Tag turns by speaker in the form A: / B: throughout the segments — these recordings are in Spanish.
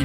A: Y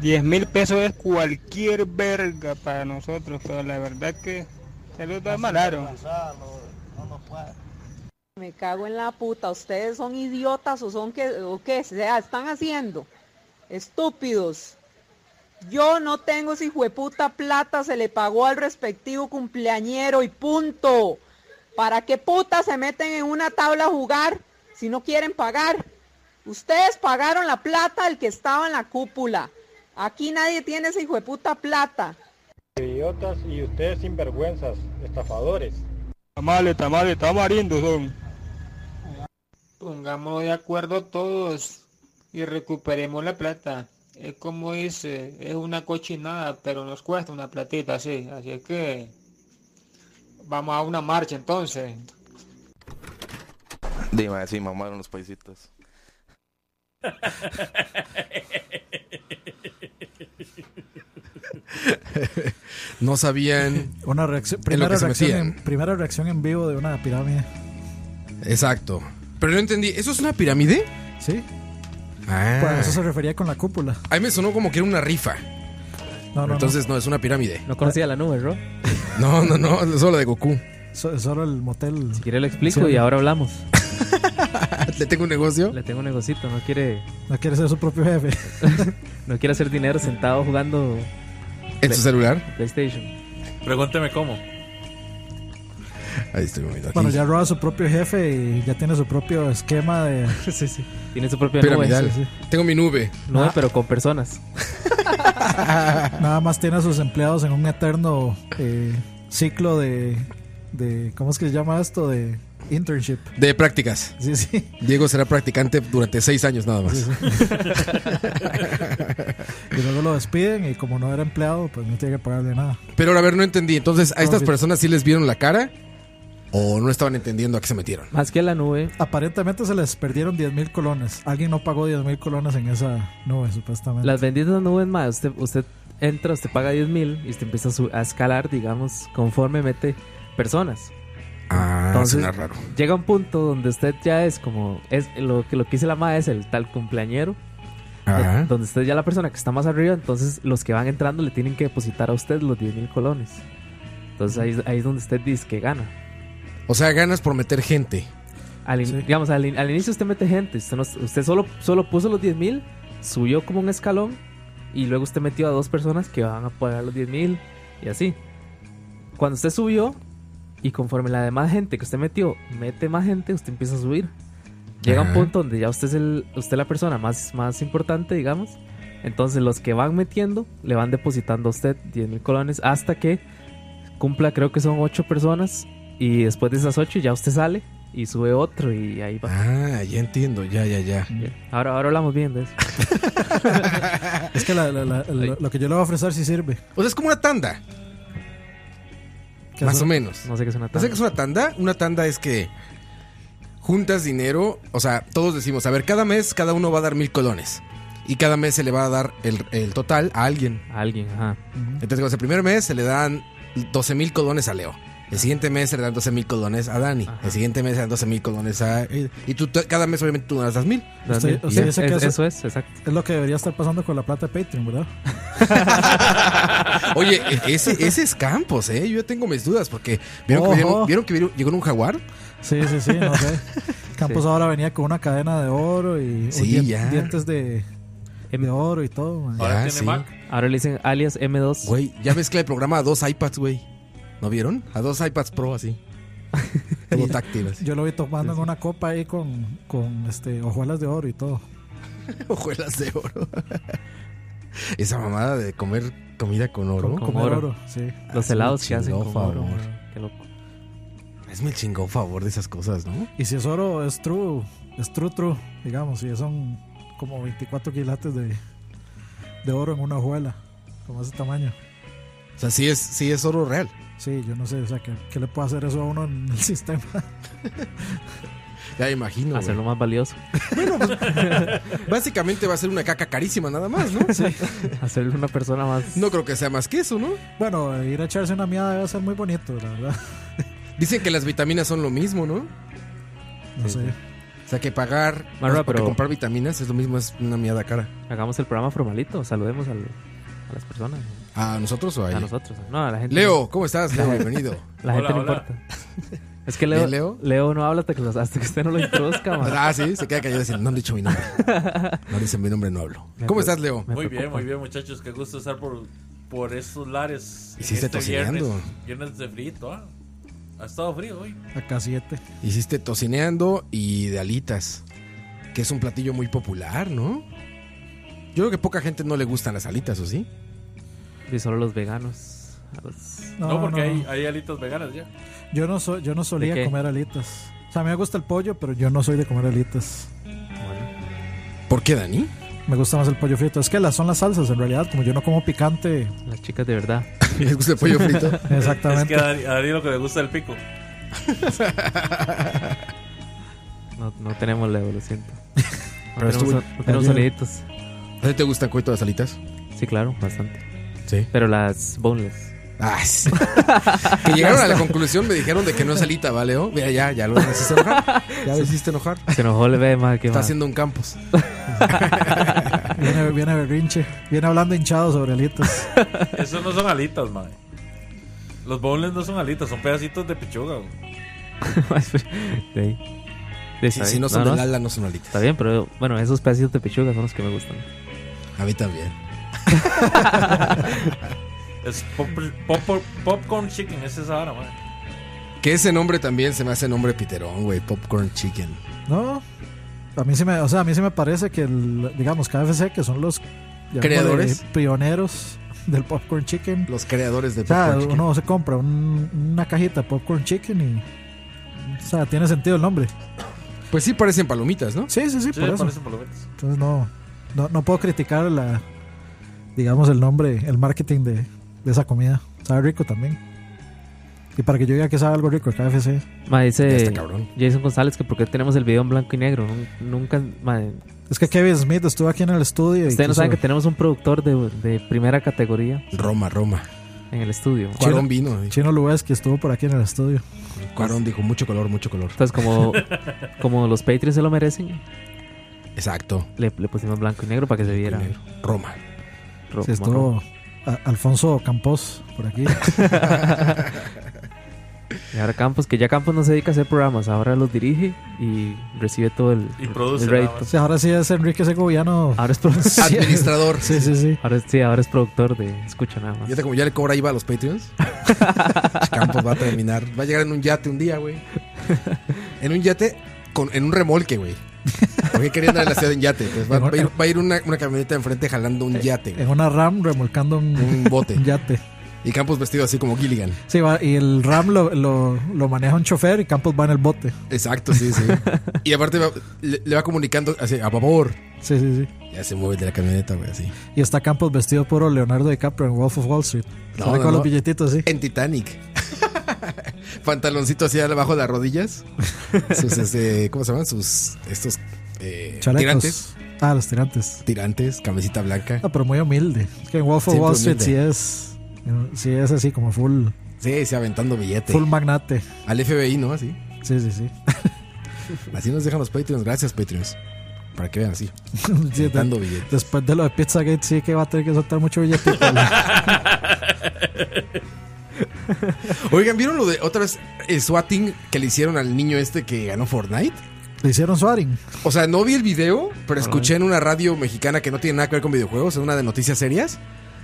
B: Diez mil pesos es cualquier verga para nosotros, pero la verdad que se los da malaron.
C: Me cago en la puta, ustedes son idiotas o son que o qué sea, están haciendo. Estúpidos. Yo no tengo ese hijo de puta plata, se le pagó al respectivo cumpleañero y punto. ¿Para qué puta se meten en una tabla a jugar si no quieren pagar? Ustedes pagaron la plata al que estaba en la cúpula. Aquí nadie tiene ese hijo de puta plata.
D: Idiotas y ustedes sinvergüenzas, estafadores.
B: Tamales, tamales, tamarindos son. Pongámonos de acuerdo todos y recuperemos la plata. Es como dice, es una cochinada, pero nos cuesta una platita, sí. Así es que vamos a una marcha entonces.
E: Dime, sí, mamaron los paisitos.
A: No sabían.
F: Una reacción,
A: En lo
F: primera,
A: que se
F: reacción
A: metían.
F: en, primera reacción en vivo de una pirámide.
A: Exacto. Pero no entendí, ¿eso es una pirámide?
F: Sí,
A: Ah.
F: pues a eso se refería con la cúpula.
A: A mí me sonó como que era una rifa.
F: No, no,
A: Entonces, no, es una pirámide.
G: No conocía la nube, ¿no?
A: No, no, no, solo la de Goku.
F: no. So- solo el motel.
G: Si quiere lo explico
F: Sí.
G: y ahora hablamos.
A: Le tengo un negocio.
G: Le tengo un negocito, no quiere,
F: No quiere ser su propio jefe.
G: no quiere hacer dinero sentado jugando
A: En su celular.
G: PlayStation.
H: Pregúnteme cómo.
A: Ahí estoy moviendo.
F: Bueno, ya roba a su propio jefe y ya tiene su propio esquema de.
G: sí, sí. Tiene su propia
A: Piramidal.
G: nube.
F: sí,
A: Tengo mi nube.
G: Nube,
F: Ah.
G: pero con personas.
A: Ah.
F: Nada más tiene a sus empleados en un eterno eh, ciclo de, de. ¿Cómo es que se llama esto? De internship.
A: De prácticas.
F: Sí, sí.
A: Diego será practicante durante seis años nada más.
F: Y luego lo despiden y como no era empleado, pues no tiene que pagarle nada.
A: Pero ahora, a ver, no entendí. Entonces, ¿a
F: No,
A: estas
F: sí.
A: personas sí les vieron la cara? ¿O no estaban entendiendo a qué se metieron?
G: Más que la nube,
F: Aparentemente se les perdieron 10 mil colones. Alguien no pagó 10 mil colones en esa nube, supuestamente.
G: las benditas nubes más, usted, usted entra, usted paga 10 mil y usted empieza a, su- a escalar, digamos, conforme mete personas.
A: Ah,
G: Entonces-
A: suena raro.
G: Llega un punto donde usted ya es como, es lo que lo que dice la madre es el tal cumpleañero, eh,
A: Ajá.
G: donde usted ya la persona que está más arriba, entonces los que van entrando le tienen que depositar a usted los 10 mil colones. Entonces ahí, es- ahí es donde usted dice que gana.
A: O sea, ganas por meter gente.
G: Al in-
F: Sí.
G: Digamos, al, in- al inicio usted mete gente. Usted, no- usted solo, solo puso los 10 mil, subió como un escalón y luego usted metió a dos personas que van a pagar los 10 mil y así. Cuando usted subió y conforme la demás gente que usted metió mete más gente, usted empieza a subir. Llega
A: Ajá.
G: un punto donde ya usted es, el, usted es la persona más, más importante, digamos. Entonces los que van metiendo le van depositando a usted 10 mil colones hasta que cumpla, creo que son 8 personas. Y después de esas 8 ya usted sale y sube otro y ahí va.
A: Ah, ya entiendo. Ya, ya, ya.
G: Ahora, ahora hablamos bien de eso.
F: Ah, Es que la- la- la- lo, lo que yo le voy a ofrecer sí sirve.
A: O sea, es como una tanda.
F: Que
A: Más
F: eso-
A: o menos.
G: No sé qué es una
A: ¿No
G: tanda.
A: sé qué es una tanda? Una tanda es que juntas dinero, o sea, todos decimos, a ver, cada mes cada uno va a dar mil colones. Y cada mes se le va a dar el, el total a alguien.
G: A Alguien, ajá.
A: Entonces, digamos, el primer mes se le dan 12 mil colones a Leo. El siguiente mes se le dan 12 mil colones a Dani.
G: Ajá.
A: El siguiente mes se le dan 12 mil colones a... Y tú t- cada mes obviamente tú das mil.
F: Usted-
G: Daniel.
F: usted
G: Y
F: dice
G: es-
F: que eso-
G: eso es, exacto.
F: Es lo que debería estar pasando con la plata de Patreon, ¿verdad?
A: Oye, e- ese, ese es Campos, ¿eh? Yo ya tengo mis dudas porque... ¿Vieron
F: Ojo.
A: que, vieron, vieron que vieron- llegó en un jaguar?
F: Sí, sí, sí, no sé. Campos
G: Sí.
F: ahora venía con una cadena de oro y
A: Sí,
F: un dien-
A: ya.
F: dientes de,
G: Em-
F: de oro y todo. man.
H: Ahora
A: Ah,
H: tiene
A: sí.
H: Mac.
G: Ahora le dicen alias M2.
A: Güey, ya mezcla el programa a dos iPads, güey. ¿No vieron? A dos iPads Pro así. Todo táctil. así.
F: Yo lo vi tomando en una copa ahí con, con este, hojuelas de oro y todo.
A: Hojuelas de oro. Esa mamada de comer comida con oro. Ah,
F: Con, comer
G: oro.
F: oro. sí.
G: Los
A: Hazme
G: helados que hacen
A: chingado
G: con oro,
A: favor.
G: mae, Qué loco.
A: Hazme el chingón favor de esas cosas, ¿no?
F: Y si es oro, es true, es true, true, digamos, y son como 24 quilates de, de oro en una hojuela, como ese tamaño.
A: O sea, sí es, sí es oro real.
F: Sí, yo no sé, o sea, ¿qué, qué le puede hacer eso a uno en el sistema?
A: Ya me imagino. güey.
G: Hacerlo más valioso.
A: Básicamente va a ser una caca carísima nada más, ¿no?
G: Hacerle una persona más.
A: No creo que sea más que eso, ¿no?
F: Bueno, ir a echarse una miada debe ser muy bonito, la verdad.
A: Dicen que las vitaminas son lo mismo, ¿no?
F: No sé.
A: O sea, que pagar
G: Marra,
A: para
G: pero-
A: comprar vitaminas es lo mismo, es una miada cara.
G: Hagamos el programa formalito. Saludemos al- a las personas.
A: ¿A nosotros o a
G: A
A: ella?
G: nosotros. No, a la gente.
A: Leo, ¿cómo estás? Leo, bienvenido.
G: La gente
H: Hola,
G: no
H: hola.
G: importa. Es que Leo,
A: ¿Bien,
G: Leo?
A: Leo?
G: no habla hasta que, los- hasta que usted no lo introduzca, mae.
A: Ah, sí, se queda callado diciendo, no han dicho mi nombre. No dicen mi nombre, no hablo.
G: Me
A: ¿Cómo
G: pre-
A: estás, Leo?
G: me
H: Muy bien,
G: preocupa.
H: muy bien, muchachos. Qué gusto estar por, por estos lares. este
A: Hiciste tocineando.
H: Viernes, viernes de frito, ¿ah? Ha estado frío hoy.
F: Acá siete.
A: Hiciste tocineando y de alitas, que es un platillo muy popular, ¿no? Yo creo que poca gente no le gustan las alitas, ¿o sí?
G: Y solo los veganos. A los-
H: No, porque Hay, hay alitas veganas ya.
F: Yo no soy, yo no
G: ¿De
F: solía
G: qué?
F: comer alitas. O sea, a mí me gusta el pollo, pero yo no soy de comer alitas.
G: bueno,
A: ¿Por qué, Dani?
F: Me gusta más el pollo frito. Es que las son las salsas, en realidad, como yo no como picante,
G: las chicas de verdad.
A: ¿Les gusta el pollo frito?
H: Es que
F: exactamente.
H: a Dani, a Dani lo que le gusta es el pico.
G: No, no tenemos Leo, lo siento. No
A: Pero
G: tenemos,
A: estuvo-
G: no tenemos
F: ayer-
G: soniditos.
A: ¿A ti te gustan coito las alitas?
G: Sí, claro, bastante.
A: Sí.
G: Pero las boneless.
A: Ah, sí. que llegaron a la conclusión, me dijeron de que no es alita, ¿va, Leo? Mira, ya, ya lo hiciste enojar. Ya lo hiciste enojar.
G: Se enojó le ve más que
A: Está
G: más.
A: haciendo un campus.
F: Viene, viene berrinche. Viene hablando hinchado sobre alitas.
H: Esos no son alitas, madre. Los boneless no son alitas, son pedacitos de pechuga. güey.
G: De ahí. De
A: Si,
G: ahí.
A: si no son del
G: no,
A: ala, no son alitas.
G: Está bien, pero bueno, esos pedacitos de pechuga son los que me gustan.
A: A mí también.
H: Es pop, pop- popcorn chicken, ese es ahora, madre.
A: Que ese nombre también se me hace nombre piterón, güey. Popcorn Chicken.
F: No. A mí sí me, o sea, a mí sí me parece que, el, digamos, KFC, que son los llamémosle,
A: Creadores.
F: pioneros del popcorn chicken.
A: Los creadores de
F: O sea,
A: Popcorn Chicken.
F: uno se compra un- una cajita de popcorn chicken y. O sea, tiene sentido el nombre.
A: Pues sí parecen palomitas, ¿no?
F: Sí, sí,
H: Sí,
F: sí, por eso.
H: parecen palomitas.
F: Entonces no, no, no puedo criticar la, digamos, el nombre, el marketing de, de esa comida. Sabe rico también. Y para que yo diga que sabe algo rico el KFC.
G: Ma,
A: Ya
G: dice
A: está cabrón.
G: Jason González que porque tenemos el video en blanco y negro. Nun- Nunca, ma,
F: Es que Kevin Smith estuvo aquí en el estudio. y
G: ustedes no
F: quiso-
G: saben que tenemos un productor de, de primera categoría
A: Roma, Roma.
G: en el estudio.
A: Cuarón vino. dijo.
F: Chino Lubeski estuvo por aquí en el estudio.
A: Cuarón dijo mucho color, mucho color.
G: Entonces, como, como los Patreons se lo merecen,
A: Exacto.
G: le, le pusimos blanco y negro para que se viera.
A: Negro. Roma.
G: ro-
F: Sí,
G: como rojo.
F: estuvo a- Alfonso Campos por aquí.
G: Y ahora Campos, que ya Campos no se dedica a hacer programas, ahora los dirige y recibe todo el,
H: Y produce
G: el
H: nada
G: rédito.
H: más.
F: Sí, ahora sí es Enrique Segoviano.
G: Ahora es productor.
A: Administrador.
F: Sí, sí, sí.
G: ahora, sí, ahora es productor de Escucha nada
A: Y
G: más.
A: ahorita como ya le cobra IVA a los Patreons. Campos va a terminar. Va a llegar en un yate un día, güey. En un yate, con, en un remolque, güey. Porque quería andar en la ciudad en yate. Pues va, va a ir, va a ir una, una camioneta enfrente jalando un yate, güey.
F: En una RAM remolcando un,
A: Un bote.
F: un yate.
A: Y Campos vestido así como Gilligan.
F: Sí, va- y el RAM lo, lo- lo maneja un chofer y Campos va en el bote.
A: Exacto, sí, sí. Y aparte va- le, le va comunicando así, a favor.
F: Sí, sí, sí.
A: Ya se mueve de la camioneta, güey, así.
F: Y está Campos vestido puro Leonardo DiCaprio en Wolf of Wall Street.
A: No,
F: Sale
A: no,
F: con
A: no.
F: los billetitos así.
A: En Titanic. Pantaloncito así abajo de las rodillas. Sus, este, ¿cómo se llaman? Sus, estos, eh,
F: Chalecos.
A: tirantes.
F: Ah, los tirantes.
A: Tirantes, camisita blanca.
F: Ah, pero muy humilde. Es que en Wolf of
A: Siempre
F: Wall Street sí
A: humilde.
F: es, sí es así como full,
A: Sí, sí, aventando billete.
F: full magnate.
A: Al FBI, ¿no? Así.
F: Sí, sí, sí.
A: Así nos dejan los Patreons. Gracias, Patreons. Para que vean así.
F: Sí, de-
A: Aventando billete.
F: después de lo de Pizzagate sí que va a tener que soltar mucho billetito.
A: Oigan, ¿vieron lo de otra vez el swatting que le hicieron al niño este que ganó Fortnite?
F: Le hicieron swatting.
A: O sea, no vi el video, pero escuché en una radio mexicana que no tiene nada que ver con videojuegos, en una de noticias serias,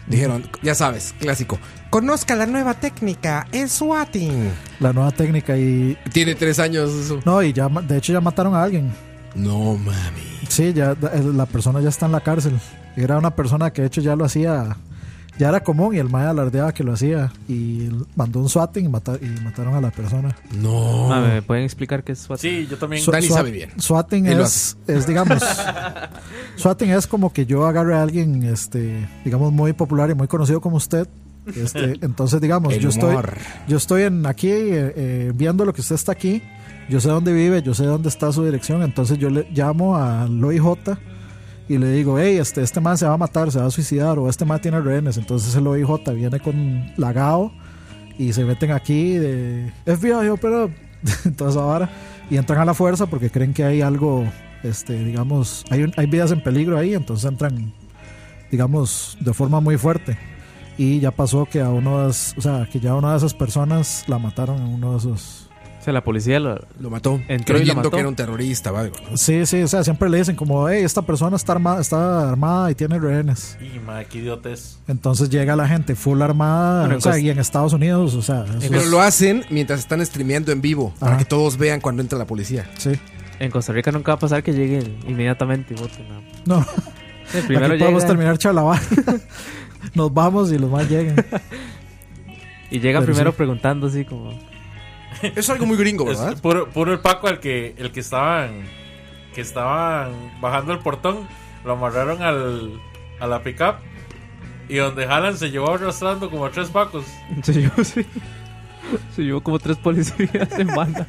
A: Dijeron, ya sabes, clásico. Conozca la nueva técnica, el swatting.
F: La nueva técnica y.
A: Tiene tres años eso.
F: No, y ya. ma- De hecho, ya mataron a alguien.
A: No mami.
F: Sí, ya da- el- la persona ya está en la cárcel. Era una persona que de hecho ya lo hacía, ya era común y el mae alardeaba que lo hacía y l- mandó un swatting y, mata- y mataron a la persona.
A: No.
G: Mae, Ah, ¿Me pueden explicar qué es SWAT?
H: Sí, yo también.
A: Dani
F: Swat-
A: sabe bien.
F: Swatting
A: Él lo
F: es, es, digamos, swatting es como que yo agarre a alguien, este, digamos muy popular y muy conocido como usted. Este, entonces, digamos,
A: El
F: yo estoy,
A: humor.
F: yo estoy en aquí eh, eh, viendo lo que usted está aquí. Yo sé dónde vive, yo sé dónde está su dirección. Entonces yo le llamo al OIJ y le digo, hey, este, este man se va a matar, se va a suicidar o este man tiene rehenes. Entonces el OIJ viene con la GAO y se meten aquí de FBI, opera, entonces ahora y entran a la fuerza porque creen que hay algo, este, digamos, hay, un- hay vidas en peligro ahí, entonces entran, digamos, de forma muy fuerte. Y ya pasó que a uno de, es- o sea, que ya a una de esas personas la mataron en uno de esos.
G: O sea, la policía lo-
A: Lo mató.
G: Entró y lo
A: creyendo
G: mató.
A: que era un terrorista o algo, ¿no?
F: Sí, sí, o sea, siempre le dicen como, hey, esta persona está armada, está armada y tiene rehenes.
H: Y madre, qué idiotes.
F: Entonces llega la gente full armada,
G: Bueno,
F: o sea,
G: entonces-
F: y en Estados Unidos, o sea, eso
A: Pero
F: es-
A: lo hacen mientras están streameando en vivo, para
F: Ajá.
A: que todos vean cuando entra la policía.
F: sí,
G: En Costa Rica nunca va a pasar que lleguen inmediatamente y voten. ¿no?
F: no.
G: Sí, primero
F: Aquí podemos
G: llega,
F: terminar charlabar. Nos vamos y los más llegan.
G: y llega
F: pero
G: primero
F: sí.
G: preguntando así como...
A: Es algo muy gringo, ¿verdad?
H: Es puro, puro el Paco al que, el que estaban que estaban bajando el portón, lo amarraron al, a la pickup y donde jalan se llevó arrastrando como a tres Pacos.
G: Se llevó, sí. Se llevó como tres policías en banda.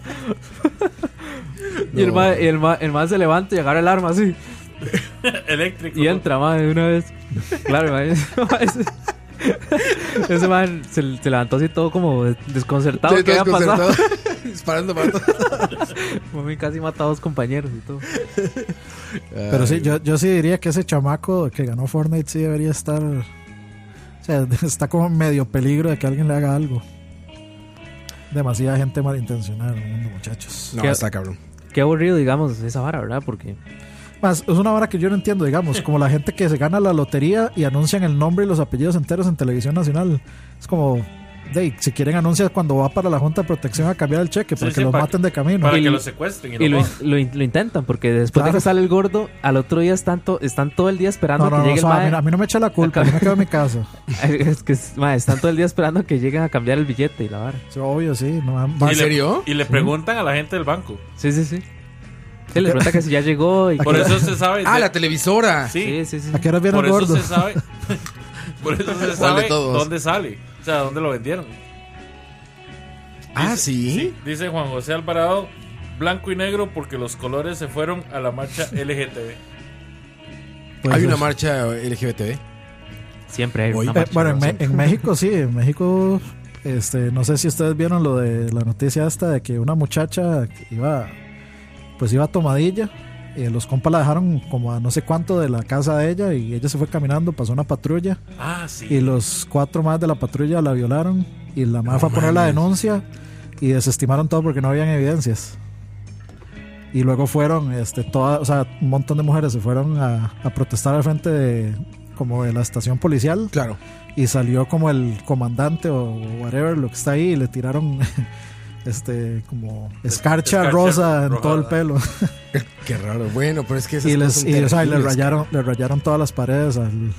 G: Y el
A: No.
G: ma, y el ma- el ma se levanta y agarra el arma así.
H: Eléctrico.
G: Y entra, ma, de una vez. Claro, ma, ese, ese man se, se levantó así todo como desconcertado.
A: Sí,
G: ¿Qué había
A: todos
G: pasado?
A: concertados, Disparando para todos.
G: Mami casi mata a dos compañeros y todo.
F: Pero sí, yo, yo sí diría que ese chamaco que ganó Fortnite sí debería estar. O sea, está como en medio peligro de que alguien le haga algo. Demasiada gente malintencionada en el mundo, muchachos.
A: No,
G: ¿Qué-
A: está cabrón.
G: Qué aburrido, digamos, esa vara, ¿verdad? Porque
F: Más, es una vara que yo no entiendo, digamos, como la gente que se gana la lotería y anuncian el nombre y los apellidos enteros en televisión nacional. Es como, "Dey, si quieren anuncian cuando va para la Junta de Protección a cambiar el cheque, para
H: Sí,
F: que
H: sí,
F: los
H: para-
F: maten de camino.
H: Para
G: Y-
H: que lo secuestren y,
G: y
H: lo
G: lo,
H: pongan.
G: lo in- lo intentan, porque después de
F: Claro.
G: que sale el gordo, al otro día están, to- están todo el día esperando
F: No, no,
G: que
F: no,
G: llegue
F: o sea, a,
G: el
F: mí, a
G: mae.
F: mí no me echa la culpa, yo me quedo en mi casa.
G: Es que es- mae, están todo el día esperando que lleguen a cambiar el billete y la vara.
F: Sí, obvio, sí. No, va-
A: ¿En
H: Y le-
A: serio?
H: Y le preguntan a la gente del banco.
G: Sí, sí, sí. Sí, les pregunta que si ya llegó y
H: Por
G: que-
H: eso se sabe.
A: Ah,
H: de-
A: la televisora.
H: sí,
G: Sí, sí, sí.
F: ¿A qué hora viene
H: por
F: el
H: eso
F: gordo?
H: se sabe. por eso se sabe
A: todos?
H: dónde sale. O sea, dónde lo vendieron.
A: Ah,
F: Ah,
H: Dice-
A: sí.
H: Dice Juan José Alvarado, blanco y negro porque los colores se fueron a la marcha LGTB.
F: Pues
A: Hay una
F: es-
A: marcha LGBTB.
G: Siempre hay
A: Voy.
G: una
A: Eh,
F: Eh,
G: marcha.
F: bueno, en, Me- en México sí, en México, este, no sé si ustedes vieron lo de la noticia esta de que una muchacha que iba, pues iba tomadilla, eh, los compas la dejaron como a no sé cuánto de la casa de ella y ella se fue caminando, pasó una patrulla
H: Ah, sí.
F: y los cuatro más de la patrulla la violaron y la madre fue a poner la denuncia y desestimaron todo porque no habían evidencias. Y luego fueron, este, todas, o sea, un montón de mujeres se fueron a, a protestar al frente de, como de la estación policial
A: Claro.
F: y salió como el comandante o whatever lo que está ahí y le tiraron este como escarcha,
H: escarcha
F: rosa en
H: rojada.
F: todo el pelo
A: Qué raro. Bueno, pero es que esas
F: y, les,
A: cosas son
F: y, o sea, y le
A: terribles.
F: rayaron le rayaron todas las paredes al-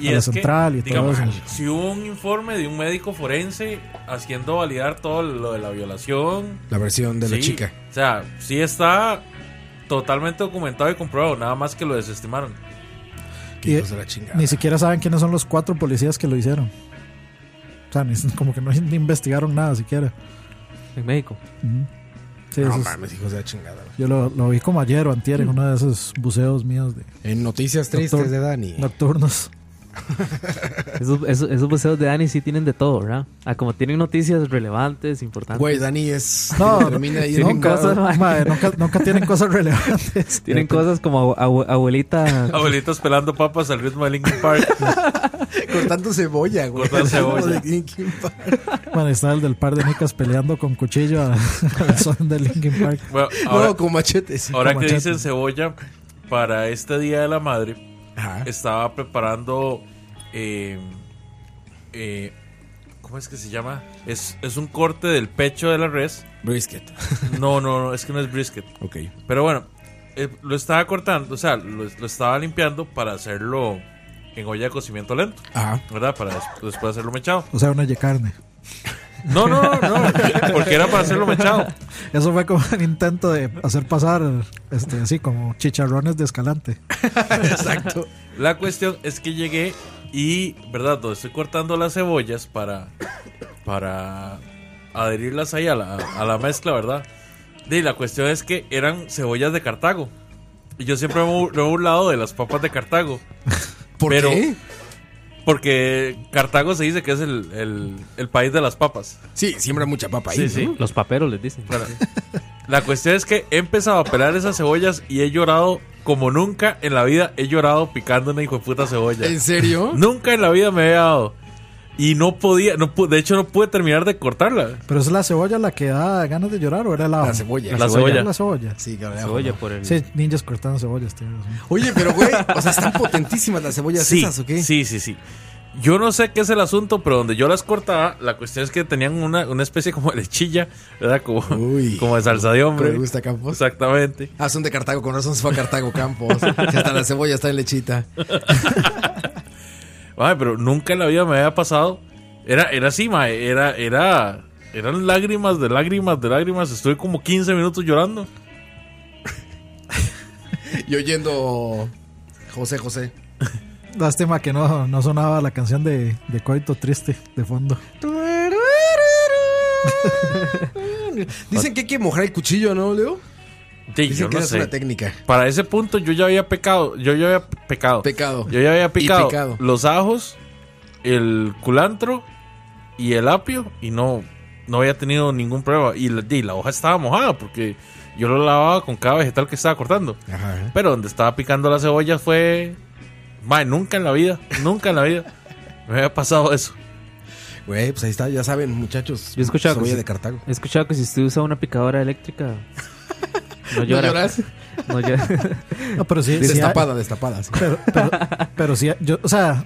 H: y
F: a la
H: es que,
F: central y todo
H: digamos,
F: eso.
H: Si hubo un informe de un médico forense haciendo validar todo lo de la violación.
A: La versión de la
H: Sí,
A: chica.
H: O sea, sí está totalmente documentado y comprobado, nada más que lo desestimaron.
A: Qué
F: Y-
A: hijos de la chingada.
F: ni siquiera saben quiénes son los cuatro policías que lo hicieron o sea ni- como que no ni investigaron nada siquiera
G: En México.
F: Ujú. Sí,
A: No
F: eso es-
A: mames, hijos de la chingada. güey.
F: yo lo, lo vi como ayer o antier en uno de esos buceos míos de
A: En noticias tristes
F: Doctor-
A: de Dani.
F: nocturnos
G: Esos, esos, esos buceos de Dani sí tienen de todo, ¿verdad? Ah, como tienen noticias relevantes, importantes.
A: Güey, Dani es.
F: No,
A: termina ahí en-
G: tienen
F: nunca,
G: cosas, mae.
F: mae, nunca, nunca tienen cosas relevantes
G: tienen cosas como abu- abuelita.
H: Abuelitos pelando papas al ritmo de Linkin Park.
A: cortando cebolla, güey.
H: Cortando cebolla.
A: De Linkin Park.
F: Bueno, está el del par de micas peleando con cuchillo a- al son de Linkin Park.
H: Bueno,
A: no,
H: ahora,
A: con machetes.
H: ahora que
F: machete.
H: dicen cebolla, para este Día de la Madre
A: Ajá.
H: estaba preparando eh, eh, ¿Cómo es que se llama? Es, es un corte del pecho de la res.
A: Brisket.
H: No, no, no, es que no es brisket.
A: Ok.
H: Pero bueno, eh, lo estaba cortando, o sea, lo, lo estaba limpiando para hacerlo en olla de cocimiento lento,
F: Ajá.
H: ¿verdad? Para des- después hacerlo mechado.
F: O sea, una ye carne.
H: No, no, no, no, porque era para hacerlo mechado.
F: Eso fue como un intento de hacer pasar, este, así como chicharrones de escalante.
H: Exacto. La cuestión es que llegué y, ¿verdad? Donde estoy cortando las cebollas para, para adherirlas ahí a la, a la mezcla, ¿verdad? Y la cuestión es que eran cebollas de Cartago. Y yo siempre me he me he burlado de las papas de Cartago.
A: ¿Por
H: Pero-
A: qué?
H: Porque Cartago se dice que es el, el- el país de las papas.
A: Sí, siembra mucha papa ahí.
H: Sí,
A: ¿no?
H: sí.
G: Los paperos les dicen.
H: La cuestión es que he empezado a pelar esas cebollas y he llorado como nunca en la vida he llorado picando una hijo de puta cebolla.
A: ¿En serio?
H: Nunca en la vida me había dado. Y no podía, no pu- de hecho no pude terminar de cortarla.
F: Pero es la cebolla la que da ganas de llorar o era el
A: La
F: agua?
A: cebolla.
H: La
F: Era
H: cebolla.
F: La cebolla.
A: Sí, cabrón.
G: Cebolla por el.
F: Sí, ninjas cortando cebollas, tienes razón.
A: Oye, pero güey, o sea, están potentísimas las cebollas
H: Sí,
A: esas, ¿o qué?
H: sí, sí, sí. Yo no sé qué es el asunto, pero donde yo las cortaba, la cuestión es que tenían una, una especie como de lechilla, ¿verdad? Como,
A: Uy.
H: como de salsa de
A: ¿Cómo
H: hombre.
A: le gusta Campos?
H: Exactamente.
A: Ah, son de Cartago, con razón se fue a Cartago Campos. Que hasta la cebolla está en lechita.
H: Ay, pero nunca en la vida me había pasado. Era, era así, mae, Era, era, eran lágrimas de lágrimas de lágrimas. Estuve como 15 minutos llorando.
A: Y oyendo José José.
F: Lástima que no, no sonaba la canción de, de Coito Triste de fondo.
A: Dicen que hay que mojar el cuchillo, ¿no, Leo?
H: Sí,
A: Dicen
H: yo no
A: que esa es
H: sé.
A: una técnica.
H: Para ese punto yo ya había pecado. Yo ya había pecado.
A: Pecado.
H: Yo ya había picado,
A: picado.
H: los ajos, el culantro y el apio y no, no había tenido ningún problema. Y la, y la hoja estaba mojada porque yo lo lavaba con cada vegetal que estaba cortando.
A: Ajá.
H: Pero donde estaba picando la cebolla fue... Mae, nunca en la vida, nunca en la vida me había pasado eso.
A: Güey, pues ahí está, ya saben, muchachos.
G: Yo he escuchado
A: Cebolla
G: que sí.
A: de Cartago.
G: He escuchado que si usted usa una picadora eléctrica. No
A: ¿No
G: llora.
A: lloras?
G: No llora.
F: No, pero sí, sí hay-
A: Destapada, destapada. sí.
F: pero, pero, pero sí, yo, o sea,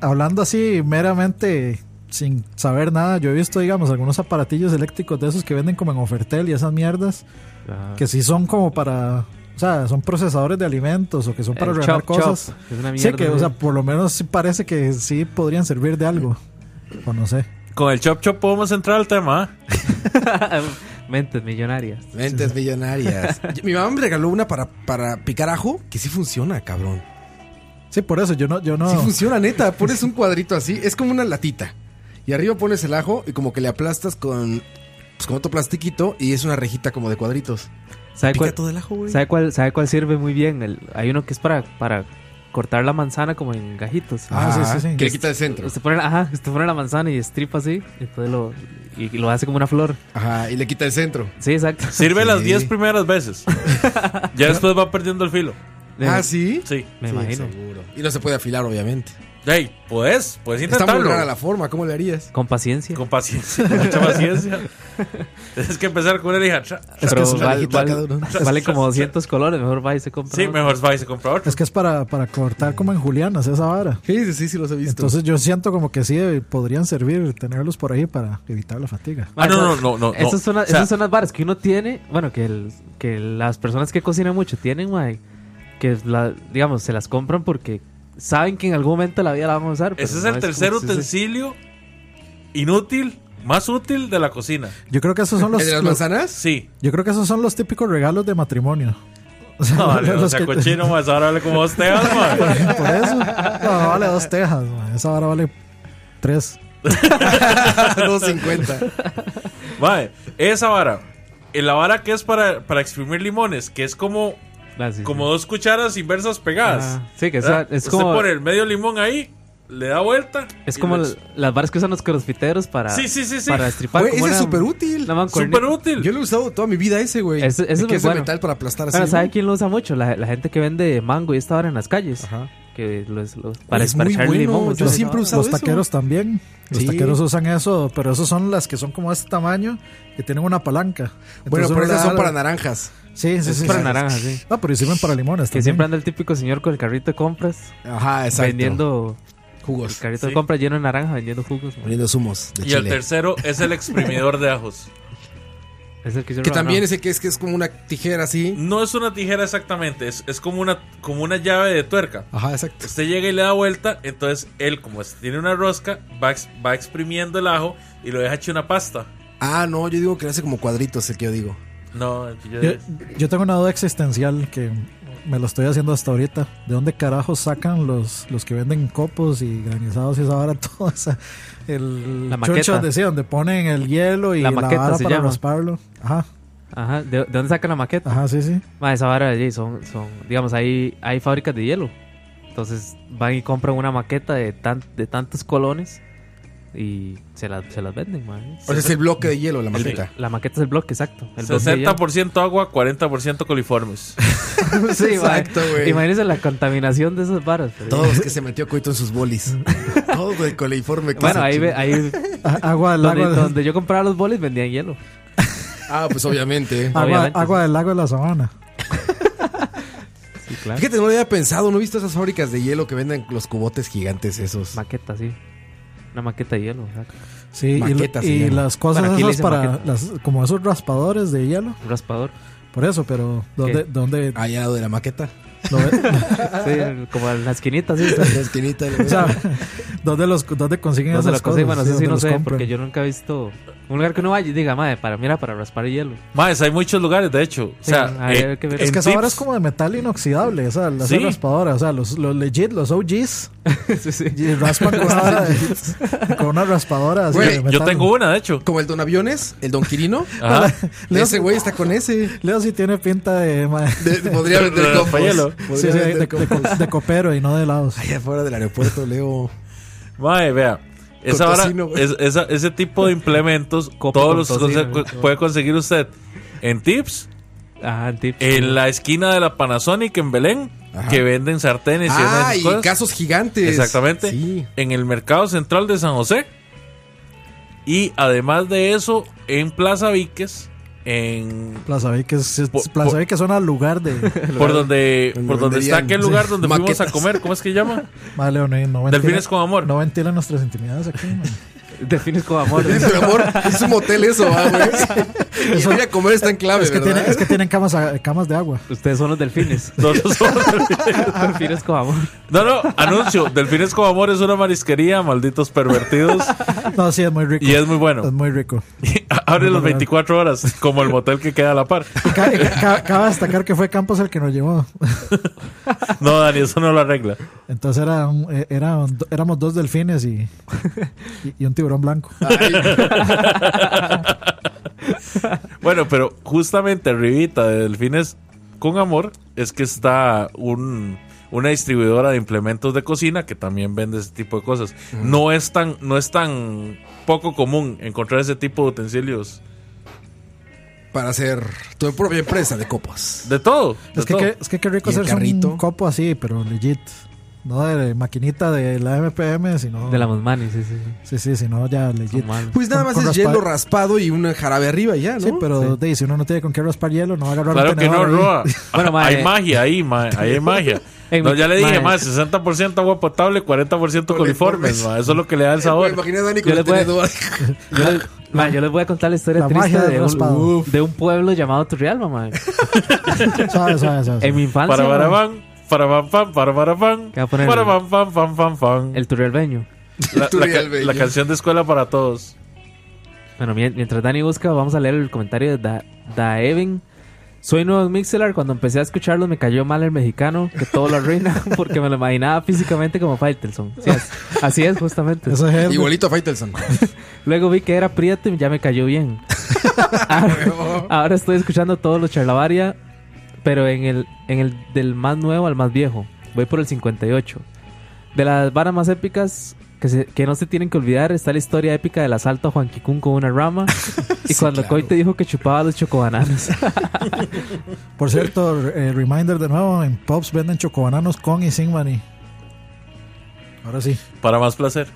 F: hablando así meramente sin saber nada, yo he visto, digamos, algunos aparatillos eléctricos de esos que venden como en Ofertel y esas mierdas,
G: Ah,
F: que sí son como para, o sea, son procesadores de alimentos o que son para
G: el
F: regalar
G: chop,
F: cosas.
G: chop, que Es una
F: Sí,
G: mierda.
F: que, o sea, por lo menos sí parece que sí podrían servir de algo. O no sé.
H: Con el chop chop podemos entrar al tema. ¿ah?
G: Mentes millonarias.
A: Mentes millonarias. Yo- Mi mamá me regaló una para, para picar ajo que sí funciona, cabrón.
F: Sí, por eso yo no, yo no.
A: Sí funciona, neta. Pones un cuadrito así, es como una latita. Y arriba pones el ajo y como que le aplastas con, pues, con otro plastiquito y es una rejita como de cuadritos.
G: ¿Sabe
A: Pica
G: cuál,
A: todo el ajo, güey.
G: ¿sabe cuál, sabe cuál sirve muy bien? El, hay uno que es para, para cortar la manzana como en gajitos.
F: Ah, sí, sí, sí.
A: Que le quita el centro.
G: Usted pone, la- ajá, usted pone la manzana y estripa así, entonces lo, y lo hace como una flor.
A: Ajá, y le quita el centro.
G: Sí, exacto.
H: Sirve
A: Sí.
H: las 10 primeras veces. ya después va perdiendo el filo.
A: Ah, sí.
H: Sí.
G: Me
A: Sí,
G: imagino.
A: seguro. Y no se puede afilar, obviamente.
H: Hey, puedes, puedes
A: Está muy
H: intentarlo.
A: rara la forma, ¿cómo le harías?
G: Con paciencia.
H: Con paciencia, con mucha paciencia. Tienes que empezar con una lija. Tra-
G: Pero
F: que es una
G: val-
A: hojita
G: val-
A: cada uno.
G: vale como 200 colores, mejor va y se compra.
H: Sí,
G: otro.
H: mejor va y se compra otro.
F: Es que es para, para cortar como en Julianas esa vara.
A: Sí, sí, sí, sí, los he visto.
F: Entonces yo siento como que sí eh, podrían servir tenerlos por ahí para evitar la fatiga.
H: Ah, no, no,
G: Esas-
H: no, no, no.
G: Esas son,
H: O
G: las-
H: sea-
G: esas son las varas que uno tiene, bueno, que, el- que las personas que cocinan mucho tienen, mae, que la, digamos, se las compran porque saben que en algún momento de la vida la van a usar. pero
H: Ese es
G: no
H: el tercer
G: como- sí, sí.
H: utensilio inútil, más útil de la cocina.
F: Yo creo que esos son los,
A: ¿El de las
F: los-
A: manzanas?
H: Sí.
F: yo creo que esos son los típicos regalos de matrimonio. O sea,
H: No, vale, o
F: los
H: sea,
F: que-
H: cochino, más ahora hable como usted,
F: por
H: ma.
F: eso. No, no vale dos tejas, man. esa vara vale tres.
A: 250.
H: Mae, Esa vara. Eh, La vara que es para, para exprimir limones, que es como,
G: Ah, sí, sí.
H: como dos cucharas inversas pegadas.
G: Ah, sí, que
H: ¿Verdad?
G: esa- es
H: Usted
G: como-
H: pone el medio limón ahí, le da vuelta.
G: Es
H: y
G: como
H: lo
G: l- las varas que usan los crossfiteros para,
H: Sí, sí, sí, sí.
G: para estripar.
A: Güey,
G: como
A: ese es
G: una-
A: súper útil.
G: una mancuerna.
H: Súper útil.
A: Yo lo he usado toda mi vida ese, güey.
G: Ese- ese
A: El
G: es
A: que
G: muy
A: es de
G: bueno.
A: metal para aplastar así.
G: Pero ¿sabe
A: güey.
G: quién lo usa mucho? La, la gente que vende mango y esta vara en las calles.
A: Ajá.
G: Que los, los- para,
A: es
G: para
A: muy
G: echarle
A: bueno,
G: limón.
A: yo
G: ¿sabes?
A: siempre he usado
F: Los
A: eso.
F: taqueros también. Los
A: Sí.
F: taqueros usan eso, pero esos son las que son como este tamaño, que tienen una palanca.
A: Bueno,
F: Entonces
A: pero
F: uno
A: esas
F: le
A: son
F: da-
A: para naranjas.
F: Pues Sí, sí,
G: Es
F: sí.
G: para
F: sí.
G: naranjas, sí.
F: Ah, pero sirven para limones
G: Que
F: también.
G: siempre anda el típico señor con el carrito de compras
A: Ajá, exacto.
G: vendiendo El
A: Jugos.
G: carrito de
H: Sí.
G: compra lleno de naranja vendiendo jugos. man.
A: Poniendo zumos de
H: Y el
A: chile.
H: tercero es el exprimidor de ajos.
G: Es el que hizo
A: que
G: el
A: también
G: Ronald.
A: ese que es que es como una tijera así.
H: No es una tijera exactamente, es, es como, una, como una llave de tuerca.
A: Ajá, exacto.
H: Usted llega y le da vuelta, entonces él, como es- tiene una rosca, va, ex- va exprimiendo el ajo y lo deja hecho una pasta.
A: Ah, no, yo digo que lo hace como cuadritos, el que yo digo.
H: No, el que yo-
F: Yo, yo tengo una duda existencial que me lo estoy haciendo hasta ahorita. ¿De dónde carajo sacan los, los que venden copos y granizados y esa vara? Toda esa, el
G: La maqueta.
F: church de sí, donde ponen el hielo y la,
G: La maqueta
F: vara
G: se
F: para
G: llama.
F: rasparlo. Ajá,
G: Ajá, ¿de, de dónde sacan la maqueta?
F: ajá, sí, sí.
G: Ma, esa vara de allí son, son, digamos, hay, hay fábricas de hielo. Entonces van y compran una maqueta de, tan, de tantos colones y se, la- se las venden, ma.
A: O sea, es el bloque de hielo, la maqueta.
G: La maqueta es el bloque, exacto. El bloque de hielo.
H: 60% agua, 40% coliformes.
G: Sí,
A: Exacto,
G: ma.
A: güey.
G: Imagínense la contaminación de esas varas. pero-
A: Todos los que se metió coito en sus bolis. Todo el coliforme. que
G: Bueno,
A: se
G: ahí, ve- ahí
F: A- Agua del
G: donde,
F: lago. de-
G: donde yo compraba los bolis vendían hielo.
A: Ah, pues obviamente.
F: Agua,
G: obviamente,
F: agua del lago de la sabana.
G: Sí, claro.
A: Fíjate, no lo había pensado, no he visto esas fábricas de hielo que venden los cubotes gigantes esos.
G: Maqueta, sí. Una maqueta de hielo, exacto.
F: Sí, y-
A: Maqueta se
F: y,
A: llama.
F: las cosas
G: Bueno, aquí le
F: esas
G: dicen
F: para
G: maqueta.
F: las, como esos raspadores de hielo.
G: Un raspador.
F: Por eso, pero ¿dónde, dónde
A: Allá al lado de la maqueta.
F: lo ve-
G: Sí, como en la esquinita, sí.
A: En la esquinita. lo
F: o
A: veo.
F: sea, ¿dónde, los, dónde consiguen
G: No se
F: esas
G: lo
F: cosas?
G: consigo, bueno,
F: Sí,
G: eso sí
F: ¿dónde
G: no
F: los
G: sé,
F: compran?
G: porque yo nunca he visto un lugar que uno vaya y diga, madre, para, mira, para raspar hielo.
H: Más, hay muchos lugares, de hecho. O
G: Sí,
H: sea,
G: hay
H: eh,
G: que ver.
F: Es
H: en
F: que esa vara
H: tips-
F: es como de metal inoxidable, o sea, las
H: Sí.
F: raspadoras, o sea, los, los legit, los OGs,
G: sí, sí.
F: y raspan con una, vara de- con una raspadora. así
A: Güey,
F: de
A: yo
H: Yo
F: metal.
H: tengo una, de hecho.
A: Como el don aviones, el don Quirino.
H: Ajá.
F: Leo-
A: ese güey está con ese.
F: Leo sí tiene pinta de, ma-
A: De- de- podría vender
H: Pero,
A: copos.
H: Rafaelo.
A: Podría
F: sí, sí, de,
A: vender
F: de-
A: copos.
F: de copero y no de helados.
A: Allá afuera del aeropuerto, Leo.
H: Mae, vea. Esa
A: Con
H: vara-
A: tocino, güey.
H: es- esa- ese tipo de implementos,
G: Copo
H: todos
G: con
H: los
G: tocino,
H: conse-
G: güey.
H: cu- puede conseguir usted en tips,
G: Ajá, el tip.
H: en la esquina de la Panasonic en Belén,
A: Ajá.
H: que venden sartenes y
A: Ah,
H: esas
A: y
H: cosas.
A: casos gigantes.
H: Exactamente.
A: Sí.
H: En el mercado central de San José. Y además de eso, en Plaza Víquez, en
F: Plaza Viques, es-
H: Po-
F: Plaza
H: po-
F: Viques suena al lugar de...
H: por donde
A: Donde
H: por donde está
A: venderían,
H: aquel
A: sí,
H: lugar donde fuimos
A: maquetas.
H: a comer, ¿cómo es que llama?
F: Ma, Leo, no, no ventila-
H: Delfines con amor.
F: No ventila nuestras intimidades aquí, ma.
G: Defines como amor.
A: Dice, mi amor, es un motel eso, ah, güey. Y ir a comer está en clave,
F: Es que,
A: ¿verdad?
F: tienen, es que tienen camas, a- camas de agua.
G: Ustedes son los delfines.
H: Nosotros somos delfines.
G: delfines como amor.
H: No, no, anuncio, Delfines con amor es una marisquería, malditos pervertidos,
F: No, sí, es muy rico.
H: y es muy bueno.
F: Es muy rico.
H: Abre las
F: Muy
H: 24 horas, como el motel que queda a la par.
F: Ca- ca- Cabe destacar que fue Campos el que nos llevó.
H: No, Dani, eso no lo arregla.
F: Entonces era un- eh, era un- éramos dos delfines y, y, y un tiburón blanco.
A: Ay,
H: Bueno, pero justamente arribita de Delfines con Amor es que está un, una distribuidora de implementos de cocina que también vende ese tipo de cosas. No, es tan, no es tan poco común encontrar ese tipo de utensilios.
A: para hacer tu propia empresa de copas.
H: De todo. de
F: Es que,
H: todo.
F: qué- es que qué rico
A: ¿Y el
F: hacerse
A: carrito?
F: un copo así, pero legit. No de maquinita de la MPM, sino.
G: De la Mosmani, sí, sí. sí.
F: Sí, sí, sino ya legit.
G: Son malos.
A: Pues nada
F: Con-
A: más
F: con
A: es
F: raspa-
A: hielo raspado y un jarabe arriba y ya, ¿no?
F: Sí, pero de, si uno no tiene con qué raspar hielo, no va a agarrar
H: Claro
F: un
H: que no,
F: tenedor ahí.
A: ¿eh?
H: Roa.
G: Bueno, mae.
H: Hay magia ahí, mae, Ahí hay magia.
G: En
H: No,
G: mi-
H: ya le dije, mae,
G: mae.
H: 60% agua potable, 40% coliformes,
A: Coliformes.
H: mae, Eso es lo que le da el
A: Güey,
H: sabor.
A: imagina Eh, a Dani
G: Yo
A: con
G: le
A: el
G: voy a-
A: tenedor.
G: Yo, les, ma, yo les voy a contar la historia
F: La
G: triste
F: magia del
G: de
F: raspado.
G: un, de un pueblo llamado Turrialba, mamá.
F: Suave, suave, suave,
G: En mi infancia.
H: Para para
G: ma,
H: pan, para pan, pan, para para pan.
G: ¿Qué va a poner?
H: Para pan, pan, pan, pan, pan.
G: El turrialbeño.
H: La,
A: Tú
H: la
A: y
H: ca-
A: el bello.
H: la canción de escuela para todos.
G: Bueno, mien- mientras Dani busca, vamos a leer el comentario de da Daeven. Soy nuevo en Mixelar. Cuando empecé a escucharlo, me cayó mal el mexicano, que todo lo arruina, porque me lo imaginaba físicamente como Faitelson. Sí, as- así es, justamente.
F: Eso es el-
A: Igualito a Faitelson.
G: Luego vi que era prieto y ya me cayó bien. ahora, ahora estoy escuchando todos los charlavaria, pero en el, en el del más nuevo al más viejo. Voy por el 58. De las varas más épicas que, se- que no se tienen que olvidar está la historia épica del asalto a Juan Kikun con una rama y cuando
A: claro.
G: Coy te dijo que chupaba los chocobananos.
F: Por cierto, eh, reminder de nuevo: en Pops venden chocobananos con y sin maní. Ahora sí,
H: Para más placer.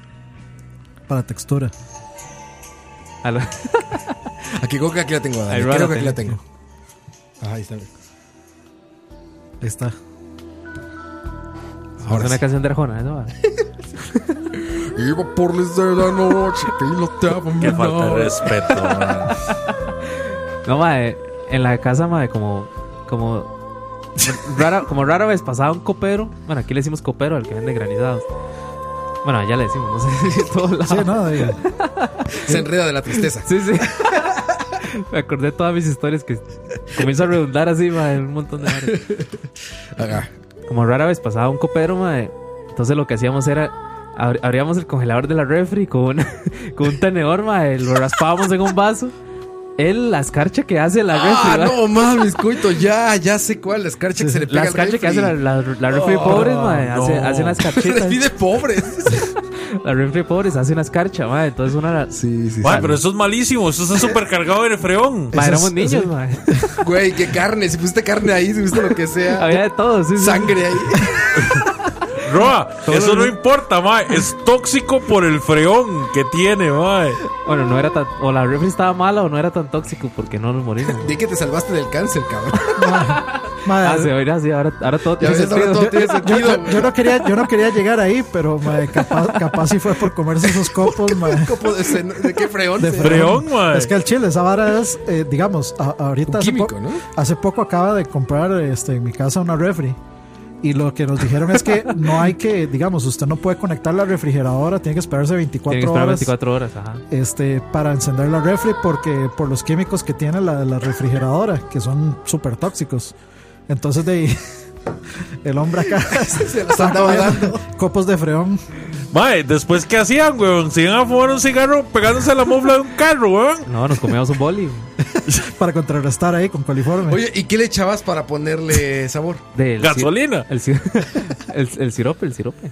F: para textura.
G: A lo-
A: Aquí creo que aquí la tengo, Dani.
G: Ay,
A: Creo
G: raro,
A: que aquí la
G: tenés.
A: tengo. Ajá, ahí está.
F: Ahí está.
G: es una canción de Arjona, ¿eh? ¿no?
I: Iba por las de la noche, piloteaba mi
H: Qué falta de
I: nave.
H: respeto, man.
G: No, mae, en la casa, mae, como. Como rara, como rara vez pasaba un copero. Bueno, aquí le decimos copero al que vende granizados. Bueno, allá le decimos, no sé si en todos lados.
F: Sí, no, de-
A: Se enreda de la tristeza.
G: Sí, sí. Me acordé de todas mis historias que comienzo a redundar así, mae, en un montón de áreas.
A: Ajá.
G: Como rara vez pasaba un copero, mae. Entonces lo que hacíamos era abri- abríamos el congelador de la refri con, una- con un tenedor, mae, lo raspábamos en un vaso. Él, la escarcha que hace la refri,
A: Ah,
G: mae.
A: no mames, coito, ya, ya sé cuál, la escarcha que se le pega
G: La
A: al
G: escarcha que hace la,
A: refri.
G: la, la refri pobres, mae, hace,
H: no.
G: hace unas
A: Les
G: carchitas.
A: pide pobres.
G: la refri pobres hace unas carchas, mae. eh, Entonces una...
A: Sí, sí,
H: Mae, pero eso es malísimo. Eso está súper cargado de refreón.
G: mae, éramos
F: es-
G: niños, mae.
A: Güey, qué carne, si pusiste carne ahí, si pusiste lo que sea.
G: Había de todo, sí, sí.
A: Sangre ahí.
H: Roa, eso no importa, mae. Es tóxico por el freón que tiene, mae.
G: Bueno, no era tan... O la refri estaba mala o no era tan tóxico porque no nos morimos.
A: Di que te salvaste del cáncer, cabrón.
F: madre,
G: Ah, sí, mira, sí, ahora, ahora todo
A: Ya
G: tiene
A: ves, ahora
G: sentido.
A: todo tiene
F: yo,
A: sentido.
F: yo- yo
A: güey.
F: no quería, yo no quería llegar ahí, pero mae, capaz, capaz sí fue por comerse esos copos, mae.
A: Copo de seno- ¿De qué freón?
F: De
A: se-
H: Freón, mae.
F: Es que el chile, esa vara es, eh, digamos, a- ahorita
A: Un
F: hace,
A: químico,
F: po-
A: ¿no?
F: hace poco acaba de comprar este, en mi casa una refri. Y lo que nos dijeron es que no hay que, digamos, usted no puede conectar la refrigeradora, tiene que esperarse 24
G: Tiene que esperar
F: horas
G: 24 horas, ajá.
F: este, para encender la refri porque por los químicos que tiene la, la refrigeradora, que son súper tóxicos. Entonces de ahí, el hombre acá
A: Se las andaba dando.
F: copos de freón.
H: Mae, después, ¿qué hacían, weón? Se iban a fumar un cigarro pegándose a la mofla de un carro, weón.
G: No, nos comíamos un boli.
F: para contrarrestar ahí con coliforme.
A: Oye, ¿y qué le echabas para ponerle sabor?
G: Del si-
H: Gasolina.
G: El, si- el, el sirope, el sirope.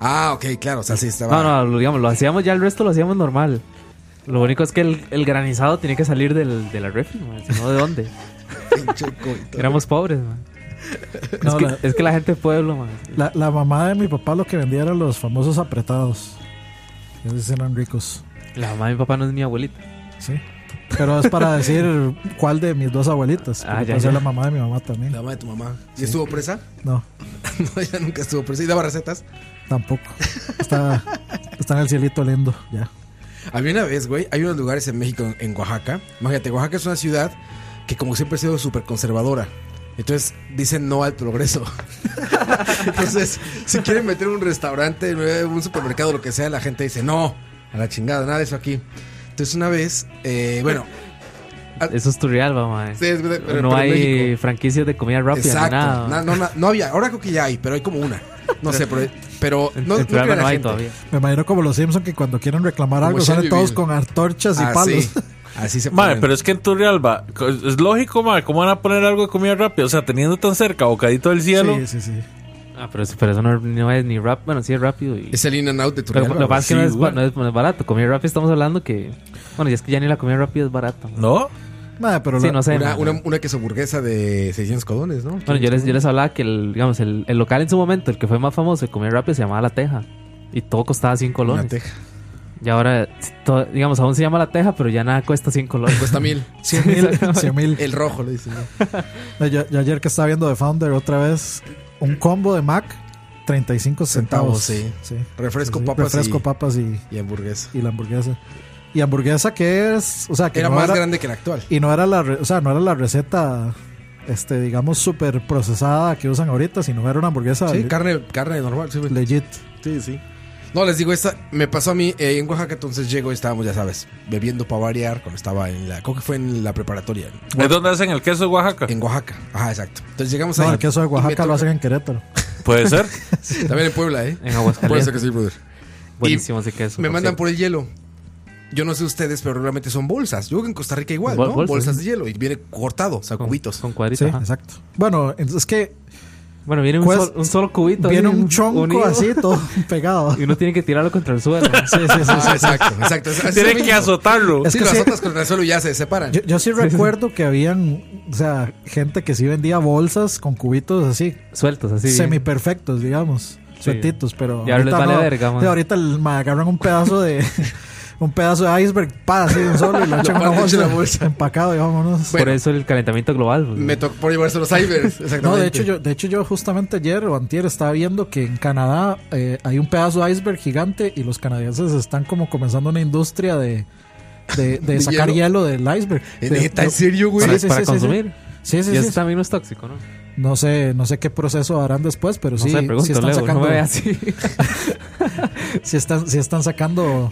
A: Ah, ok, claro, o sea, sí estaba.
G: No, no, lo, digamos, lo hacíamos ya, el resto lo hacíamos normal. Lo único es que el, el granizado tenía que salir del, de la refri, man, si no, ¿de dónde?
A: Pinche coito.
G: Éramos pobres, man. es,
F: No,
G: que,
F: la-
G: es que la gente de pueblo, man.
F: La, la mamá de mi papá lo que vendía eran los famosos apretados. Esos eran ricos.
G: La mamá de mi papá no es mi abuelita.
F: Sí. Pero es para decir cuál de mis dos abuelitas.
G: Ah,
F: porque
G: ya,
F: puede ser
G: ya.
F: la mamá de mi mamá también.
A: La mamá de tu mamá. ¿Y estuvo presa?
F: No,
A: No, ella nunca estuvo presa. ¿Y daba recetas?
F: tampoco. Está, está en el cielito lindo, ya.
A: Había una vez, güey, hay unos lugares en México, en Oaxaca. Imagínate, Oaxaca es una ciudad que como siempre ha sido súper conservadora. Entonces dicen no al progreso. Entonces, si quieren meter un restaurante, un supermercado, lo que sea, la gente dice no, a la chingada, nada de eso aquí. Entonces una vez, eh, bueno, Ah.
G: Eso es Turrialba, man.
A: sí, es- pero- pero en
G: eh. no hay
A: México.
G: franquicias de comida rápida, ni
A: Exacto.
G: nada.
A: Na-
G: man.
A: no, na- no había, ahora creo que ya hay, pero hay como una. No sé, pero, pero
G: En-
A: no,
G: en
A: no
G: Turrialba
A: crean a
G: no hay
A: gente.
G: todavía.
F: Me imagino como los Simpson que cuando quieren reclamar
A: Como
F: algo salen
A: Shelby Ah,
F: todos
A: Bill.
F: con antorchas y palos.
A: Así, así se
H: Mae,
A: ponen.
H: pero es que en Turrialba, co- es lógico, mae, ¿cómo van a poner algo de comida rápida? O sea, teniendo tan cerca, bocadito del cielo.
F: Sí, sí, sí.
G: Ah, pero, eso- pero eso no, no es ni rap. Bueno, sí es rápido. Y...
A: Es el in and out de tu
G: Pero lo que pasa es que
H: sí,
G: no es,
H: güey.
G: no es- no es barato. Comida rápida estamos hablando que. Bueno, y es que ya ni la comida rápida es barata. man.
H: ¿No?
F: Nada, pero
G: Sí,
F: la-
G: no sé.
A: Ah, Una,
G: man.
A: una, una queso burguesa de 600 codones, ¿no?
G: Bueno, yo les, yo les hablaba que el, digamos, el, el local en su momento, el que fue más famoso de comida rápida, se llamaba La Teja. Y todo costaba 100
A: Una
G: colones.
A: teja.
G: Y ahora, todo- digamos, aún se llama La Teja, pero ya nada cuesta 100 colones.
A: Cuesta mil.
F: cien mil, cien mil.
A: El rojo, le dicen. ¿no?
F: No, Yo, yo ayer que estaba viendo The Founder otra vez, un combo de Mac, 35 centavos.
A: Centavos, sí. Refresco,
F: Sí, sí.
A: papas
F: Refresco,
A: y,
F: papas y,
A: y hamburguesa.
F: y la hamburguesa. Y hamburguesa que es, o sea, que
A: Era
F: no
A: más
F: era,
A: grande que la actual.
F: y no era la, re- o sea, no era la receta este digamos super procesada que usan ahorita, sino era una hamburguesa
A: Sí,
F: le-
A: carne, carne normal. Sí, güey.
F: legit.
A: sí, sí. No, les digo, esta me pasó a mí eh, en Oaxaca, entonces llego y estábamos, ya sabes, bebiendo para variar cuando estaba en la... Creo que fue en la preparatoria,
H: ¿Es donde hacen el queso de Oaxaca?
A: en Oaxaca. Ajá, exacto. Entonces llegamos
F: No,
A: ahí.
F: el queso de
A: y me
F: Oaxaca lo
A: toca-
F: hacen en Querétaro.
H: Puede ser.
A: También en Puebla, ¿eh?
G: En
A: Por eso que
G: Aguascalientes.
A: sí, brother.
G: Buenísimo ese queso.
A: Me
G: por
A: mandan
G: cierto.
A: por el hielo. Yo no sé ustedes, pero realmente son bolsas. Yo creo que en Costa Rica igual,
G: Bol-
A: ¿no?
G: bolsas,
A: Bolsas,
G: sí.
A: de hielo y viene cortado, o sea,
G: Con-
A: cubitos.
G: Con cuadritos.
F: Sí,
G: ajá.
F: exacto. Bueno, es que
G: Bueno, viene un,
F: Cuest-
G: sol- un solo cubito.
F: viene
G: ahí,
F: un chonco
G: unido,
F: así todo pegado.
G: Y uno tiene que tirarlo contra el suelo.
F: Sí, sí, sí,
A: Ah,
F: sí.
A: exacto, exacto. Es- es lo
H: Tienen que
A: mismo.
H: azotarlo.
F: Es
A: Sí,
F: que
A: las
F: sí.
A: otras con el suelo ya se separan.
F: Yo, yo sí recuerdo que habían, o sea, gente que sí vendía bolsas con cubitos así,
G: Sueltos, así. bien.
F: semiperfectos, digamos. Sueltitos, pero.
G: Y ahora les
F: ahorita
G: vale verga, man.
F: Sí, ahorita el- me agarran un pedazo de. un pedazo de iceberg, pa, así de un solo y lo echan en una
A: Lo
F: bolsa,
A: echan en la bolsa.
F: empacado y vámonos.
J: Por eso el calentamiento global. pues,
A: Me tocó por llevarse los cybers. Exactamente.
F: No, de hecho, yo, de hecho yo justamente ayer o antier estaba viendo que en Canadá eh, hay un pedazo de iceberg gigante y los canadienses están como comenzando una industria de, de, de
A: ¿De
F: sacar hielo? del iceberg.
A: Eh,
F: De-
A: neta,
F: yo-
A: en serio, güey.
J: para,
F: sí,
J: para
F: sí, sí,
J: consumir.
F: Sí, sí,
J: y
F: sí,
J: eso
F: sí.
J: también no es tóxico, ¿no? No
F: No sé, no sé qué proceso harán después, pero sí,
J: sé,
F: sí
J: pregúntale,
F: están
J: güey,
F: sacando,
J: no me ve así.
F: sí están, sí están sacando,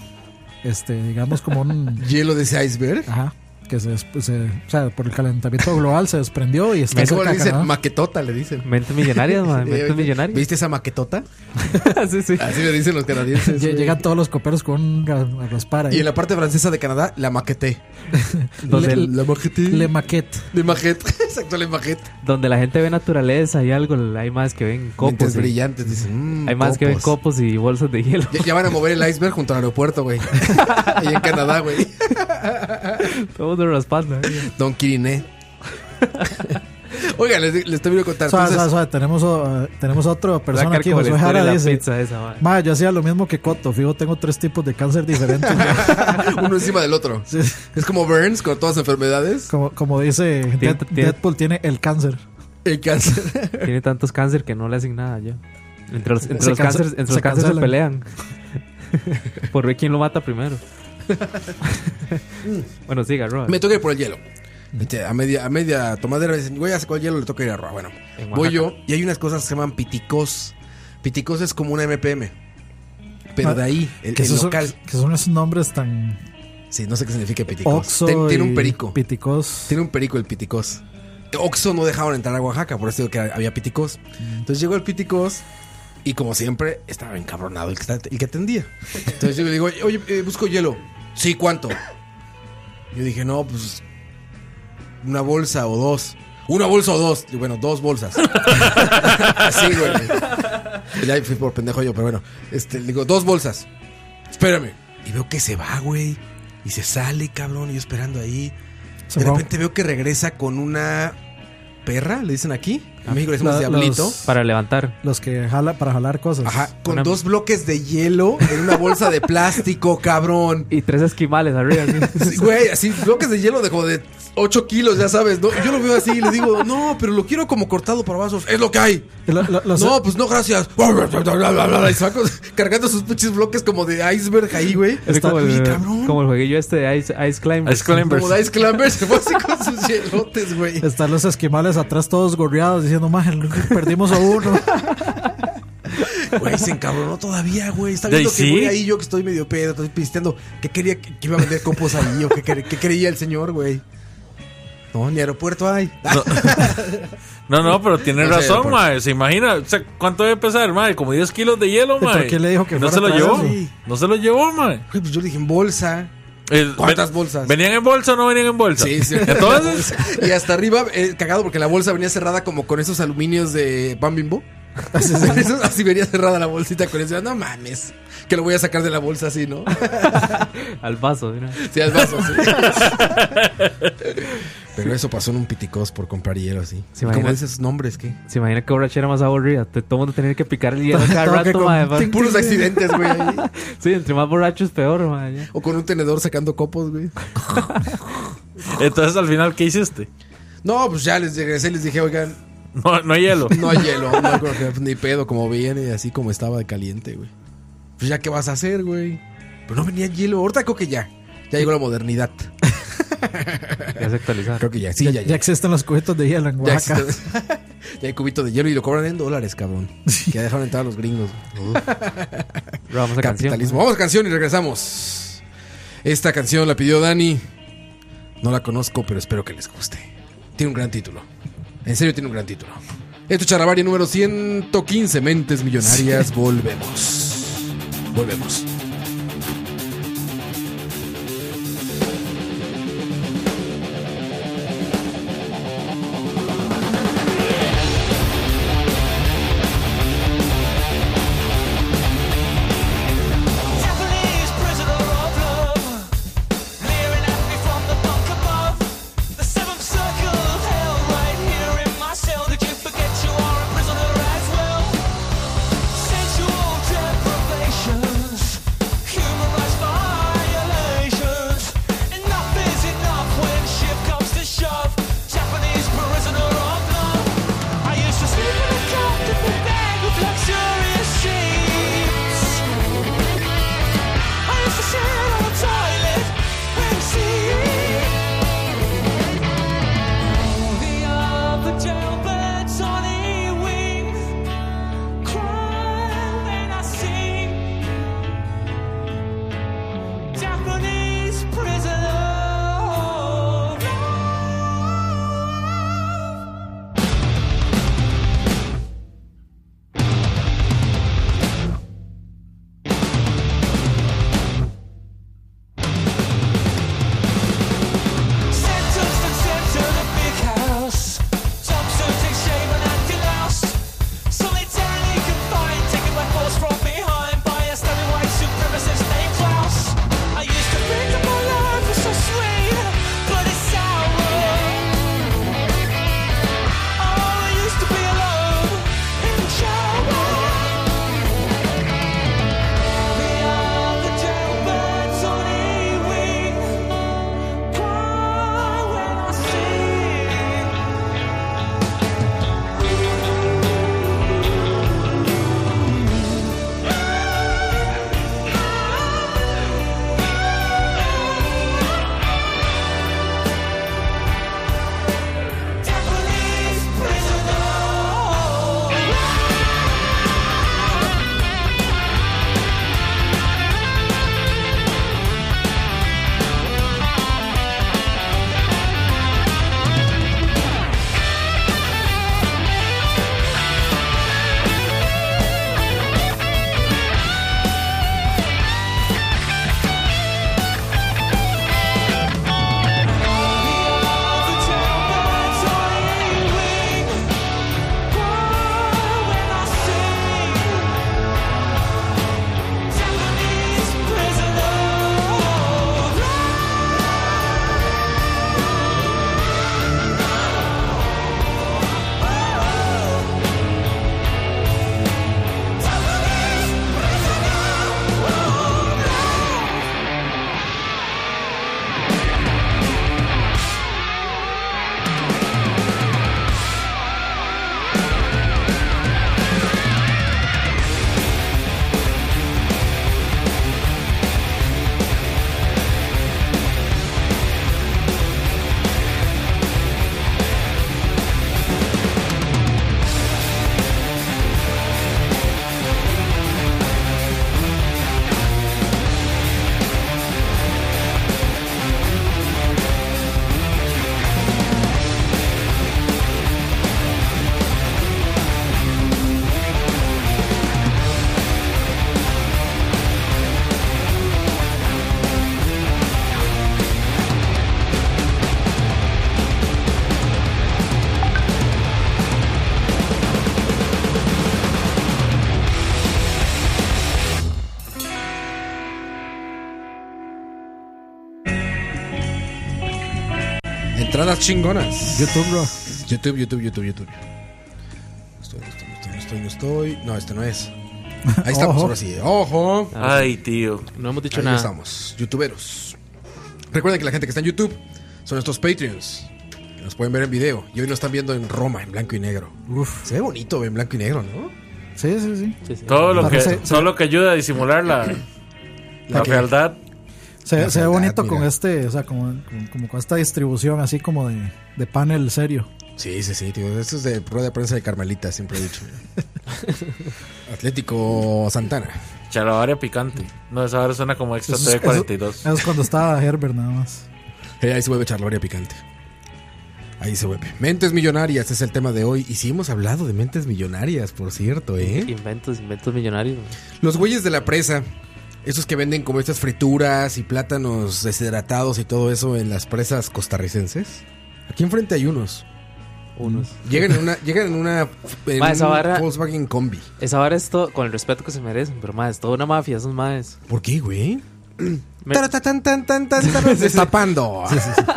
F: este, digamos como un,
A: Hielo de ese iceberg.
F: ajá, que se, des- se- o sea, por el calentamiento global se desprendió y está
A: Es como
F: cerca de
A: le dicen,
F: Canadá.
A: maquetota, le dicen.
J: Mentes millonarias, man,
A: Eh,
J: mentes millonarias.
A: ¿Viste esa maquetota?
J: sí, sí.
A: Así le dicen los canadienses.
F: Lle-
A: güey.
F: Llegan todos los coperos con un ra- a raspar ahí.
A: Y en la parte francesa de Canadá, la maqueté.
J: Donde, el-
A: La maqueté.
F: Le maquette.
A: Le maquete. Exacto, le maquete.
J: donde la gente ve naturaleza y algo, hay más que ven
A: Mentes
J: copos. y-
A: brillantes, dicen. mm,
J: hay más que ven
A: copos.
J: copos y bolsas de hielo.
A: Ya, ya van a mover el iceberg junto al aeropuerto, güey. Ahí en Canadá, güey.
J: Todo de eh. raspando. ahí.
A: Don Quiriné. Oigan, les, les termino de contar.
F: Suave, suave,
A: Entonces,
F: suave. Tenemos, uh, tenemos otra persona
J: Sacar
F: aquí,
J: como la
F: José
J: historia de
F: Jara
J: la
F: dice.
J: pizza esa, man.
F: "Ma, yo hacía lo mismo que Coto, fijo, tengo tres tipos de cáncer diferentes.
A: uno encima del otro.
F: Sí, sí.
A: Es como Burns con todas las enfermedades.
F: como, como dice
J: Tiene-
F: Dead-
J: tiene-
F: Deadpool, tiene el cáncer.
A: El cáncer.
J: Tiene tantos cáncer que no le hacen nada ya. Entre los, entre
F: Se
J: los
F: cansa-
J: cánceres entre
F: se
J: los cánceres se
F: cancelan.
J: pelean. por ver quién lo mata primero. bueno, siga, Roa.
A: Me toca ir por el hielo. Este, A media, a media tomadera dicen, güey, ya sacó el hielo, le toca ir a Roa. Bueno,
J: En
A: voy
J: Oaxaca.
A: yo y hay unas cosas que se llaman piticos. Piticos es como una MPM. Pero
F: Ah,
A: de ahí, el,
F: Que
A: el
F: esos, son,
A: local.
F: que son esos nombres tan
A: Sí, no sé qué significa piticos.
F: oxo.
A: Ten- tiene
F: y
A: un perico.
F: Piticos.
A: Tiene un perico el Piticos. Oxo no dejaban entrar a Oaxaca, por eso digo que había Piticos. Entonces llegó el Piticos y como siempre estaba encabronado el que, está- el que atendía. Entonces yo le digo, oye, eh, busco hielo. Sí, ¿cuánto? Yo dije, no, pues una bolsa o dos. Una bolsa o dos. Y bueno, dos bolsas. Así, güey. Y ahí fui por pendejo yo, pero bueno. Este, le digo, dos bolsas. Espérame. Y veo que se va, güey. Y se sale, cabrón. Y yo esperando ahí.
F: Se
A: de
F: va-
A: repente veo que regresa con una perra, le dicen aquí. En México le decimos
F: la-
A: diablito.
F: los-
J: Para levantar.
F: Los que jala para jalar cosas.
A: Ajá, con
J: una-
A: dos bloques de hielo en una bolsa de plástico, cabrón.
J: Y tres esquimales arriba. así.
A: Sí, Güey, así bloques de hielo de como de 8 kilos, ya sabes, ¿no? Yo lo veo así y le digo, no, pero lo quiero como cortado por vasos. Es lo que hay.
F: Y lo- lo- los-
A: No, pues no, gracias. Y saco- cargando sus pinches bloques como de iceberg ahí, güey.
J: Es como,
A: Oye,
J: el,
A: cabrón.
J: como el jueguillo este de Ice, Ice Climbers.
H: Ice Climbers.
A: Como de Ice Clamber se fue así con sus hielotes, güey.
F: Están los esquimales atrás todos gorreados diciendo, más perdimos a uno.
A: Güey, se encabronó todavía, güey. Está
H: De
A: viendo
H: ahí
A: que voy
H: sí.
A: ahí yo que estoy medio pedo, estoy pisteando. ¿Qué quería que, que iba a vender copos ahí o qué, cre- qué creía el señor, güey? No, ni aeropuerto hay.
H: No, no, pero tiene
A: No sé,
H: razón,
A: por-
H: mae. Se imagina, o sea, ¿cuánto debe pesar, mae? Como 10 kilos de hielo,
F: ¿Pero
H: mae.
F: Ah, qué le dijo que
H: no
F: fuera
H: se lo
F: a traer
H: llevó.
F: eso?
H: No se lo llevó, mae.
A: Güey, pues yo le dije en bolsa.
H: El-
A: ¿Cuántas
H: Eh, ven-
A: bolsas?
H: ¿Venían en bolsa o no venían en bolsa?
A: Sí, sí.
H: Entonces,
A: Y hasta arriba, eh, cagado, porque la bolsa venía cerrada como con esos aluminios de Pan Bimbo. Así, esos- así venía cerrada la bolsita con eso. No mames, que lo voy a sacar de la bolsa así, ¿no?
J: Al vaso, mira.
A: Sí, al vaso, sí. Pero eso pasó en un piticos por comprar hielo así.
J: ¿Se
A: ¿Cómo
J: imagina?
A: dices nombres? ¿Qué?
J: Se imagina que borrachera más aburrida. Te- Todo el mundo tenía que picar el hielo cada
F: Tengo que
J: rato,
F: com-
J: mae, pa-
A: Puros accidentes, güey. ahí.
J: Sí, entre más borrachos, peor, mae, ya.
A: O con un tenedor sacando copos, güey.
H: entonces al final, ¿qué hiciste?
A: No, pues ya les regresé y les dije, oigan,
H: No, no hay hielo.
A: no hay hielo, no hay como que- ni pedo, como viene, así como estaba de caliente, güey. Pues ya, ¿qué vas a hacer, güey? Pero no venía hielo, ahorita creo que ya. Ya llegó la modernidad.
J: Ya se actualizaron.
A: Creo que ya, sí, ya, ya.
F: Ya existen los cubitos de hielo en
A: Ya
F: Oaxaca.
A: existe- ya hay cubito de hielo y lo cobran en dólares, cabrón. Que ya dejaron entrar a los gringos.
J: Vamos a
A: Capitalismo.
J: canción.
A: Vamos a canción y regresamos. Esta canción la pidió Dani. No la conozco, pero espero que les guste. Tiene un gran título. En serio, tiene un gran título. Esto es Charabaria número 115, Mentes Millonarias. Volvemos. Volvemos.
I: Japanese prisoner of love, leering at me from the bunk above. The seventh circle of hell, right here in my cell. Did you forget you are a prisoner as well? Sensual deprivations, Oh,
A: Bananas chingonas.
F: YouTube, bro.
A: YouTube, YouTube, YouTube, YouTube. Estoy, estoy, estoy, estoy, estoy. No, este no es. Ahí estamos,
F: Ojo.
A: ahora sí. ¡Ojo!
H: Ay, tío.
G: No hemos dicho
A: Ahí
G: nada.
A: estamos, youtuberos. Recuerden que la gente que está en YouTube son nuestros Patreons. que Nos pueden ver en video. Y hoy nos están viendo en Roma, en blanco y negro.
F: Uf.
A: Se ve bonito en blanco y negro, ¿no?
F: Sí, sí, sí.
G: Sí, sí.
H: Todo lo, que,
F: Parece-
H: todo lo que ayuda a disimular la, la
A: que-
H: fealdad.
F: Se,
A: La
F: se ve
A: verdad,
F: bonito con
A: mira.
F: este, o sea, como, como, como con esta distribución así como de, de panel serio.
A: Sí, sí, sí, tío. Eso es de rueda de prensa de Carmelita, siempre he dicho. Atlético Santana.
H: Chalabaria picante. No, esa ahora suena como extra
F: Eso es-
H: TV 42.
F: Eso es cuando estaba Herbert nada más.
A: Eh, ahí se vuelve charloria picante. Ahí se vuelve. Mentes millonarias es el tema de hoy. Y sí hemos hablado de mentes millonarias, por cierto, ¿eh?
G: Inventos, inventos millonarios. man.
A: Los güeyes de la presa, esos que venden como estas frituras y plátanos deshidratados y todo eso en las presas costarricenses. Aquí enfrente hay unos.
G: Unos.
A: Llegan en una, llegan en una en
G: Ma, esa barra-
A: Volkswagen combi.
G: Esa vara es todo, con el respeto que se merecen, pero más, es toda una mafia, esos maes.
A: ¿Por qué, güey?
G: Me-
A: Taratatan, tan, tan, tan, tan, Destapando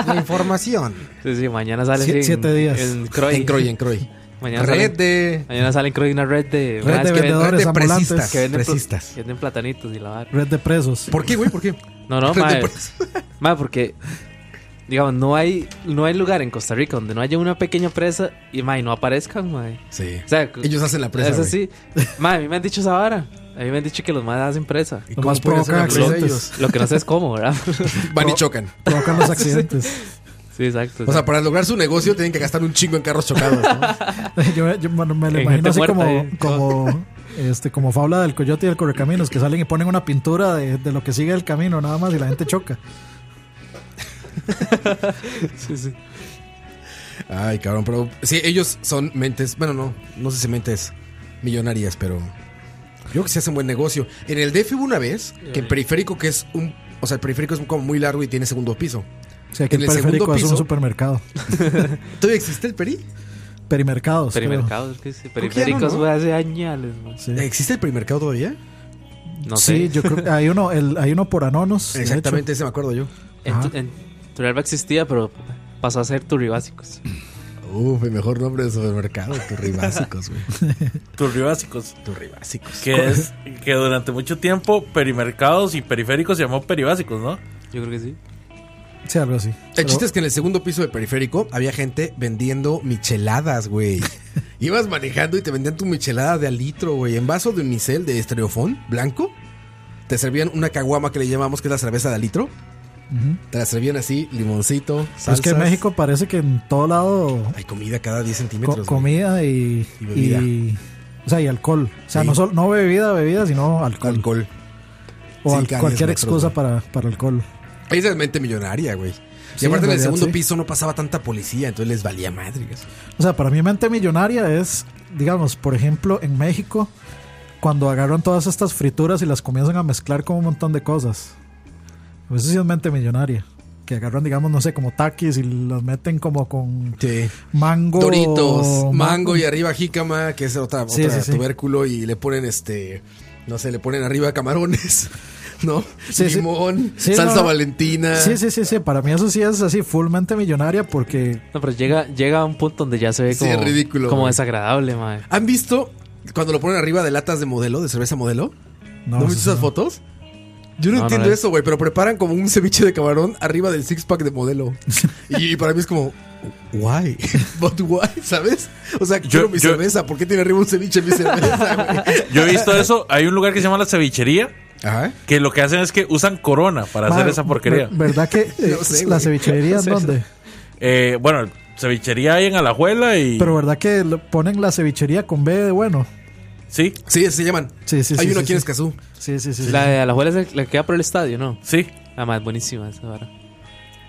A: la información.
G: Sí, sí, mañana salen
F: Sie-
G: en-
F: siete días.
G: En Croy.
A: En Croy, en Croy.
G: Mañana
A: Red
G: salen,
A: de.
G: mañana salen Croy una red de.
F: Red de
G: maes que venden-
F: vendedores
A: de
F: ambulantes.
A: presistas.
G: que venden, pla-
A: Presistas.
G: que venden platanitos y la vara.
F: Red de presos.
A: ¿Por qué, güey? ¿Por qué?
G: No, no,
A: Red de
G: mae.
A: presos.
G: Mae, porque. Digamos, no hay, no hay lugar en Costa Rica donde no haya una pequeña presa y mae, no aparezcan, mae.
A: Sí.
G: O sea,
A: Ellos hacen la presa.
G: Eso
A: güey.
G: sí. Mae, a mí me han dicho esa vara. A mí me han dicho que los más hacen presa.
A: ¿Y
F: Lo
A: cómo
F: más
A: pueden hacer
F: provocan
A: la presa
F: accidentes.
G: Lo que no sé es cómo, ¿verdad?
A: ellos? Van y chocan.
F: Provocan los accidentes.
G: Sí, exacto.
A: O sea, para lograr su negocio tienen que gastar un chingo en carros chocados. ¿no?
F: Yo, yo, bueno, me lo
G: En
F: imagino
G: gente
F: así como,
G: muerta, eh.
F: como, este, como Fabla del Coyote y del Correcaminos, que salen y ponen una pintura de, de lo que sigue el camino nada más y la gente choca.
G: sí, sí.
A: Ay, cabrón, pero sí, ellos son mentes, bueno, no, no sé si mentes millonarias, pero yo creo que se hacen buen negocio. En el DF hubo una vez que el periférico que es un, o sea, el periférico es como muy largo y tiene segundo piso.
F: O sea, que
A: En
F: el,
A: el segundo
F: periférico es un
A: piso-
F: supermercado.
A: ¿Todavía existe el peri?
F: Perimercados. creo.
G: Perimercados, que sí.
A: Creo que ya
G: Periféricos,
A: no, ¿no?
G: güey, hace añales, man.
F: Sí.
A: ¿Existe el perimercado todavía?
G: No
F: Sí,
G: sé.
F: yo creo que hay uno, el, hay uno por Anonos. de hecho.
A: Exactamente, ese me acuerdo yo.
G: En, tu- en Turrialba existía, pero pasó a ser Turribásicos.
A: Uf, mi mejor nombre de supermercado, Turribásicos, güey.
H: Turribásicos.
A: Turribásicos.
H: Que es que durante mucho tiempo perimercados y periféricos se llamó peribásicos, ¿no?
G: Yo creo que sí.
F: Sí, algo así.
A: El
F: Pero-
A: chiste es que en el segundo piso del periférico había gente vendiendo micheladas, güey. Ibas manejando y te vendían tu michelada de al litro, güey. En vaso de unicel de estereofón blanco. Te servían una caguama que le llamamos que es la cerveza de al litro.
F: Ujú.
A: Te la servían así, limoncito,
F: Es que en
A: salsas.
F: México parece que en todo lado
A: hay comida cada 10
F: co-
A: centímetros. güey.
F: comida y,
A: Y bebida.
F: y- o sea, y alcohol. O sea,
A: Sí.
F: no, sol- no bebida, bebida, sino alcohol.
A: Alcohol.
F: o
A: Sí,
F: al-
A: cada
F: cualquier
A: 10 metros,
F: excusa
A: güey.
F: para, para alcohol.
A: Es realmente millonaria, güey. Y
F: Sí, en
A: aparte en el
F: realidad,
A: segundo
F: sí.
A: piso no pasaba tanta policía, entonces les valía madre. güey.
F: O sea, para mí mente millonaria es, digamos, por ejemplo, en México, cuando agarran todas estas frituras y las comienzan a mezclar con un montón de cosas. Eso sí es mente millonaria. Que agarran, digamos, no sé, como taquis y las meten como con
A: Sí.
F: mango.
A: Doritos, mango y arriba jícama, que es otra,
F: Sí,
A: otra
F: sí, sí.
A: tubérculo, y le ponen este, no sé, le ponen arriba camarones, ¿no?
F: Sí, sí.
A: Limón,
F: Sí,
A: salsa
F: no, no.
A: valentina.
F: Sí, sí, sí, sí. Para mí eso sí es así, fullmente millonaria porque
G: No, pero llega, llega a un punto donde ya se ve
A: Sí,
G: como,
A: es ridículo,
G: como
A: güey.
G: desagradable, mae.
A: ¿Han visto cuando lo ponen arriba de latas de modelo, de cerveza modelo?
F: no,
A: ¿No, han
F: eso
A: visto esas
F: sí,
A: fotos? Yo no,
G: No, no
A: entiendo
G: es.
A: eso, güey, pero preparan como un ceviche de camarón arriba del six pack de modelo. y, para mí es como, why? But why, ¿sabes? O sea, quiero mi
H: yo-
A: cerveza, ¿por qué tiene arriba un ceviche en mi cerveza, güey?
H: Yo he visto eso. Hay un lugar que se llama La Cevichería
A: Ajá.
H: que lo que hacen es que usan corona para
F: Ma,
H: hacer esa porquería.
F: ver- ¿Verdad que eh,
A: No sé,
F: la
A: güey.
F: cevichería en
G: Sí,
F: dónde?
H: Eh, bueno, cevichería hay en Alajuela y...
F: Pero ¿verdad que lo- ponen la cevichería con B de bueno?
H: Sí,
A: Sí, así se llaman.
F: Sí, sí,
A: Hay
F: sí,
A: uno
F: sí,
A: aquí en
F: sí.
A: Escazú.
F: Sí, sí, sí. sí.
G: La de Alajuela es la que queda por el estadio, ¿no?
H: sí.
G: Ah, mae, es buenísima esa vara.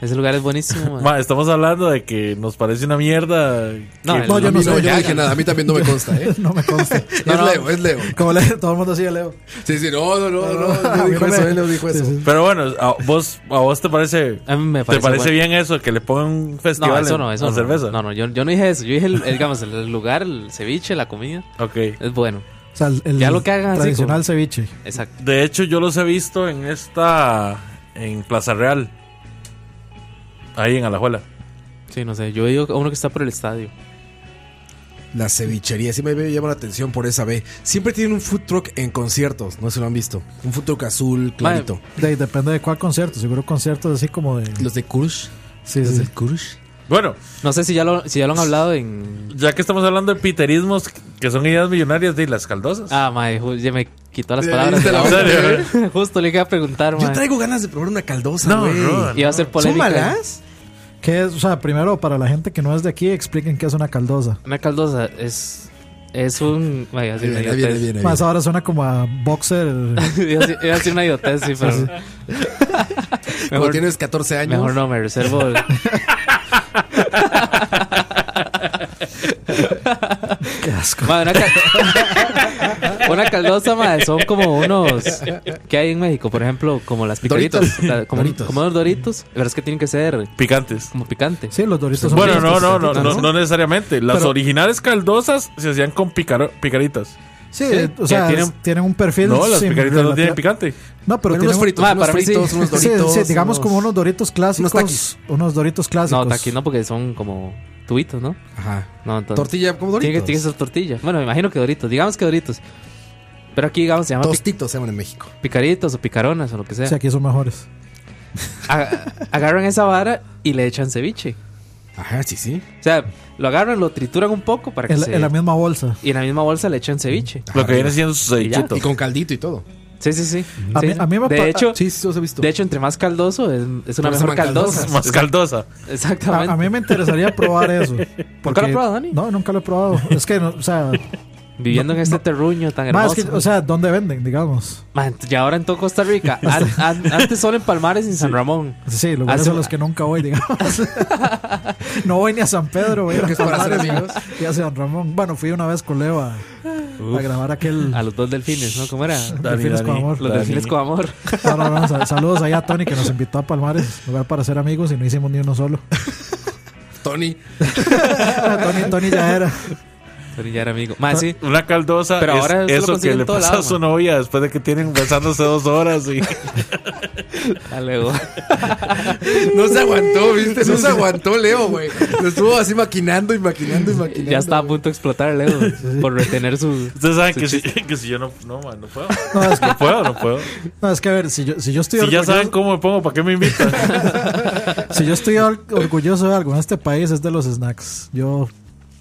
G: Ese lugar es buenísimo, mae.
H: Ma, estamos hablando de que nos parece una mierda.
G: No,
H: que-
G: el-
F: No, yo
A: A
F: no
A: mí no,
F: sé.
A: yo no dije nada, a mí también no me consta, ¿eh?
F: no me consta.
A: Es
G: No, no.
A: Leo, es Leo.
F: Como le, todo el mundo sigue Leo.
A: Sí, sí, no, no, no, no,
F: A
A: no
F: mí
A: dijo
F: no
A: eso,
F: me-
A: él no dijo
F: sí,
A: eso.
F: sí.
H: Pero bueno, a vos, a vos te parece...
G: A mí me
H: ¿Te
G: parece,
H: parece
G: bueno.
H: bien eso? Que le pongan un festival
G: No, eso
H: en-
G: no, eso
H: a
G: no.
H: cerveza.
G: No, no, yo, yo no dije eso. Yo dije, el, el, digamos, el lugar, el ceviche, la comida.
H: Ok.
G: Es bueno.
F: O sea, el, el
G: Ya lo que hagan así
F: tradicional ceviche.
G: Exacto.
H: De hecho, yo los he visto en esta... En Plaza Real. Ahí en Alajuela.
G: Sí, no sé. Yo digo a uno que está por el estadio.
A: La cevichería, sí me llama la atención por esa B. Siempre tienen un food truck en conciertos, no se lo han visto. Un food truck azul, clarito.
F: De ahí depende de cuál concierto. Seguro conciertos así como de.
A: Los de Kurush.
F: Sí,
A: Los
F: sí.
A: del Kurush.
H: Bueno,
G: No sé si ya lo, si ya lo han hablado en.
H: ya que estamos hablando de piterismos que son ideas millonarias de las caldosas.
G: Ah, mae, ju- ya me quitó las
A: Ya
G: palabras.
A: viste la
G: de la boca.
H: boca,
G: Justo le iba a preguntar,
A: Yo
G: mae.
A: traigo ganas de probar una caldosa,
H: No,
A: güey.
H: no,
G: Iba a ser
A: ¿Son
G: polémica.
A: malas?
F: ¿Qué es? O sea, primero, para la gente que no es de aquí, expliquen qué es una caldosa.
G: Una caldosa es. Es un. mae, iba a
A: Ahí
G: decir
A: viene,
G: una
A: ahí viene, ahí
G: idiotez.
A: viene, ahí
F: Más ahora suena como a boxer.
G: Iba a decir- iba a decir una idiotez, sí, pero.
A: viene. Cuando
G: Mejor,
A: tienes 14 años.
G: mejor no, me reservo. el-
F: Qué asco.
G: Mae, una, cal- una caldosa, mae, son como unos que hay en México, por ejemplo, como las picaditas,
A: Doritos.
G: la- como,
A: Doritos.
G: como los doritos, pero es que tienen que ser
H: Picantes.
G: como picantes.
F: Sí, los doritos son
H: Bueno, no,
F: ricos,
H: no, no,
F: ¿no?
H: no, no necesariamente. Las
F: Pero-
H: originales caldosas se hacían con picar- picaritas.
F: Sí,
G: Sí,
F: o
G: que
F: sea,
G: tienen-
F: tienen, un perfil.
H: No, las
F: sim-
H: picaritas no
F: relati-
H: tienen picante.
F: No, pero
A: Pero unos
F: tienen
A: fritos,
G: Ah,
A: unos
G: para mí sí.
A: fritos, unos
F: un- sí,
A: doritos.
F: sí, digamos como unos doritos clásicos.
A: unos
F: Unos,
A: taquis.
F: doritos clásicos.
G: No, aquí no, porque son como tubitos, ¿no?
A: Ajá.
G: No, entonces.
A: Tortilla como
G: Tiene que,
A: doritos.
G: tiene que ser tortilla. Bueno, me imagino que doritos. Digamos que doritos. Pero aquí, digamos, se llama pic-
A: Tostitos se llaman en México.
G: picaritos o picaronas o lo que sea.
F: Sí, aquí son mejores.
G: Aga- agarran esa vara y le echan ceviche.
A: Ajá, sí, sí.
G: O sea, lo agarran, lo trituran un poco para que
F: En la-
G: se...
F: en la misma bolsa.
G: Y en la misma bolsa le echan ceviche.
A: Ajá,
H: Lo que viene siendo sus
G: Y ya.
H: cevichitos.
A: Y con caldito y todo.
G: Sí, sí, sí.
F: A
G: Sí.
F: mí- a mí me pa-
G: de, hecho,
A: Sí, sí, los he visto.
G: de hecho, entre más caldoso es, es una
A: Por eso llaman
G: mejor
A: caldosas.
G: caldosa.
H: Más caldosa.
F: A,
G: Exactamente.
F: a mí me interesaría probar eso. porque-
G: lo has probado, Dani?
F: No, nunca lo he probado. Es que, no, o sea,
G: Viviendo en este terruño tan hermoso.
F: más que, o sea, ¿dónde venden, digamos?
G: Man, y ahora en todo Costa Rica. An- an- antes solo en Palmares y en San Ramón.
F: Sí, lugares
G: Hace-
F: a los que nunca voy, digamos. no voy ni a San Pedro, voy a
A: Que es para hacer
F: Palmares,
A: amigos.
F: Y a San Ramón. Bueno, fui una vez con Leo a, a grabar aquel.
G: A los dos delfines, ¿no? ¿Cómo era?
F: Delfines con amor.
G: Los delfines con amor.
F: No, no, no, sal- saludos ahí a Tony que nos invitó a Palmares, lugar para ser amigos y no hicimos ni uno solo.
A: Tony.
F: Tony, Tony ya era.
G: Pero ya era amigo. Más sí.
H: Una caldosa
G: Pero
H: es
G: ahora eso lo
H: eso
G: consiguen
H: que le
G: en todo
H: pasa
G: lado,
H: a su
G: man.
H: novia después de que tienen besándose dos horas y
G: a luego.
A: No se aguantó, ¿viste? No se aguantó Leo, güey. Lo estuvo así maquinando y maquinando y maquinando.
G: ya está a punto de explotar, Leo. por retener su.
H: ustedes saben que si, que si yo no no, man, no puedo.
F: No, es que,
H: No puedo, no puedo.
F: no, es que a ver, si yo, si yo estoy
H: Si ya
F: orgulloso-
H: saben cómo me pongo, ¿para qué me invitan?
F: Si yo estoy or- orgulloso de algo en este país es de los snacks. Yo,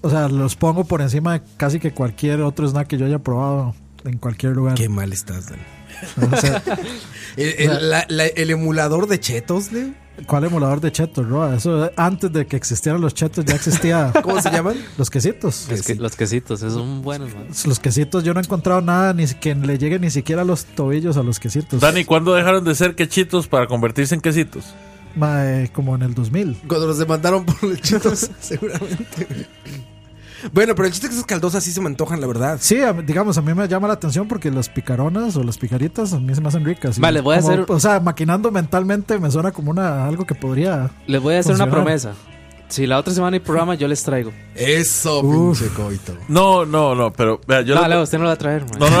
F: o sea, los pongo por encima de casi que cualquier otro snack que yo haya probado en cualquier lugar.
A: Qué mal estás, Dan.
F: O sea,
A: El, el- la- la- el emulador de chetos, Leo.
F: ¿Cuál emulador de chetos, Roa? Eso eh, antes de que existieran los chetos ya existía
A: ¿Cómo se llaman?
F: los quesitos.
G: Los, que- los quesitos, esos son buenos, man.
F: Los quesitos yo no he encontrado nada ni si- que le llegue ni siquiera a los tobillos a los quesitos.
H: Dani, ¿cuándo dejaron de ser quechitos para convertirse en quesitos?
F: Mae, como en el 2000.
A: Cuando los demandaron por los chetos, seguramente. güey. Bueno, pero el chiste es que esas caldosas sí se me antojan, la verdad.
F: Sí, a- digamos, a mí me llama la atención porque las picaronas o las picaritas a mí se me hacen ricas. Y
G: Vale, voy a
F: como-
G: hacer-
F: O sea, maquinando mentalmente me suena como una algo que podría...
G: Les voy a hacer una
F: Funcionar.
G: promesa. Si la otra semana hay programa, yo les traigo.
A: Eso,
F: Uf.
A: pinche coito.
H: No, no, no, pero vea, yo
G: no,
H: le-
G: Leo, usted no lo va a traer, man.
H: no, no.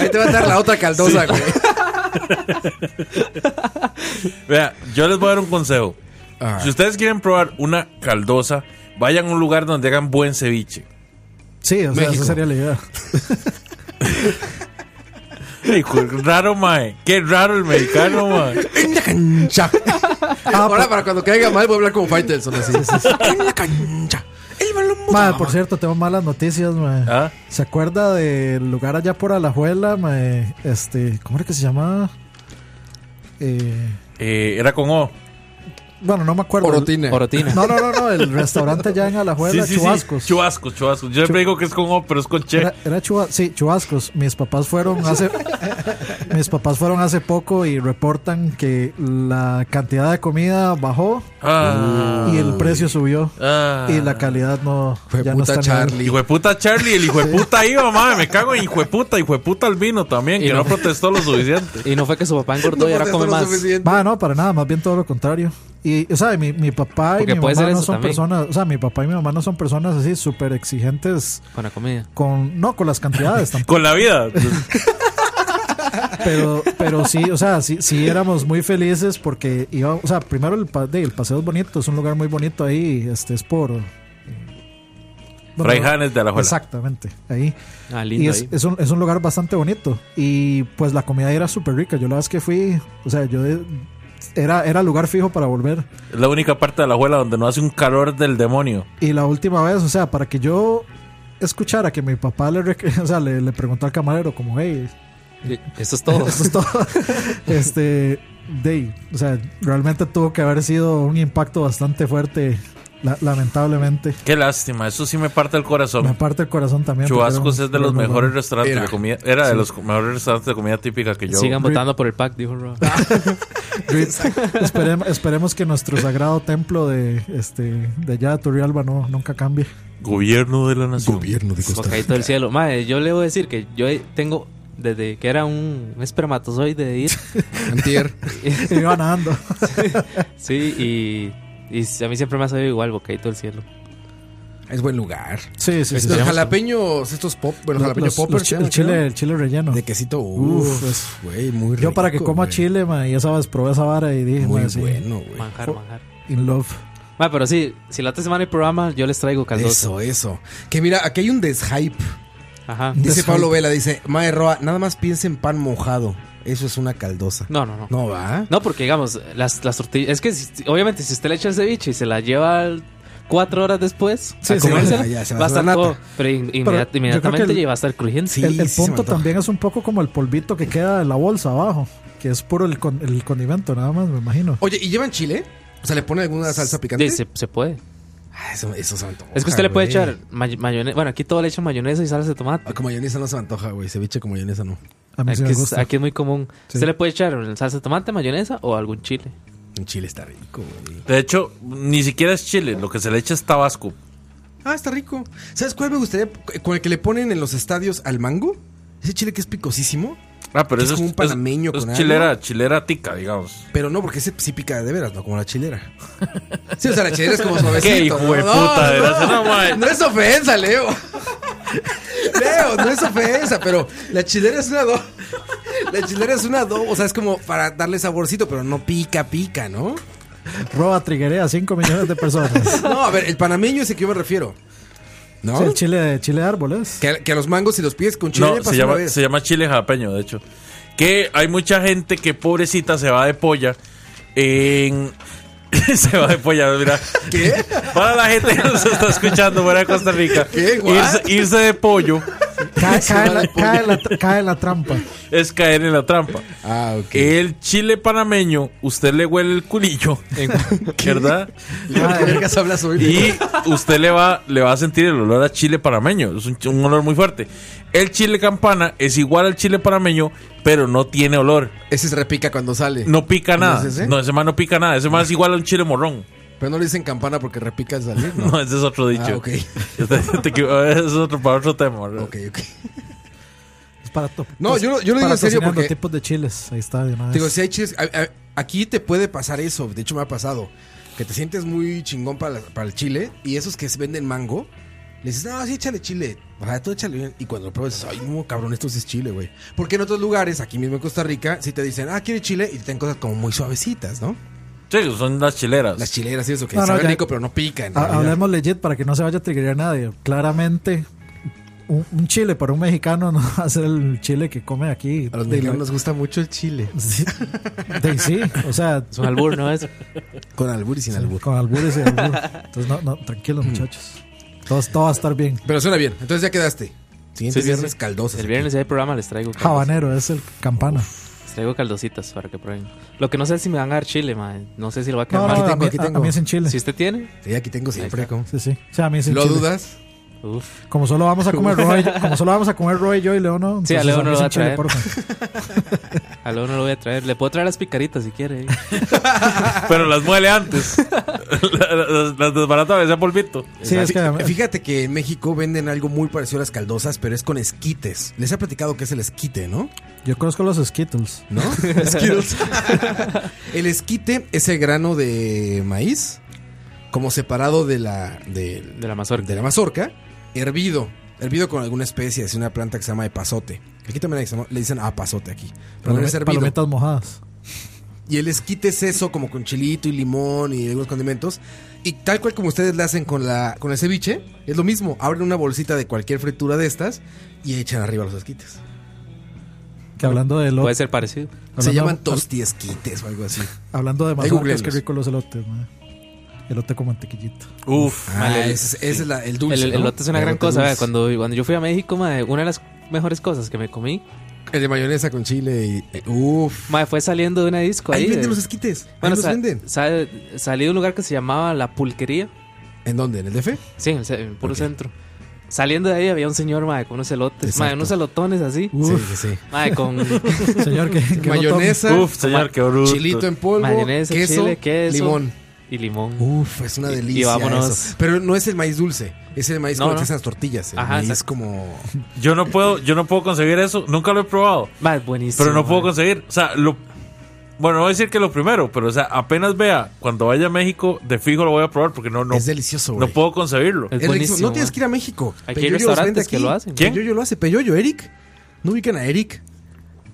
A: Ahí te va a dar la otra caldosa, güey.
H: Vea, yo les voy a dar un consejo.
A: Ah.
H: Si ustedes quieren probar una caldosa, vayan a un lugar donde hagan buen ceviche.
F: Sí, o sea,
A: México.
F: esa sería la idea.
H: Ey, qué raro, mae. Qué raro el mexicano, mae.
A: En la cancha.
F: Ah, pues-
A: Ahora, para cuando caiga mal, voy a hablar como Faitelson así. En la cancha. El balón
F: Mae,
A: volaba.
F: por cierto, tengo malas noticias, mae.
H: Ah.
F: ¿Se acuerda del lugar allá por Alajuela, mae? Este, ¿cómo era que se llamaba? Eh,
H: Eh, era con O.
F: bueno, no me acuerdo.
A: Orotina.
G: Orotina.
F: No, no, no, no, el restaurante allá en Alajuela, Chubascos.
H: Chubascos, chubascos. Yo siempre digo que es con O, pero es con Che.
F: Era, era Chuba- sí, Chubascos. Mis papás fueron hace mis papás fueron hace poco y reportan que la cantidad de comida bajó
H: Ah.
F: y el precio subió
H: Ah.
F: y la calidad no
A: Fue
F: ya no
A: puta
F: está en el-
A: Charlie.
H: Hijo de puta Charlie, el hijo de puta iba, mae. Me cago en hijo de puta, hijo de puta albino también,
G: Y
H: que
G: no-
H: no protestó lo suficiente.
G: Y no fue que su papá engordó y ahora
A: Protestó
G: come
A: lo
G: más.
A: suficiente.
F: Va, no, para nada, más bien todo lo contrario. Y, o sea, mi, mi papá y
G: Porque
F: mi
G: puede
F: mamá
G: ser
F: no
G: eso
F: son
G: también.
F: personas, o sea, mi papá y mi mamá no son personas así súper exigentes
G: Con la comida.
F: con, no, con las cantidades tampoco.
H: Con la vida.
F: Pero, pero sí, o sea, sí, sí éramos muy felices porque iba, o sea, primero el, pa- de, el paseo es bonito, es un lugar muy bonito ahí, este es por
H: Fray Janes de Alajuela.
F: Exactamente, ahí.
G: Ah, lindo
F: y es,
G: ahí.
F: es un, es un lugar bastante bonito. Y pues la comida era súper rica. Yo la vez que fui, o sea, yo de- era, era lugar fijo para volver.
H: Es la única parte de la abuela donde no hace un calor del demonio.
F: Y la última vez, o sea, para que yo escuchara que mi papá le, rec- o sea, le, le preguntó al camarero como, hey,
K: Eso es todo.
F: Eso es todo. este, Day, o sea, realmente tuvo que haber sido un impacto bastante fuerte, la- lamentablemente.
H: Qué lástima, eso sí me parte el corazón.
F: Me parte el corazón también. porque
H: Chubascos
F: era un-
H: es de los
F: era un
H: mejores
F: lugar-
H: restaurantes
F: Era.
H: de comida. Era de
F: Sí.
H: los mejores restaurantes de comida típica que yo.
G: Sigan votando por el pack, dijo Rob.
F: Esperem- esperemos que nuestro sagrado templo de este de allá de Turrialba no nunca cambie.
H: Gobierno de la nación.
A: Gobierno de
G: Bocadito del cielo. Mae, yo le voy a decir que yo tengo, desde que era un espermatozoide de ir.
A: Antier.
F: Iba nadando.
G: sí, y, y a mí siempre me ha salido igual, bocadito del cielo.
A: Es buen lugar.
F: Sí, sí, sí.
A: Estos jalapeños, estos pop, bueno,
F: Los-
A: jalapeño
F: los- los
A: poppers.
F: chi-
A: ¿se
F: el
A: llaman?
F: chile, el chile relleno.
A: De quesito,
F: Uf,
A: uff,
F: es-
A: güey, muy rico.
F: Yo para que coma
A: güey.
F: chile, ma, y esa vez probé esa vara y dije,
A: Muy
F: ma, sí,
A: bueno, güey.
G: Manjar, manjar.
F: in love.
G: Mae, pero sí, si la otra semana hay programa, yo les traigo caldoso.
A: Eso, eso. Que mira, aquí hay un deshype.
G: Ajá.
A: Dice
F: Deshype.
A: Pablo Vela, dice, Mae Roa, nada más piensa en pan mojado. Eso es una caldosa.
G: No, no, no.
A: No va.
G: No, porque digamos, las, las tortillas. Es que si- obviamente, si usted le echa el ceviche y se la lleva al- cuatro horas después,
F: Sí,
G: a
F: sí,
G: comérsela,
A: ya, ya, se va a
G: va a
A: hacer
G: estar
A: la
G: todo.
A: nata.
G: Pero in-
F: Pero
G: inmediat-
F: yo creo
G: inmediatamente
F: que el-
G: y va a estar crujiente.
A: Sí,
F: el, el
A: sí se me
F: punto
A: antoja.
F: también es un poco como el polvito que queda de la bolsa abajo, que es puro el, con- el condimento, nada más, me imagino.
A: Oye, ¿y llevan chile? O sea, ¿le ponen alguna salsa picante?
G: Sí, se, se puede.
A: Ah, eso, eso se me antoja,
G: Es que usted le puede
A: güey.
G: echar mayonesa. Bueno, aquí todo le echan mayonesa y salsa de tomate.
A: Ah, Con mayonesa no se me antoja, güey. Ceviche con mayonesa no.
F: A mí sí
G: Aquí
F: me
G: es,
F: gusta.
G: aquí es muy común.
F: Sí.
G: Usted le puede echar salsa de tomate, mayonesa o algún chile.
A: Un chile está rico, güey.
H: De hecho, ni siquiera es chile, lo que se le echa es tabasco.
A: Ah, está rico. ¿Sabes cuál me gustaría? Con el que le ponen en los estadios al mango. Ese chile que es picosísimo.
H: Ah, pero
A: Es
H: eso
A: como un
H: es,
A: panameño con
H: es
A: algo.
H: chilera, chilera tica, digamos.
A: Pero no, porque ese sí pica de veras, no como la chilera. Sí, o sea, la chilera es como suavecito.
H: Qué hijo
A: ¿no?
H: de
A: No,
H: puta,
A: no,
H: de verdad, no, mae.
A: no es ofensa, Leo. Leo, no es ofensa, pero la chilera es una do. La chilera es una do, o sea, es como para darle saborcito, pero no pica, pica, ¿no?
F: Roba triguerea a 5 millones de personas.
A: No, a ver, el panameño es el que yo me refiero. ¿No?
F: Sí, el chile de, chile de árboles.
A: que, que a los mangos y los pies con chile
H: No,
A: pasó
H: se
A: una
H: llama,
A: vez.
H: se llama chile jalapeño, de hecho. Que hay mucha gente que pobrecita se va de polla en... se va de polla, mira.
A: ¿Qué?
H: Para la gente que nos está escuchando fuera de Costa Rica,
A: ¿Qué? ¿What?
H: irse, irse de pollo
F: Cae, cae la, cae la tra- cae la trampa.
H: es caer en la trampa.
A: Ah, ok.
H: El chile panameño, usted le huele el culillo, en- ¿verdad?
A: Leo, ¿Qué vergas hablas hoy?
H: Y usted le va, le va a sentir el olor a chile panameño. Es un, ch- un olor muy fuerte. El chile campana es igual al chile panameño, pero no tiene olor.
A: Ese se repica cuando sale.
H: No pica
A: ¿No
H: nada.
A: es ese?
H: No, ese más no pica nada. Ese más es igual a un chile morrón.
A: Pero no le dicen campana porque repica al salir, ¿no?
H: No, ese es otro dicho.
A: Ah, ok.
H: Te- te equivo- ese es otro, para otro tema. ¿verdad?
A: Ok, ok.
F: Es para to- pues,
A: No, yo lo- yo lo
F: para
A: digo en serio
F: cocinar los
A: porque-
F: tipos de chiles. Ahí está, de una vez.
A: Digo, si hay chiles. a- a- aquí te puede pasar eso. De hecho, me ha pasado. Que te sientes muy chingón para, la- para el chile. Y esos que se venden mango. Le dices, no, sí, échale chile. O sea, tú échale bien. Y cuando lo pruebas, dices, ay, no, cabrón, esto sí es chile, güey. Porque en otros lugares, aquí mismo en Costa Rica, sí te dicen, ah, quiere chile. Y te dan cosas como muy suavecitas, ¿no?
H: Sí, son las chileras.
A: Las chileras y eso, que
F: No, no,
A: saben
F: ya-
A: rico, pero no pican.
F: Ha- hablemos legit para que no se vaya a triggerar nadie. Claramente, un, un chile para un mexicano no va a ser el chile que come aquí.
A: A los
F: De-
A: mexicanos nos gusta mucho el chile.
F: Sí, de- sí, o sea,
G: Es un albur, ¿no es?
A: Con albur y sin albur. Mm.
F: con albures y albur. Entonces, no, no, tranquilos, muchachos. Todo, todo va a estar bien.
A: Pero suena bien. Entonces ya quedaste. Siguiente
G: Sí, sí,
A: viernes
G: sí.
A: caldosas. Ah,
G: El viernes si hay programa, les traigo caldos.
F: Habanero es el campana.
G: Les traigo caldositas para que prueben. Lo que no sé es si me van a dar chile, mae. No sé si lo va a quedar
F: No, no,
G: mal.
A: aquí
F: a
A: tengo,
F: mí,
A: aquí
F: a- a
A: tengo.
F: mí es en chile.
G: Si usted tiene,
A: Sí, aquí tengo siempre. como-
F: Sí, sí. O sea, a mí es en
A: ¿Lo
F: chile.
A: dudas?
G: uff.
F: Como solo vamos a comer Roy, como solo vamos a comer Roy, yo y Leo no.
G: Sí, a
F: entonces
G: Leo
F: mí
G: no lo
F: es
G: va
F: en
G: a
F: chile,
G: traer.
F: porfa.
G: A Leo no lo voy a traer. Le puedo traer las picaritas si quiere. eh.
H: Pero las muele antes. las, las- las desbarata a veces a polvito.
F: Sí, es que
A: Fí-
F: además-
A: Fíjate que en México venden algo muy parecido a las caldosas, pero es con esquites. Les he platicado que es el esquite, ¿no?
F: yo conozco los Skittles.
A: ¿No? Skittles. el esquite es el grano de maíz, como separado de la, de,
G: De la mazorca.
A: de la mazorca, hervido. Hervido con alguna especie, es una planta que se llama epazote. Aquí también hay- le dicen apazote aquí. Pero no
F: Palome-
A: es hervido.
F: palometas mojadas.
A: Y el esquite es eso, como con chilito y limón y algunos condimentos. Y tal cual como ustedes la hacen con, la, con el ceviche, es lo mismo. Abren una bolsita de cualquier fritura de estas y echan arriba los esquites.
F: Que hablando de elote.
G: Puede ser parecido.
A: Se
F: Hablando-
A: llaman tostiesquites o algo así.
F: Hablando de
A: Ahí
F: mazorcas,
A: googleemos.
F: qué rico los elotes, man. Elote con mantequillita.
A: Uf,
G: Ah,
A: ah, ese, es- ese es la- el dulce.
G: El,
A: ¿no?
G: elote es una
A: El
G: gran
A: elote
G: cosa.
A: dulce.
G: vea, Cuando, cuando yo fui a México, mae, una de las mejores cosas que me comí
A: El de mayonesa con chile y. eh, Uf.
G: mae, fue saliendo de una disco.
A: Ahí
G: Ahí,
A: venden
G: de-
A: los esquites. Ahí
G: Bueno,
A: los
G: sa-
A: venden.
G: sa- salí de un lugar que se llamaba La Pulquería.
A: ¿En dónde? ¿En el DF?
G: Sí, en el, ce- en el puro centro. Saliendo de ahí había un señor, mae, con unos elotes, mae,
A: Exacto.
G: unos elotones así.
A: Sí, sí, sí.
G: Mae, con
F: Señor, que. que
A: Mayonesa.
H: Uf, señor, qué bruto.
A: Chilito en polvo.
G: mayonesa,
A: queso,
G: chile, queso
A: Limón.
G: y limón.
A: Uf, es una
G: Y- y
A: delicia.
G: vámonos.
A: eso. Pero no es el maíz dulce. Es el maíz
G: No,
A: con el
G: no.
A: que hacen las tortillas. El
G: Ajá,
A: maíz
G: exacto.
A: como.
H: Yo no puedo, yo no puedo conseguir eso. Nunca lo he probado.
G: Mae, buenísimo.
H: Pero no puedo
G: mae.
H: conseguir. O sea, lo. Bueno, no voy a decir que lo primero, pero o sea, apenas vea, cuando vaya a México, de fijo lo voy a probar porque no, no,
A: Es delicioso, güey.
H: no puedo concebirlo.
G: Es
A: Es
G: buenísimo.
A: riquísimo. no tienes
G: mae.
A: que ir a México.
G: Aquí hay
A: Peyoyo los
G: restaurantes
A: vende
G: que lo hacen.
H: ¿Quién?
A: Peyoyo lo hace. Peyoyo, Eric. ¿No ubican a Eric?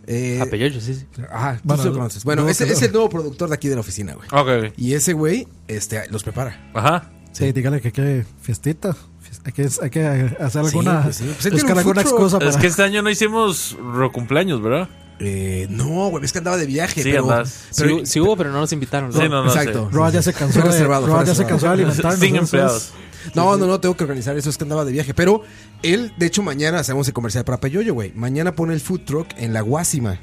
A: Eh,
G: A Peyoyo, sí, sí.
A: Ajá, tú
F: Bueno,
A: sí lo conoces. Bueno,
F: no,
A: ese
F: creo.
A: es el nuevo productor de aquí de la oficina, güey.
H: Ok, ok.
A: Y ese güey este, los prepara.
H: Ajá.
F: Sí, dígale que qué fiestita. Fies- Hay que, hay que hacer
A: Sí,
F: alguna.
A: pues sí. Pues él tiene
F: buscar
A: un
F: alguna
A: food truck.
F: excusa para.
H: Es que este año no hicimos ro- cumpleaños, ¿verdad?
A: Eh, no, güey, es que andaba de viaje.
H: Sí,
A: pero,
H: andás.
G: Sí,
A: pero-
G: hu- sí hubo, pero no nos invitaron.
H: Sí, no, no
A: Exacto.
F: Roa ya se cansó de,
A: Fue reservado, fue
F: Roa ya se
A: reservado.
F: cansó de alimentarnos.
H: Sin
F: eso es.
H: empleados.
A: No, no, no, tengo que organizar eso, es que andaba de viaje. Pero él, de hecho, mañana hacemos el comercial para Peyoyo, güey. Mañana pone el food truck en la Guasima.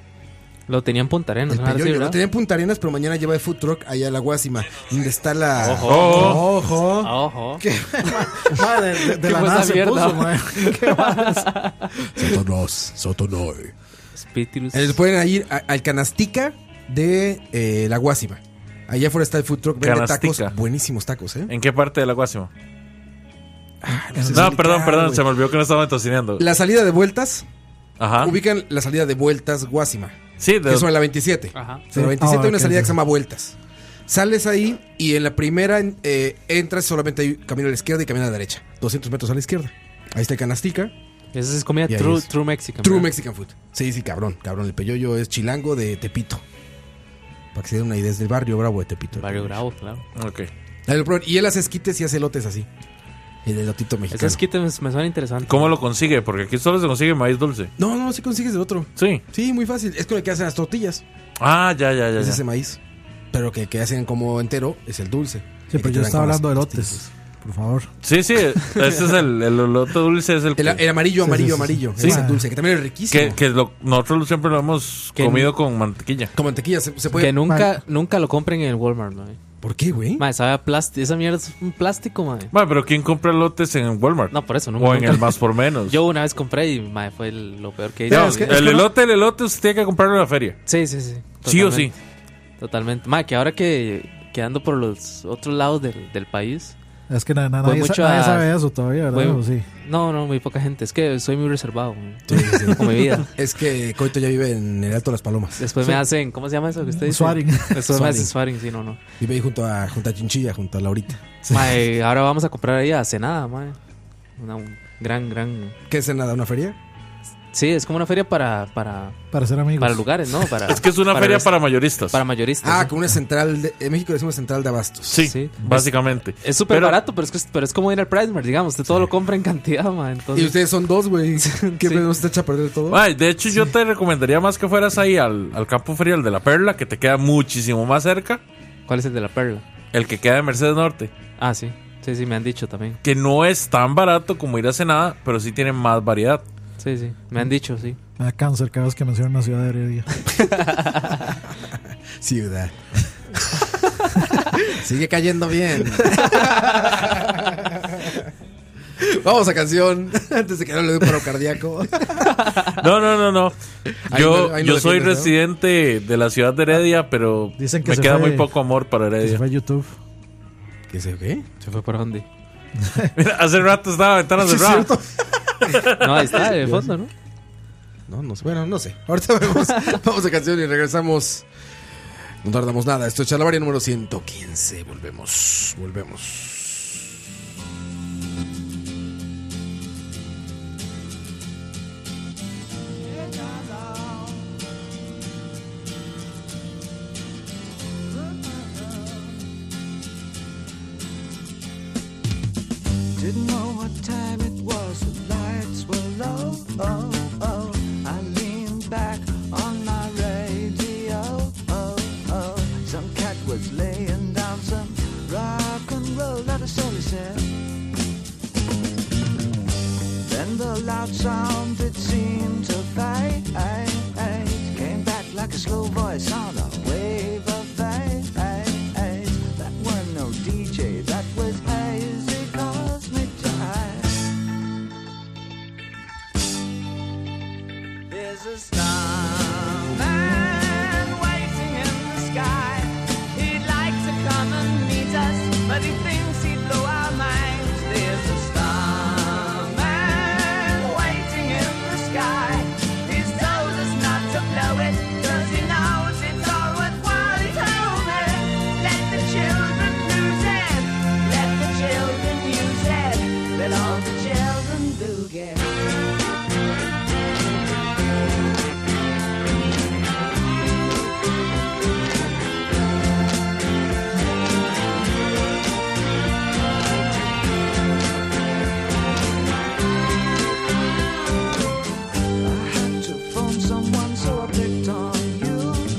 G: Lo tenían Punta Arenas.
A: El
F: Ah,
G: ¿no? Ahora sí,
A: Peyoyo. Lo
G: ¿verdad?
A: tenía en Punta Arenas, pero mañana lleva el food truck allá a la Guasima. Donde está la.
H: Ojo.
A: ¡Ojo!
G: Ojo.
A: ¿Qué?
F: Ah, de, de- de
G: ¿Qué
F: la
G: fue
F: nada
G: esa
F: se puso,
G: mierda?
F: mae.
A: Sotonos, Sotonoy.
G: Spiritus.
A: Eh, Pueden ir a- al Canastica de eh, la Guasima. Allá afuera está el food truck, vende
H: Canastica.
A: tacos. Buenísimos tacos, ¿eh?
H: ¿En qué parte de la Guasima?
A: no sé
H: No,
A: explicar,
H: perdón, perdón,
A: güey.
H: se me olvidó que no estaba entocineando.
A: La salida de vueltas,
H: Ajá.
A: ubican la salida de vueltas Guasima,
H: Ah. Sí,
A: que
H: de,
A: es sobre la 27.
G: Ajá.
A: Sobre
F: Ah,
A: la 27 hay una
F: ok,
A: salida que
F: ok.
A: se llama vueltas. Sales ahí y en la primera eh, entras solamente hay camino a la izquierda y camino a la derecha. 200 metros a la izquierda. Ahí está el Canastica.
G: Esa es comida
A: Y ahí
G: true,
A: es.
G: true Mexican.
A: True
G: ¿verdad?
A: Mexican Food. Sí, sí, cabrón, cabrón. El peyoyo es chilango de Tepito. Para que se den una idea, es del barrio bravo de Tepito.
G: Barrio Bravo, claro.
H: ok.
A: Ahí lo prueban. Y él hace esquites y hace elotes así. El elotito
G: Ese
A: mexicano.
G: esquite me, me suena interesante.
H: ¿Cómo lo consigue? Porque aquí solo se consigue maíz dulce.
A: No, no, si consigues el otro.
H: Sí.
A: Sí, muy fácil. Es con el que hacen las tortillas.
H: Ah, ya, ya, ya.
A: Es
H: ya.
A: ese maíz. Pero que, que hacen como entero es el dulce.
F: Sí,
A: El
F: pero
A: que
F: yo
A: te dan
F: estaba
A: con las
F: hablando de
A: pastillas.
F: elotes. Por favor.
H: Sí, sí, ese es el, el elote dulce, es el que,
A: El, el amarillo,
F: Sí,
A: amarillo,
F: sí, sí.
A: amarillo.
F: Sí.
A: Es el dulce, que también es riquísimo.
H: que, que lo- nosotros siempre lo hemos
G: Que-
H: comido con mantequilla.
A: Con mantequilla se, se puede.
G: Que nunca, nunca lo compren en el Walmart, mae.
A: ¿Por qué, güey?
G: Mae, sabe a plástico. Esa mierda es un plástico, mae.
H: Bueno, pero ¿quién compra elotes en Walmart?
G: No, por eso, nunca.
H: o en
G: nunca.
H: el más por menos.
G: Yo una vez compré y, mae, fue el- lo peor que hice.
H: No,
A: es que-
H: el
A: es que no-
H: elote, el elote, usted tiene que comprarlo en la feria.
G: Sí, sí, sí.
H: Sí o
G: Totalmente. Totalmente. Mae, que ahora que, que ando por los otros lados del, del país.
F: Es que na- na-
G: Fue
F: nadie, sa-
G: mucho
F: nadie
G: a-
F: sabe eso todavía, ¿verdad?
G: fue-
F: Pero sí.
G: No, no, muy poca gente. Es que soy muy reservado mae,
A: Sí, sí.
G: con mi vida.
A: Es que Coito ya vive en el Alto de las Palomas.
G: Después Pues me hacen, ¿cómo se llama eso que usted dice?
F: Swaring.
G: Después me
A: Swaring.
G: hacen swaring, sí, no, no.
A: Vive ahí junto a, junto a Chinchilla, junto a Laurita.
G: Mae, ahora vamos a comprar ahí a Senada, mae. Una un gran, gran.
A: ¿Qué es nada? ¿Una feria?
G: Sí, es como una feria para, para,
F: Para ser amigos.
G: para lugares, ¿no? Para,
H: Es que es una feria para mayoristas.
G: para mayoristas.
A: Ah,
G: ¿no?
A: como una central. De, en México decimos central de abastos.
H: Sí,
G: Sí.
H: básicamente.
G: Es súper
H: Pero-
G: barato, pero es, que es- pero es como ir al Price Mart, digamos. Usted todo lo compra en cantidad, mae. Entonces,
A: Y ustedes son dos, güey. ¿Qué
G: Sí.
A: pedo se echa a perder todo?
H: Ay, de hecho, yo te recomendaría más que fueras ahí al, al campo ferial de la Perla, que te queda muchísimo más cerca,
G: ¿Cuál es el de la perla?
H: el que queda en Mercedes Norte,
G: Ah, sí. Sí, sí, me han dicho también.
H: que no es tan barato como ir a Senada, pero sí tiene más variedad.
G: Sí, sí. Me han dicho, sí.
F: Me da cáncer cada vez que mencionan la ciudad de Heredia.
A: Ciudad. Sigue cayendo bien. Vamos a canción. Antes de que no le dé un paro cardíaco.
H: No, no, no, no.
A: Ahí
H: Yo,
A: no- ahí no
H: yo soy
A: defiendes, ¿no?
H: residente de la ciudad de Heredia, pero
F: Dicen que
H: me
F: se
H: queda
F: fue-
H: muy poco amor para
F: Que se
H: Heredia.
F: fue a YouTube.
A: ¿Qué sé qué?
G: ¿Se fue para dónde?
H: Mira, hace rato estaba la ventana cerrada.
G: No, ahí está, de fondo, ¿no?
A: No, no sé. Bueno, no sé. Ahorita vemos. Vamos a canción y regresamos. No tardamos nada. Esto es Chalabaria número 115. Volvemos. Volvemos.
L: Ella
I: Didn't know what time it was, the lights were low. Oh, oh, I leaned back on my radio. Oh, oh, some cat was laying down some rock and roll, that is all he said. Then the loud sound it seemed to fade, came back like a slow voice on a wave of fate. That were no DJ, that was hazy cosmic time. There's a starman waiting in the sky. He'd like to come and meet us, but he thinks he'd blow our minds. There's a starman waiting in the sky. He's told us not to blow it, cause he knows it's all worthwhile. He's over. Let the children lose it. Let the children use it. Let all the children do to phone someone, so I picked on you.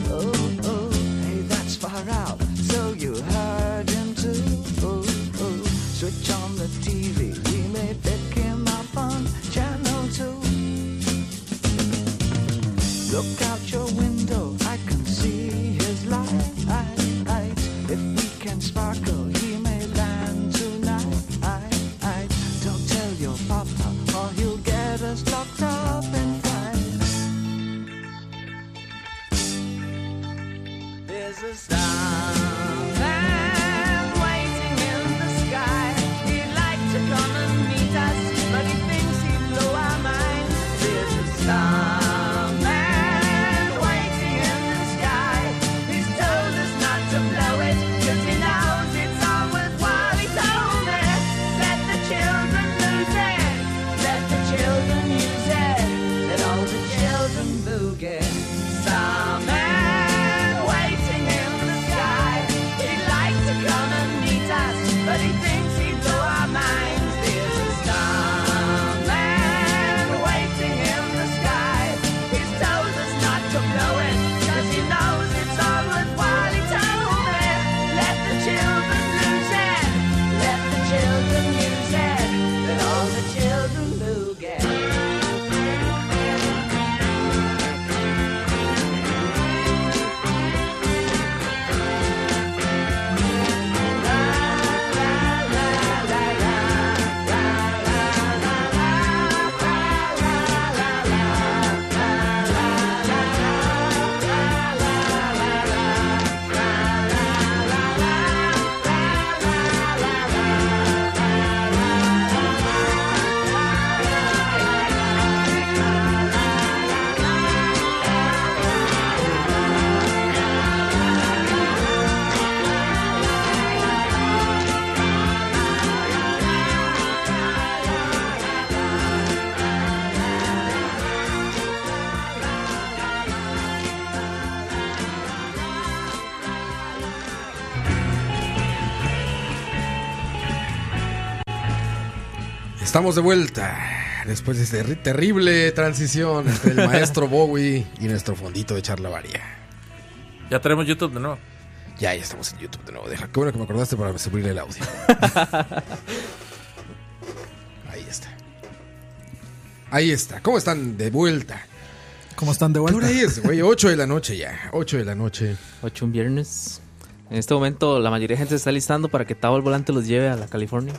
I: Oh, oh, hey, that's far out. So you heard him too. Oh, oh, switch on the TV. We may pick him up on channel two. Look out your window, I can see his light. If we can sparkle, he may land tonight. Don't tell your papa, or he'll get us locked up in time. There's a starman waiting in the sky. He'd like to come and meet us, but he thinks he'd blow our minds. There's a starman waiting in the sky. He's told us not to blow it, 'cause he knows it's all worthwhile. He's over. Let the children lose it. Let the children use it. Let all the children boogie. Starman waiting in the sky. He'd like to come and meet us, but he thinks he'd blow our minds. There's a starman waiting in the sky. He's told us not to blow it, 'cause he knows it's all worthwhile. He told me, let the children lose it. Let the children use it. Let all the children boogie.
A: Estamos de vuelta después de esta terri- terrible transición entre el maestro Bowie y nuestro fondito de charla varia.
H: Ya tenemos YouTube de nuevo.
A: Ya, ya estamos en YouTube de nuevo. Deja, qué bueno que me acordaste para subirle el audio. Ahí está. Ahí está. ¿Cómo están de vuelta?
F: ¿Cómo están de vuelta?
A: ¿Qué hora es, güey? 8 de la noche ya. 8 de la noche.
G: 8 un viernes. En este momento la mayoría de gente se está listando para que Tavo el Volante los lleve a la California.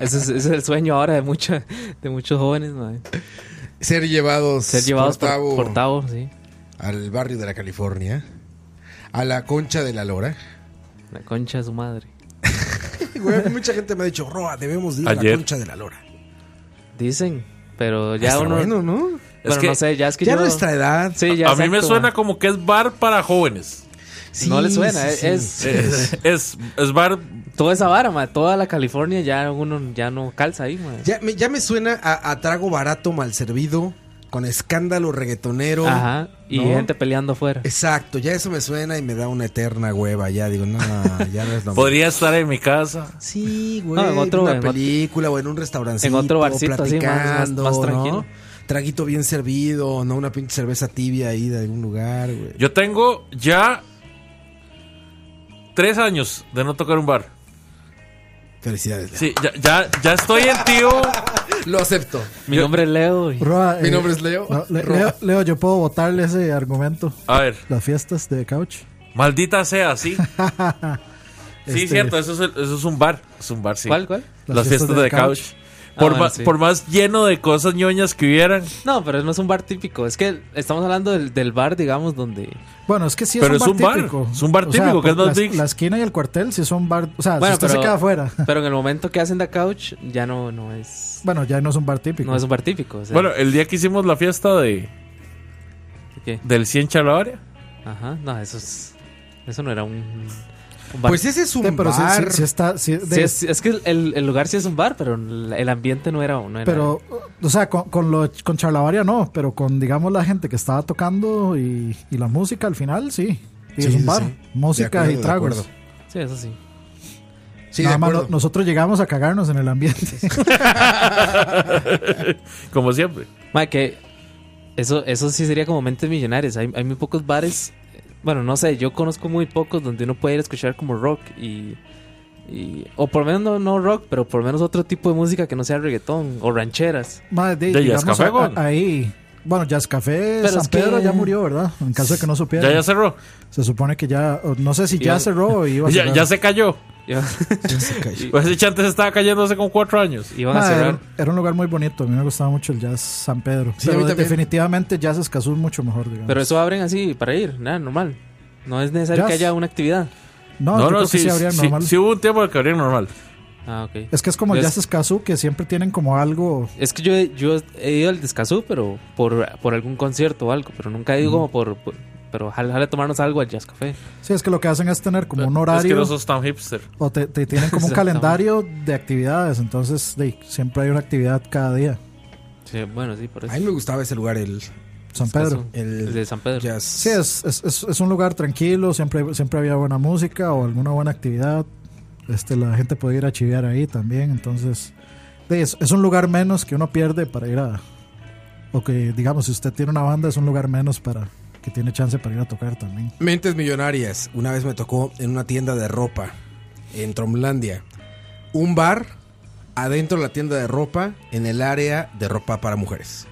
G: ese, es, ese es el sueño ahora de, mucha, de muchos jóvenes, mae.
A: Ser llevados,
G: Ser llevados por
A: Tavo
G: por Tavo, sí.
A: al barrio de la California, a la concha de la lora.
G: La concha de su madre.
A: Güey, mucha gente me ha dicho, Roa, debemos de ir a la
G: Ayer.
A: concha de la lora.
G: Dicen, pero ya
A: Está
G: uno...
A: bueno, ¿no?
G: Bueno,
A: Es que
G: no sé, ya es que
A: ya
G: yo-
A: nuestra edad-
G: Sí, ya
H: a mí me
G: exacto,
H: suena
G: mae.
H: como que es bar para jóvenes.
G: no le suena, eh, es,
H: Es, es- es bar.
G: Toda esa vara, mae, toda la California ya uno ya no calza ahí, mae.
A: Ya me, ya me suena a, a trago barato mal servido, con escándalo reggaetonero.
G: Ajá, y gente peleando afuera.
A: Exacto, ya eso me suena y me da una eterna hueva. Ya digo, no, ya no es lo
H: Podría estar en mi casa.
A: Sí, güey.
H: No, en otro-
A: una
H: en otro-
A: película o en un restaurancito.
G: en otro barcito, así, más- más-
A: platicando,
G: más
A: ¿no?
G: tranquilo.
A: Traguito bien servido, no una pinche cerveza tibia ahí de algún lugar, güey.
H: Yo tengo ya tres años de no tocar un bar.
A: Felicidades.
H: Sí, ya, ya, ya estoy en tío.
A: Lo acepto.
G: Mi nombre es Leo. y-
F: Roa,
A: Mi
F: eh,
A: nombre es Leo.
F: no, Le-
A: Roa.
F: Leo. Leo, yo puedo votarle ese argumento.
H: A ver.
F: Las fiestas de couch.
H: Maldita sea, sí. Sí,
F: Este-
H: cierto, eso es, eso es un bar. Es un bar, sí.
G: ¿Cuál, cuál?
H: Las, fiestas, de, couch.
G: Ah,
H: Por,
G: bueno,
H: ma-
G: sí.
H: por más lleno de cosas ñoñas que hubieran.
G: No, pero no es un bar típico. Es que estamos hablando del, del bar, digamos, donde.
F: Bueno, es que sí
H: Pero
F: es un bar típico.
H: es un bar
F: O sea,
H: típico, que es
F: por
H: más
F: la,
H: big.
F: la esquina y el cuartel sí son bar. O sea, si
G: Bueno,
F: usted se queda afuera.
G: pero en el momento que hacen de couch, ya no, no es.
F: Bueno, ya no es un bar típico.
G: No es un bar típico. o sea,
H: Bueno, el día que hicimos la fiesta de.
G: ¿Qué?
H: Del 100 Chalabaria.
G: Ajá, no, eso es. Eso no era un. un bar.
A: Pues ese es un
F: Sí, pero sí-
A: bar.
F: sí- sí está- sí- de-
G: Sí, es, es que el, el lugar sí es un bar, pero el ambiente no era. No era
F: Pero, o sea, con, con, lo, con Charlavaria no, pero con, digamos, la gente que estaba tocando y, y la música al final, sí. Y
A: Sí,
F: es un
A: sí,
F: bar.
A: sí. De
F: Música
A: acuerdo,
F: y
A: de
F: tragos.
A: acuerdo.
G: Sí, eso sí.
A: Sí,
F: Nada
A: de
F: más
A: acuerdo.
F: no- nosotros llegamos a cagarnos en el ambiente.
H: Como siempre.
G: Ma, que eso, eso sí sería como mentes millonarias. Hay, hay muy pocos bares. eh, Bueno, no sé, yo conozco muy pocos donde uno puede ir a escuchar como rock y. y- o por lo menos no, no rock, pero por lo menos otro tipo de música que no sea reggaetón o rancheras.
F: Madre de,
H: ¿De Jazz
F: digamos,
H: Café,
F: a-
H: güey?
F: ahí. Bueno, Jazz Café,
G: Pero
F: San
G: es que-
F: Pedro ya murió, ¿verdad? En caso de que no supiera.
H: Ya, ya cerró.
F: Se supone que ya, o no sé si ya
G: Iban-
F: cerró o iba a
H: Ya,
F: cerrar.
H: ya se cayó.
G: Iban,
H: Pues ese chante se estaba cayendo hace como cuatro años.
G: iban a
F: Ah,
G: cerrar.
F: era, era un lugar muy bonito, a mí me gustaba mucho el jazz San Pedro.
A: Sí, a mí
F: pero
A: también.
F: definitivamente jazz Escazú es mucho mejor, digamos.
G: Pero eso abren así para ir, nada, normal. No es necesario que
F: Jazz.
G: haya una actividad.
F: no, yo
H: No,
F: creo
H: no,
F: que
H: sí,
F: sí, habría
H: sí,
F: normal.
H: sí hubo un tiempo de que abrían normal.
G: Ah, ok.
F: Es que es como
G: Yo
F: jazz Escazú, que siempre tienen como algo...
G: Es que yo, yo he ido al Descazú, pero por, por algún concierto o algo, pero nunca he ido como por. por- pero ojalá ojalá tomarnos algo al Jazz Café.
F: Sí, es que lo que hacen es tener como un
H: Es que
F: horario
H: no sos tan hipster.
F: o te, te tienen como un
G: Exactamente.
F: calendario de actividades, entonces de- siempre hay una actividad cada día.
G: Sí, bueno, sí, por eso.
A: A mí me gustaba ese lugar, el,
F: San Pedro.
G: Escazú.
A: el
G: El de San Pedro.
A: jazz.
F: Sí, es, es- es- es un lugar tranquilo, siempre, siempre había buena música o alguna buena actividad. Este, la gente puede ir a chivear ahí también, entonces de- es, es un lugar menos que uno pierde para ir a... O que digamos, si usted tiene una banda, es un lugar menos para que tiene chance para ir a tocar también.
A: Mentes millonarias. Una vez me tocó en una tienda de ropa en Tromlandia. Un bar adentro de la tienda de ropa en el área de ropa para mujeres.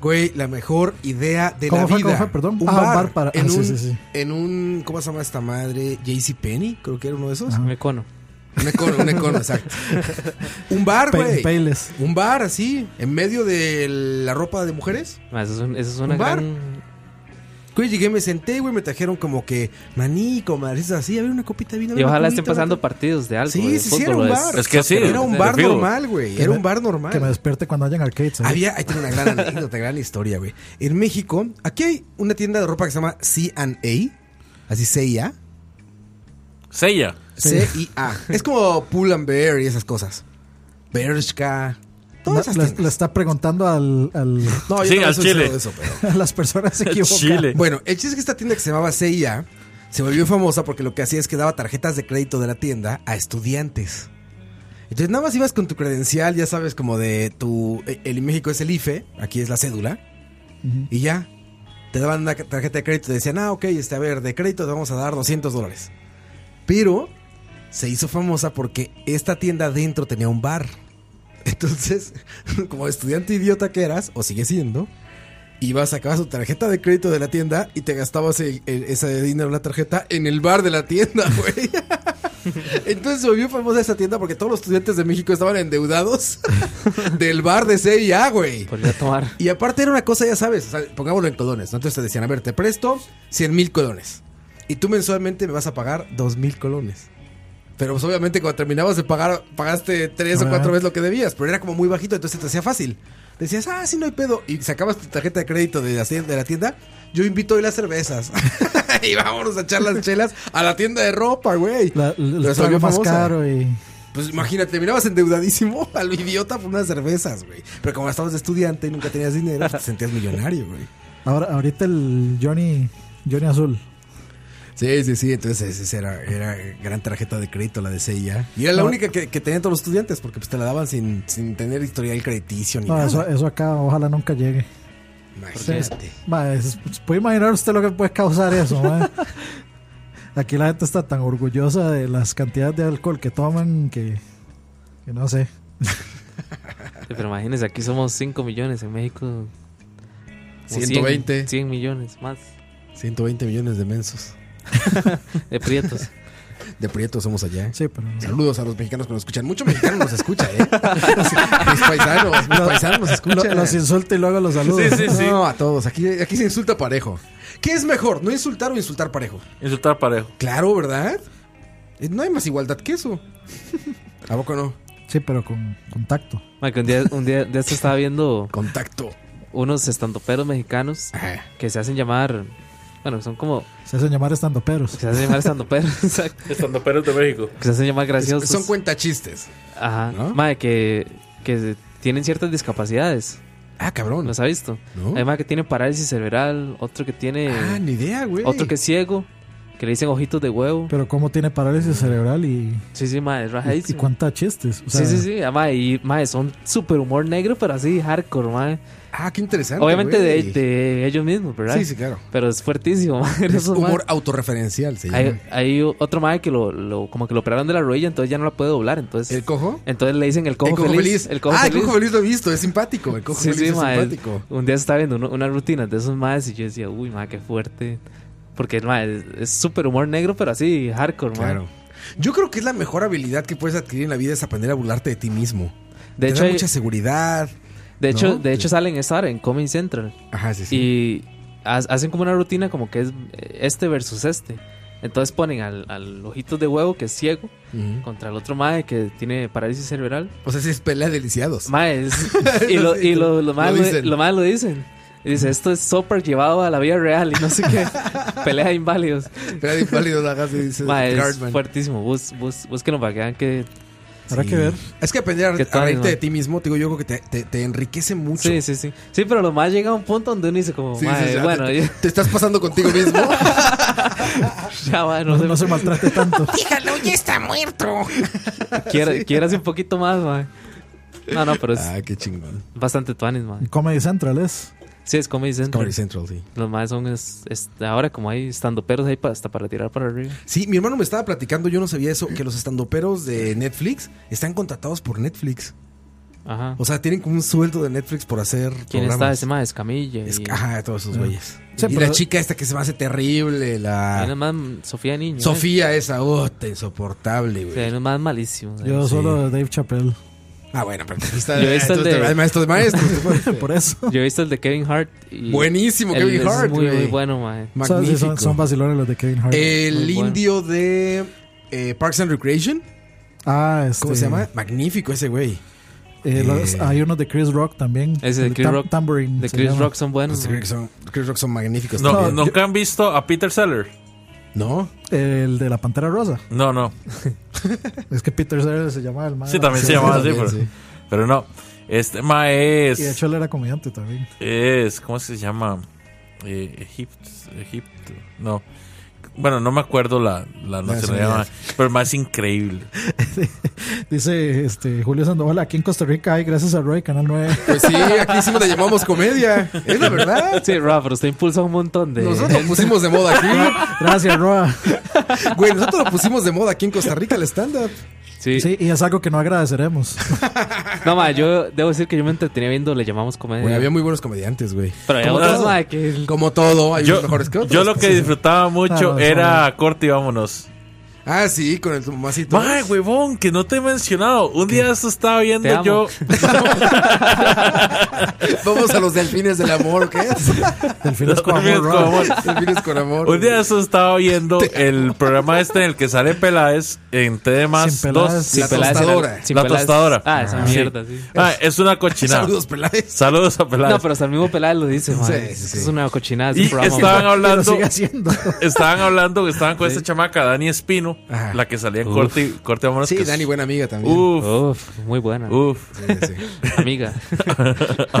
A: Güey, la mejor idea de
F: ¿Cómo
A: la
F: fue?
A: vida.
F: ¿Cómo fue? Perdón.
A: Un
F: Ah,
A: bar,
F: bar para-
A: en
F: ah, sí,
A: un,
F: sí, sí.
A: en un ¿cómo se llama esta madre? JC Penny, creo que era uno de esos.
G: Me cono.
A: Un econo, un econo, exacto. Un bar,
F: Pe-
A: güey.
F: Payless.
A: Un bar así, en medio de la ropa de mujeres.
G: Ma, Ah, Eso es, un- eso es una
A: ¿Un bar?
G: gran.
A: Güey, llegué, me senté, güey, me trajeron como que maní, comadres, así, había una copita de vino.
G: Y
A: una
G: ojalá
A: cubita,
G: estén pasando
A: una-
G: partidos de algo.
A: Sí,
G: de
A: sí, sí, era
G: fútbol,
A: un
G: de-
A: bar.
H: Es que sí,
A: Era un bar
H: de fijo.
A: normal, güey,
F: Que
A: era
F: me-
A: un bar normal.
F: Que me despierte cuando hayan
G: ¿eh?
F: arcades. ahí.
A: Había, ahí tengo una gran anécdota, gran historia, güey. En México, aquí hay una tienda de ropa que se llama C&A, así C&A,
H: Sella.
A: C&A. Es como Pull and Bear y esas cosas. Bershka, todas
F: La-
A: esas
F: le,
A: tiendas.
F: le está preguntando al, al-
A: No,
H: Sí,
A: no
H: al
A: soy
H: chile.
A: cero de eso, pero-
F: a las personas equivocadas.
H: Chile.
A: Bueno, el chiste es que esta tienda que se llamaba CIA se volvió famosa porque lo que hacía es que daba tarjetas de crédito de la tienda a estudiantes. Entonces nada más ibas con tu credencial, ya sabes, como de tu... e, El en México es el IFE, aquí es la cédula. Y ya, te daban una tarjeta de crédito y decían, ah, ok, este, a ver, de crédito te vamos a dar 200 dólares. Pero se hizo famosa porque esta tienda adentro tenía un bar. Entonces, como estudiante idiota que eras, o sigue siendo, ibas, sacabas tu tarjeta de crédito de la tienda y te gastabas el- el- ese dinero en la tarjeta en el bar de la tienda, güey. Entonces se volvió famosa esa tienda porque todos los estudiantes de México estaban endeudados del bar de CIA, güey.
G: Podría Pues tomar.
A: Y aparte era una cosa, ya sabes, o sea, pongámoslo en colones, ¿no? Entonces te decían, a ver, te presto 100 mil colones. Y tú mensualmente me vas a pagar 2 mil colones. Pero pues obviamente cuando terminabas de pagar, pagaste tres o
F: Obviamente.
A: cuatro veces lo que debías, pero era como muy bajito, entonces te hacía fácil. Decías, ah, sí, no hay pedo. Y sacabas tu tarjeta de crédito de la tienda, de la tienda yo invito hoy las cervezas. y vámonos a echar las chelas a la tienda de ropa, güey.
F: La- la- el
A: Pero se volvió
F: trago más
A: famosa.
F: caro y
A: Pues imagínate, terminabas endeudadísimo a lo idiota por unas cervezas, güey. Pero como estabas de estudiante y nunca tenías dinero, pues te sentías millonario, güey.
F: Ahora, ahorita el Johnny, Johnny Azul.
A: Sí, sí, sí. Entonces, esa era, era gran tarjeta de crédito la de CIA. Y era la
F: No.
A: única que, que tenían todos los estudiantes, porque pues te la daban sin, sin tener historial crediticio ni
F: No,
A: nada.
F: eso, eso acá ojalá nunca llegue.
A: Imagínate.
F: Ma, es- ¿Puede imaginar usted lo que puede causar eso? ma? Aquí la gente está tan orgullosa de las cantidades de alcohol que toman que, que no sé.
G: Pero imagínense, aquí somos 5 millones, en México. como 100,
A: 120.
G: 100 millones más.
A: 120 millones de mensos.
G: De prietos.
A: De prietos somos allá.
F: Sí, pero...
A: Saludos a los mexicanos que nos escuchan. Mucho mexicano nos escucha, ¿eh? Mis paisanos, mis paisanos nos escuchan.
F: Lo- Los insulta y luego los saluda.
A: Sí, sí, sí. No, a todos. Aquí, aquí se insulta parejo. ¿Qué es mejor, no insultar o insultar parejo?
H: Insultar parejo.
A: Claro, ¿verdad? Eh, No hay más igualdad que eso. ¿A poco no?
F: Sí, pero con contacto.
G: Ma, que un día, un día de esto estaba viendo.
A: Contacto.
G: Unos estandoperos mexicanos que se hacen llamar. Bueno, son como.
F: Se hacen llamar estando peros.
G: Se hacen llamar estandoperos. exacto.
H: Estando peros de México.
G: que se hacen llamar graciosos.
A: Son cuentachistes.
G: Ajá. Mae, que, que tienen ciertas discapacidades.
A: Ah, cabrón.
G: ¿Los ha visto?
A: No.
G: Hay mae que tiene parálisis cerebral, otro que tiene.
A: Ah, ni idea, güey.
G: Otro que es ciego, que le dicen ojitos de huevo.
F: Pero como tiene parálisis cerebral y...
G: Sí, sí, mae, es
F: Y, y
G: rajadísimo.
F: cuánta chistes. O sea,
G: sí, sí, sí. Ah, mae, y mae, son super humor negro, pero así hardcore, mae.
A: Ah, qué interesante.
G: Obviamente de,
A: güey.
G: de ellos mismos, ¿verdad?
A: Sí, sí, claro.
G: Pero es fuertísimo, mae.
A: Es
G: Esos, mae.
A: humor autorreferencial, se llama.
G: Hay, hay otro mae que lo, lo- como que lo operaron de la rodilla, entonces ya no la puede doblar. Entonces, ¿El
A: cojo?
G: Entonces le dicen el cojo,
A: El cojo feliz.
G: El cojo
A: ah,
G: feliz.
A: el cojo feliz lo he visto, es simpático. El cojo
G: Sí,
A: feliz
G: sí,
A: es
G: mae.
A: simpático.
G: Un día estaba viendo uno- unas rutinas de esos maes y yo decía, uy, mae, qué fuerte. Porque mae, es- es súper humor negro, pero así hardcore, mae.
A: Claro. Yo creo que es la mejor habilidad que puedes adquirir en la vida es aprender a burlarte de ti mismo.
G: De
A: Te
G: hecho,
A: da
G: hay-
A: mucha seguridad.
G: De hecho,
A: ¿no?
G: de hecho salen esta hora en Comedy Central.
A: Ajá, sí,
G: Y ha- hacen como una rutina como que es eh, este versus este. Entonces ponen al, al ojitos de huevo que es ciego
A: Ujú.
G: contra el otro mae que tiene parálisis cerebral.
A: O sea, sí es pelea de lisiados.
G: Mae, es- y lo, y lo, lo mae
A: Lo
G: lo,
A: dicen.
G: lo mae lo dicen. Y dice, esto es súper llevado a la vida real y no sé qué. Pelea de inválidos.
A: Pelea de inválidos, ajá, sí, dice
G: Mae, es
A: Cartman.
G: fuertísimo. Bus, bus, búsquenlo para que vean que...
A: Sí. Es que aprender a,
G: ¿Qué tal,
A: a reírte
G: no?
A: de ti mismo, te digo, yo creo que te, te- te enriquece mucho.
G: Sí, sí, sí. Sí, pero lo más llega a un punto donde uno dice como,
A: Sí, sí,
G: mae,
A: sí, ya
G: bueno,
A: te,
G: yo-
A: te estás pasando contigo mismo.
G: ya va, no, se,
F: maltrate tanto.
A: Dígalo, ya está muerto.
G: Quiera- Quieras un poquito más, mae. No, no, pero es
A: Ah, qué chingón.
G: bastante tuanis, mae.
F: Comedy Central es.
G: Sí, es Comedy Central.
A: Comedy Central, sí.
G: Los más son, es- es- ahora como hay estando peros ahí pa- hasta para tirar para arriba.
A: Sí, mi hermano me estaba platicando, yo no sabía eso, que los estandoperos de Netflix están contratados por Netflix.
G: Ajá.
A: O sea, tienen como un sueldo de Netflix por hacer
G: ¿Quién está?
A: programas.
G: Ese mae es Camilla. Ah.
A: Es- ajá, todos esos güeyes.
G: Sí,
A: y
G: pero-
A: la chica esta que se me hace terrible, la...
G: Hay más Sofía Niño.
A: Sofía esa, oh, te insoportable,
G: eh.
A: güey.
G: Sí, hay unos más malísimos. eh.
F: Yo solo de Dave Chappelle.
A: Ah, bueno, pero aquí está...
G: Yo he visto el
A: entonces,
G: de-
A: hay maestros de maestros.
F: Por eso.
G: Yo he visto el de Kevin Hart. y-
A: Buenísimo,
G: el-
A: Kevin
G: es
A: Hart,
G: Muy, muy
A: güey.
G: bueno, mae.
F: O sea, sí, son, son vacilones los de Kevin Hart.
A: El
G: Muy bueno.
A: indio de eh, Parks and Recreation.
F: Ah, este,
A: ¿Cómo se llama? Magnífico ese güey.
F: eh, los-
A: Eh,
F: hay unos de Chris Rock también.
G: Ese de
F: El
G: Chris
F: Tam-
G: Rock.
F: Tambourine
G: de
F: se
G: Chris
F: llama.
G: Rock son buenos.
A: Los de
G: mae.
A: Chris Rock son, Chris Rock son magníficos.
H: No,
A: también.
H: ¿Nunca han visto a Peter Seller?
A: ¿No?
F: El de la Pantera Rosa.
H: No, no.
F: Es que Peter Sellers se llamaba el más.
H: Sí, también se llamaba así,
A: también,
H: pero,
A: sí.
H: pero no. Este ma
F: Y de
H: es.
F: hecho él era comediante también.
H: Es. ¿Cómo es que se llama? Eh, Egipto. Egipto. No. Bueno, no me acuerdo la, la nacionalidad,
F: nacionalidad.
H: ma, pero más increíble.
F: Dice este Julio Sandoval, aquí en Costa Rica hay gracias a Roy Canal 9.
A: Pues sí, aquí sí nos la llamamos comedia. Es la verdad.
G: Sí, Rafa, pero usted impulsa un montón de.
A: Nosotros lo pusimos de moda aquí.
F: Gracias, Roa.
A: Güey, nosotros lo pusimos de moda aquí en Costa Rica, el stand-up.
G: Sí.
F: Sí, y es algo que no agradeceremos.
G: No, mae, yo debo decir que yo me entretenía viendo, le llamamos comedia.
A: Güey, había muy buenos comediantes, güey.
G: Pero hay
H: Como
G: otros,
H: todo.
G: mae, que.
A: Como todo, hay
H: Yo,
A: unos mejores que otros. pues,
H: yo lo que disfrutaba
F: Ah,
H: mucho
F: no,
H: era corte y vámonos.
A: Ah, sí, con el mamacito.
H: Mae, huevón, que no te he mencionado. Un día esto estaba
G: Te
H: viendo
G: amo.
H: yo.
A: Vamos a los delfines del amor, ¿qué es?
F: Delfines con
H: Delfines con
F: amor, Roa.
H: amor.
A: delfines con amor.
H: Un día eso estaba viendo el programa este en el que sale Peláez en TDMás
F: Sin
H: 2.
F: Peláez.
H: Sin
A: La
H: Peláez.
A: tostadora.
G: sin
H: La
G: Peláez.
H: tostadora.
G: Ah, esa
H: Ah,
G: mierda,
H: sí.
G: sí.
H: Ah, es una cochinada.
A: Saludos, Peláez.
H: Saludos a Peláez.
G: No, pero hasta el mismo Peláez lo dice, mae.
A: Sí,
G: Es-
A: sí, sí.
G: Es una cochinada. es un
H: y
G: programa,
H: estaban
G: mae.
F: Y lo
H: hablando,
F: sigue haciendo.
H: estaban hablando que estaban con esta chamaca Dani Espino Moreno, la que salía en corte, y- corte a manos.
A: Sí,
H: que es-
A: Dani, buena amiga también.
H: Uf,
G: Uf, muy buena.
H: Uf.
G: Amiga.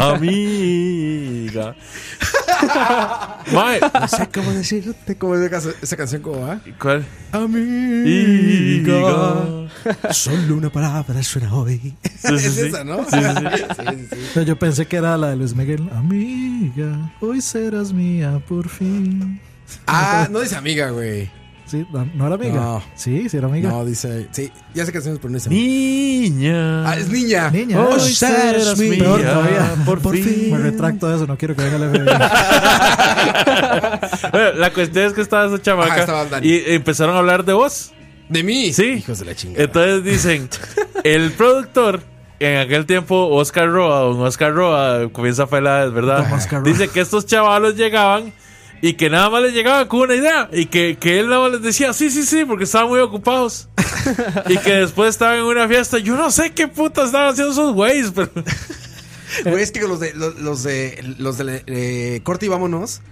H: Amiga. Mae.
A: No sé cómo decirte cómo es esa, esa canción, ¿cómo va?
H: ¿Cuál?
A: Amiga. Solo una palabra suena hoy. es esa, ¿no?
F: Pero Yo pensé que era la de Luis Miguel. Amiga, hoy serás mía por fin.
A: Ah, no dice amiga, güey.
F: Sí, no, no era amiga.
A: No.
F: Sí, sí era amiga.
A: No, dice. Sí, ya sé canciones, pero no es amiga.
H: Niña.
A: Ah, es niña.
F: Niña.
A: Oh,
F: Hoy
A: serás mía.
F: Peor todavía.
H: por fin.
F: Me retracto de eso, no quiero que venga la FBI.
H: Bueno, la cuestión es que estaba esa chamaca
A: Ajá, estaba Dani.
H: y empezaron a hablar de vos.
A: ¿De mí?
H: Sí.
A: Hijos de la chingada.
H: Entonces dicen, el productor, en aquel tiempo Oscar Roa, don Oscar Roa, comienza a es ¿verdad?
F: Don Oscar Roa.
H: Dice que estos chavalos llegaban y que nada más les llegaban con una idea y que, que él nada más les decía, sí, sí, sí, porque estaban muy ocupados. y que después estaban en una fiesta. Yo no sé qué puta estaban haciendo esos güeyes, pero...
A: Güey, es que los de los, los de los de la- eh, corte y vámonos.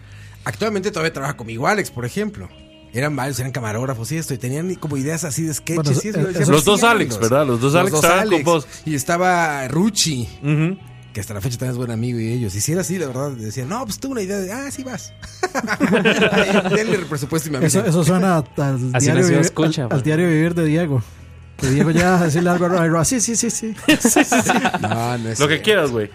A: Actualmente todavía trabaja conmigo Alex, por ejemplo. Eran varios, eran camarógrafos y esto, y tenían como ideas así de sketches.
F: Bueno,
A: y
F: eh,
A: eso, "Pues y yo decía,
F: esos-
A: "Pero
H: Los dos
A: síganlos".
H: Alex, ¿verdad? Los dos Alex trabajan con vos.
A: Y estaba Ruchi,
H: Ujú.
A: que hasta la fecha también es buen amigo, y ellos. Y si era así, la verdad, decían, no, pues tuve una idea de, ah, sí vas. Denle el presupuesto y me
F: Eso,
A: avisan.
F: eso suena a- al,
G: Así
F: diario
G: nació
F: vivir,
G: Escucha, pues.
F: al,
G: man.
F: al diario vivir de Diego. Que Diego ya a decirle algo a Roa, y Roa, Sí, sí, sí, sí.
A: No, no es
H: Lo que
A: cierto.
H: quieras, güey.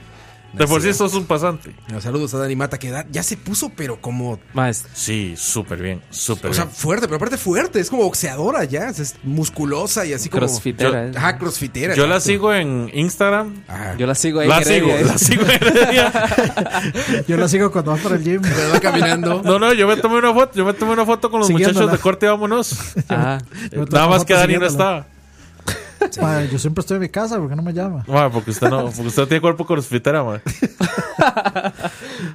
H: De por sí sos un pasante.
A: No, saludos a Dani Mata, que da- ya se puso, pero como
G: Más,
H: Sí, súper bien, súper
A: O
H: bien.
A: sea, fuerte, pero aparte fuerte, es como boxeadora ya, es- es musculosa y así como.
G: Crossfitera,
A: Yo-
G: es.
F: ah,
A: ajá, crossfitera.
H: Yo la sigo en Instagram.
A: Ajá.
G: yo la sigo ahí.
H: La
G: en
H: sigo,
G: Heredia, ¿eh?
H: la sigo en Heredia.
F: Yo lo sigo cuando va para el gym.
A: Pero va caminando.
H: No, no, yo me tomé una foto, yo me tomé una foto con los
F: Siguiéndola.
H: muchachos de corte, vámonos.
G: Ah,
F: Yo me tomé
H: Nada
F: una
H: más
F: foto
H: que Dani no
F: siguiéndola.
H: estaba.
F: Ma, yo siempre estoy en mi casa, ¿por qué no me llama?
H: Ma, Ah, porque usted no, porque usted tiene cuerpo crossfitera, man.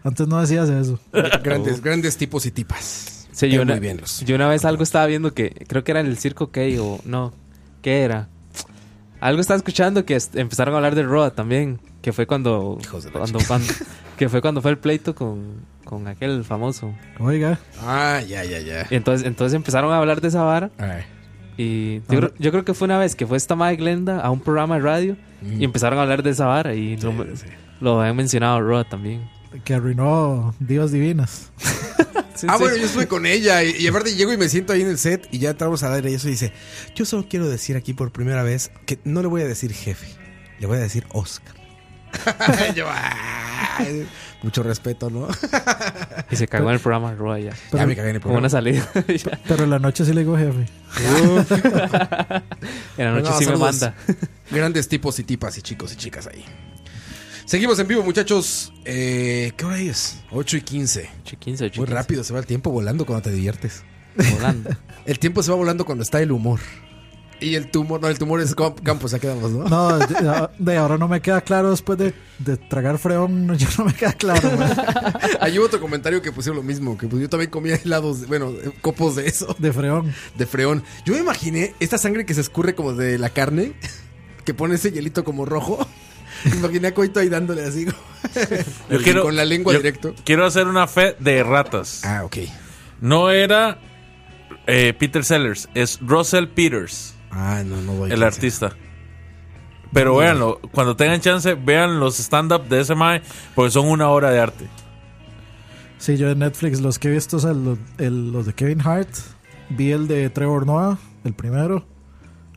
F: Antes no decías eso.
A: grandes, grandes tipos y tipas.
G: sí,
A: Eh,
G: yo, una,
A: muy bien los.
G: yo una vez algo estaba viendo que creo que era en el circo K o no, ¿qué era? Algo estaba escuchando que est- empezaron a hablar de Roa también, que fue cuando,
A: Hijos de la
G: cuando, cuando- que fue cuando fue el pleito con, con aquel famoso.
F: Oiga,
A: Ah, ya, ya, ya.
G: Y entonces, entonces empezaron a hablar de esa vara
A: Ay.
G: Y yo, creo- yo creo que fue una vez que fue esta madre Glenda a un programa de radio
A: Mm.
G: y empezaron a hablar de esa vara y lo, lo habían mencionado Roa también.
F: que arruinó Divas Divinas.
G: Sí,
A: ah,
G: sí.
A: bueno, yo estuve con ella y, y aparte llego y me siento ahí en el set y ya entramos al aire y eso dice, yo solo quiero decir aquí por primera vez que no le voy a decir jefe, le voy a decir Oscar. Yo, "Ay, mucho respeto, ¿no?
G: Y se cagó en el programa Roa ya.
A: ya me cagué en el
G: Como una
A: programa.
G: salida. Ya.
F: Pero en la noche sí le digo jefe.
G: en la noche
A: No,
G: sí me
A: saludos.
G: manda.
A: Grandes tipos y tipas y chicos y chicas ahí. Seguimos en vivo, muchachos. Eh, ¿Qué hora es? 8 y 15.
G: 8:15,
A: Muy
G: 8:15,
A: rápido se va el tiempo volando cuando te diviertes.
G: volando.
A: El tiempo se va volando cuando está el humor. Y el tumor, no, el tumor es camp- Campos, ya quedamos, ¿no?
F: No, de, de ahora no me queda claro después de, de tragar freón. no, Yo no me queda claro. ma.
A: Hay otro comentario que pusieron lo mismo, que pues, yo también comía helados, de- bueno, eh, copos de eso,
F: De freón.
A: de freón. Yo me imaginé esta sangre que se escurre como de la carne, que pone ese hielito como rojo. Imaginé a Coito ahí dándole así.
H: Yo quiero-
A: con la lengua
H: yo
A: directo.
H: Quiero hacer una fe de ratas.
A: Ah, ok.
H: No era eh, Peter Sellers, es Russell Peters,
A: Ah, no, no voy a
H: el
A: pensar.
H: artista. Pero véanlo, cuando tengan chance, vean los stand-up de ese mae, porque son una obra de arte.
F: Sí, yo en Netflix los que he visto son los, el- los de Kevin Hart. Vi el de Trevor Noah, el primero.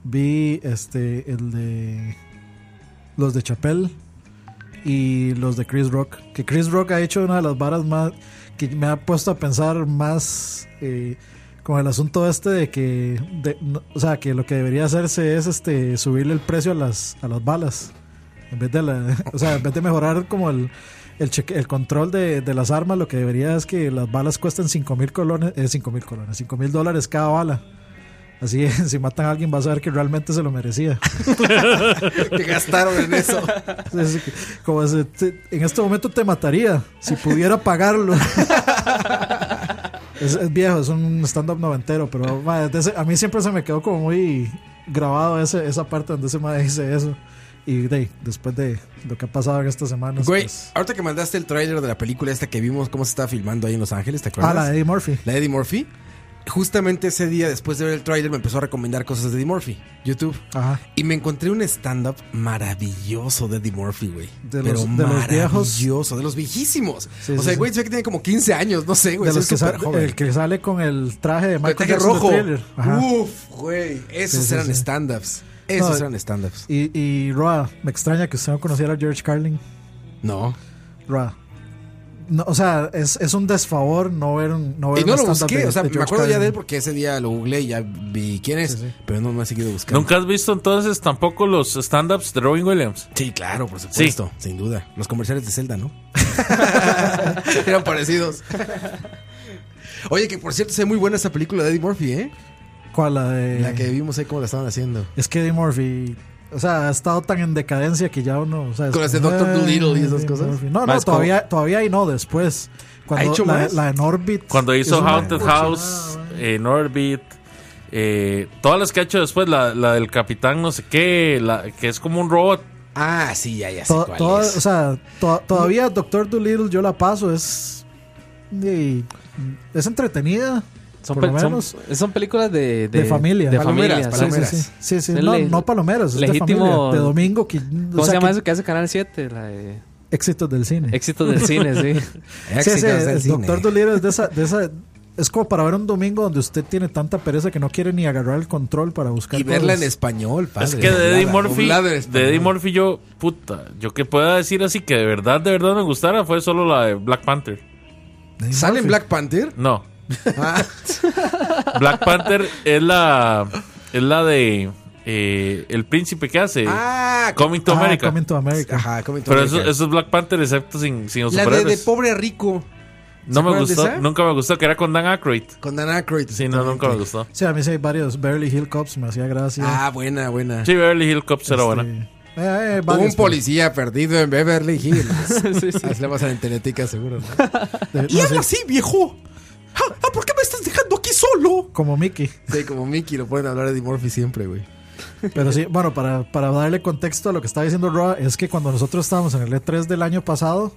F: Vi este el de los de Chappelle y los de Chris Rock. Que Chris Rock ha hecho una de las varas más que me ha puesto a pensar más eh, con el asunto este de que de- no- o sea que lo que debería hacerse es este subirle el precio a las a las balas en vez de la- o sea en vez de mejorar como el el, cheque- el control de, de las armas lo que debería es que las balas cuesten 5 mil colones, eh, 5 mil colones, 5 mil dólares cada bala. Así es, si matan a alguien vas a ver que realmente se lo merecía.
A: que gastaron en eso.
F: Es que, como se- te- en este momento te mataría si pudiera pagarlo. es, es viejo, es un stand-up noventero, pero ma, de ese- a mí siempre se me quedó como muy grabado ese- esa parte donde se me dice eso. Y de ahí, después de lo que ha pasado en estas semanas.
A: Güey,
F: pues-
A: ahorita que mandaste el tráiler de la película esta que vimos cómo se estaba filmando ahí en Los Ángeles, ¿te
F: ah,
A: acuerdas?
F: la de Eddie Murphy.
A: La de Eddie Murphy. justamente ese día, después de ver el tráiler, me empezó a recomendar cosas de Eddie Murphy, YouTube. Y me encontré un stand-up maravilloso de Eddie Murphy, güey.
F: De
A: Pero
F: los- de los
A: maravilloso, de los viejísimos.
F: Sí,
A: o
F: sí,
A: sea,
F: sí.
A: güey, se ve que tiene como 15 años, no sé, güey.
F: de
A: se ve
F: los que
A: súper
F: sale,
A: joven.
F: el que sale con el traje de
A: De
F: Michael
A: traje
F: Jackson de
A: rojo.
F: Thriller. Ajá.
A: Uf, güey. Esos
F: Sí, sí,
A: eran
F: sí.
A: stand-ups. Esos
F: No, eh,
A: eran stand-ups.
F: Y, y Roa, me extraña que usted no conociera a George Carlin.
A: No.
F: Roa. No, o sea, es, es un desfavor no ver un. No ver
A: Y no
F: un
A: lo
F: stand-up
A: busqué,
F: de-
A: o sea,
F: de
A: me
F: George
A: acuerdo ya
F: Carlin.
A: de él porque ese día lo googleé y ya vi quién es, pero no me he seguido buscando.
H: ¿Nunca has visto entonces tampoco los stand-ups de Robin Williams?
A: Sí, claro, por supuesto, sin duda. Los comerciales de Zelda, ¿no? Eran parecidos. Oye, que por cierto, se ve muy buena esa película de Eddie Murphy, ¿eh?
F: ¿Cuál? La de.
A: La que vimos ahí cómo la estaban haciendo.
F: Es que Eddie Murphy. O sea, ha estado tan en decadencia que ya uno. O sea, es
A: Con las de
F: como,
A: Dr.
F: "Ay,
A: Dolittle y esas
F: Eddie
A: cosas".
F: Murphy". No, no,
A: Más como-
F: todavía, todavía y no, después. Cuando
A: hecho
F: la,
A: más?
F: la en Orbit.
H: Cuando hizo
F: es una
H: Haunted
F: cochinada,
H: House, eh, Norbit, eh, todas las que ha hecho después, la, la del capitán no sé qué, la, que es como un robot.
A: Ah, sí, ya, ya
F: To- toda- o sea, to- todavía Doctor Dolittle yo la paso, es. y- es entretenida.
G: Son,
F: por lo
G: pel- son-
F: menos.
G: son películas de,
F: de, familia.
G: De familia,
F: Sí, Sí, sí, sí, sí. No,
G: Le-
F: no palomeras, es
G: legítimo-
F: de familia. De domingo. Que,
G: ¿Cómo se llama eso que hace Canal 7? La de...
F: Éxitos del cine.
G: Éxitos del cine, sí.
F: sí, sí,
G: Éxitos del
F: el
G: cine.
F: Doctor Dolittle es de esa, de esa... Es como para ver un domingo donde usted tiene tanta pereza que no quiere ni agarrar el control para buscar
A: Y verla en
F: todos.
A: español, padre.
H: es que de Eddie
A: Doblada,
H: Murphy,
A: doblada en
H: de
A: español.
H: Eddie Murphy yo, puta, yo que pueda decir así que de verdad, de verdad me gustara fue solo la de Black Panther.
A: ¿Sale en Black Panther? Ah.
H: No. Black Panther es la es la de eh, el príncipe que hace
A: Ah,
H: Coming to
F: Ah,
H: America.
F: Coming to America.
A: Ajá, Coming
H: Pero eso, eso es Black Panther excepto sin, sin los
A: La de, de
H: superhéroes.
A: pobre a rico. ¿Se
H: no me
A: acuerdan de
H: gustó,
A: esa?
H: nunca me gustó que era con Dan Aykroyd.
A: Con Dan Aykroyd.
H: Sí, no, nunca me gustó.
F: Sí, a mí sí hay varios. Beverly Hill Cops me hacía gracia.
A: Ah, buena, buena.
H: Sí, Beverly Hill Cops era buena.
F: Eh, eh,
A: Hubo
F: varios,
A: un policía perdido en Beverly Hills.
G: sí,
A: Así le vas a la Teletica seguro. ¿no?
F: De- Este,
A: y
F: no
A: habla
F: sé.
A: así, viejo. Ah, ah, ¿Por qué me estás dejando aquí solo?
F: Como Mickey.
A: Sí, como Mickey lo pueden hablar de Eddie Murphy siempre, güey.
F: Pero sí, bueno, para, para darle contexto a lo que estaba diciendo Roa, es que cuando nosotros estábamos en el E3 del año pasado,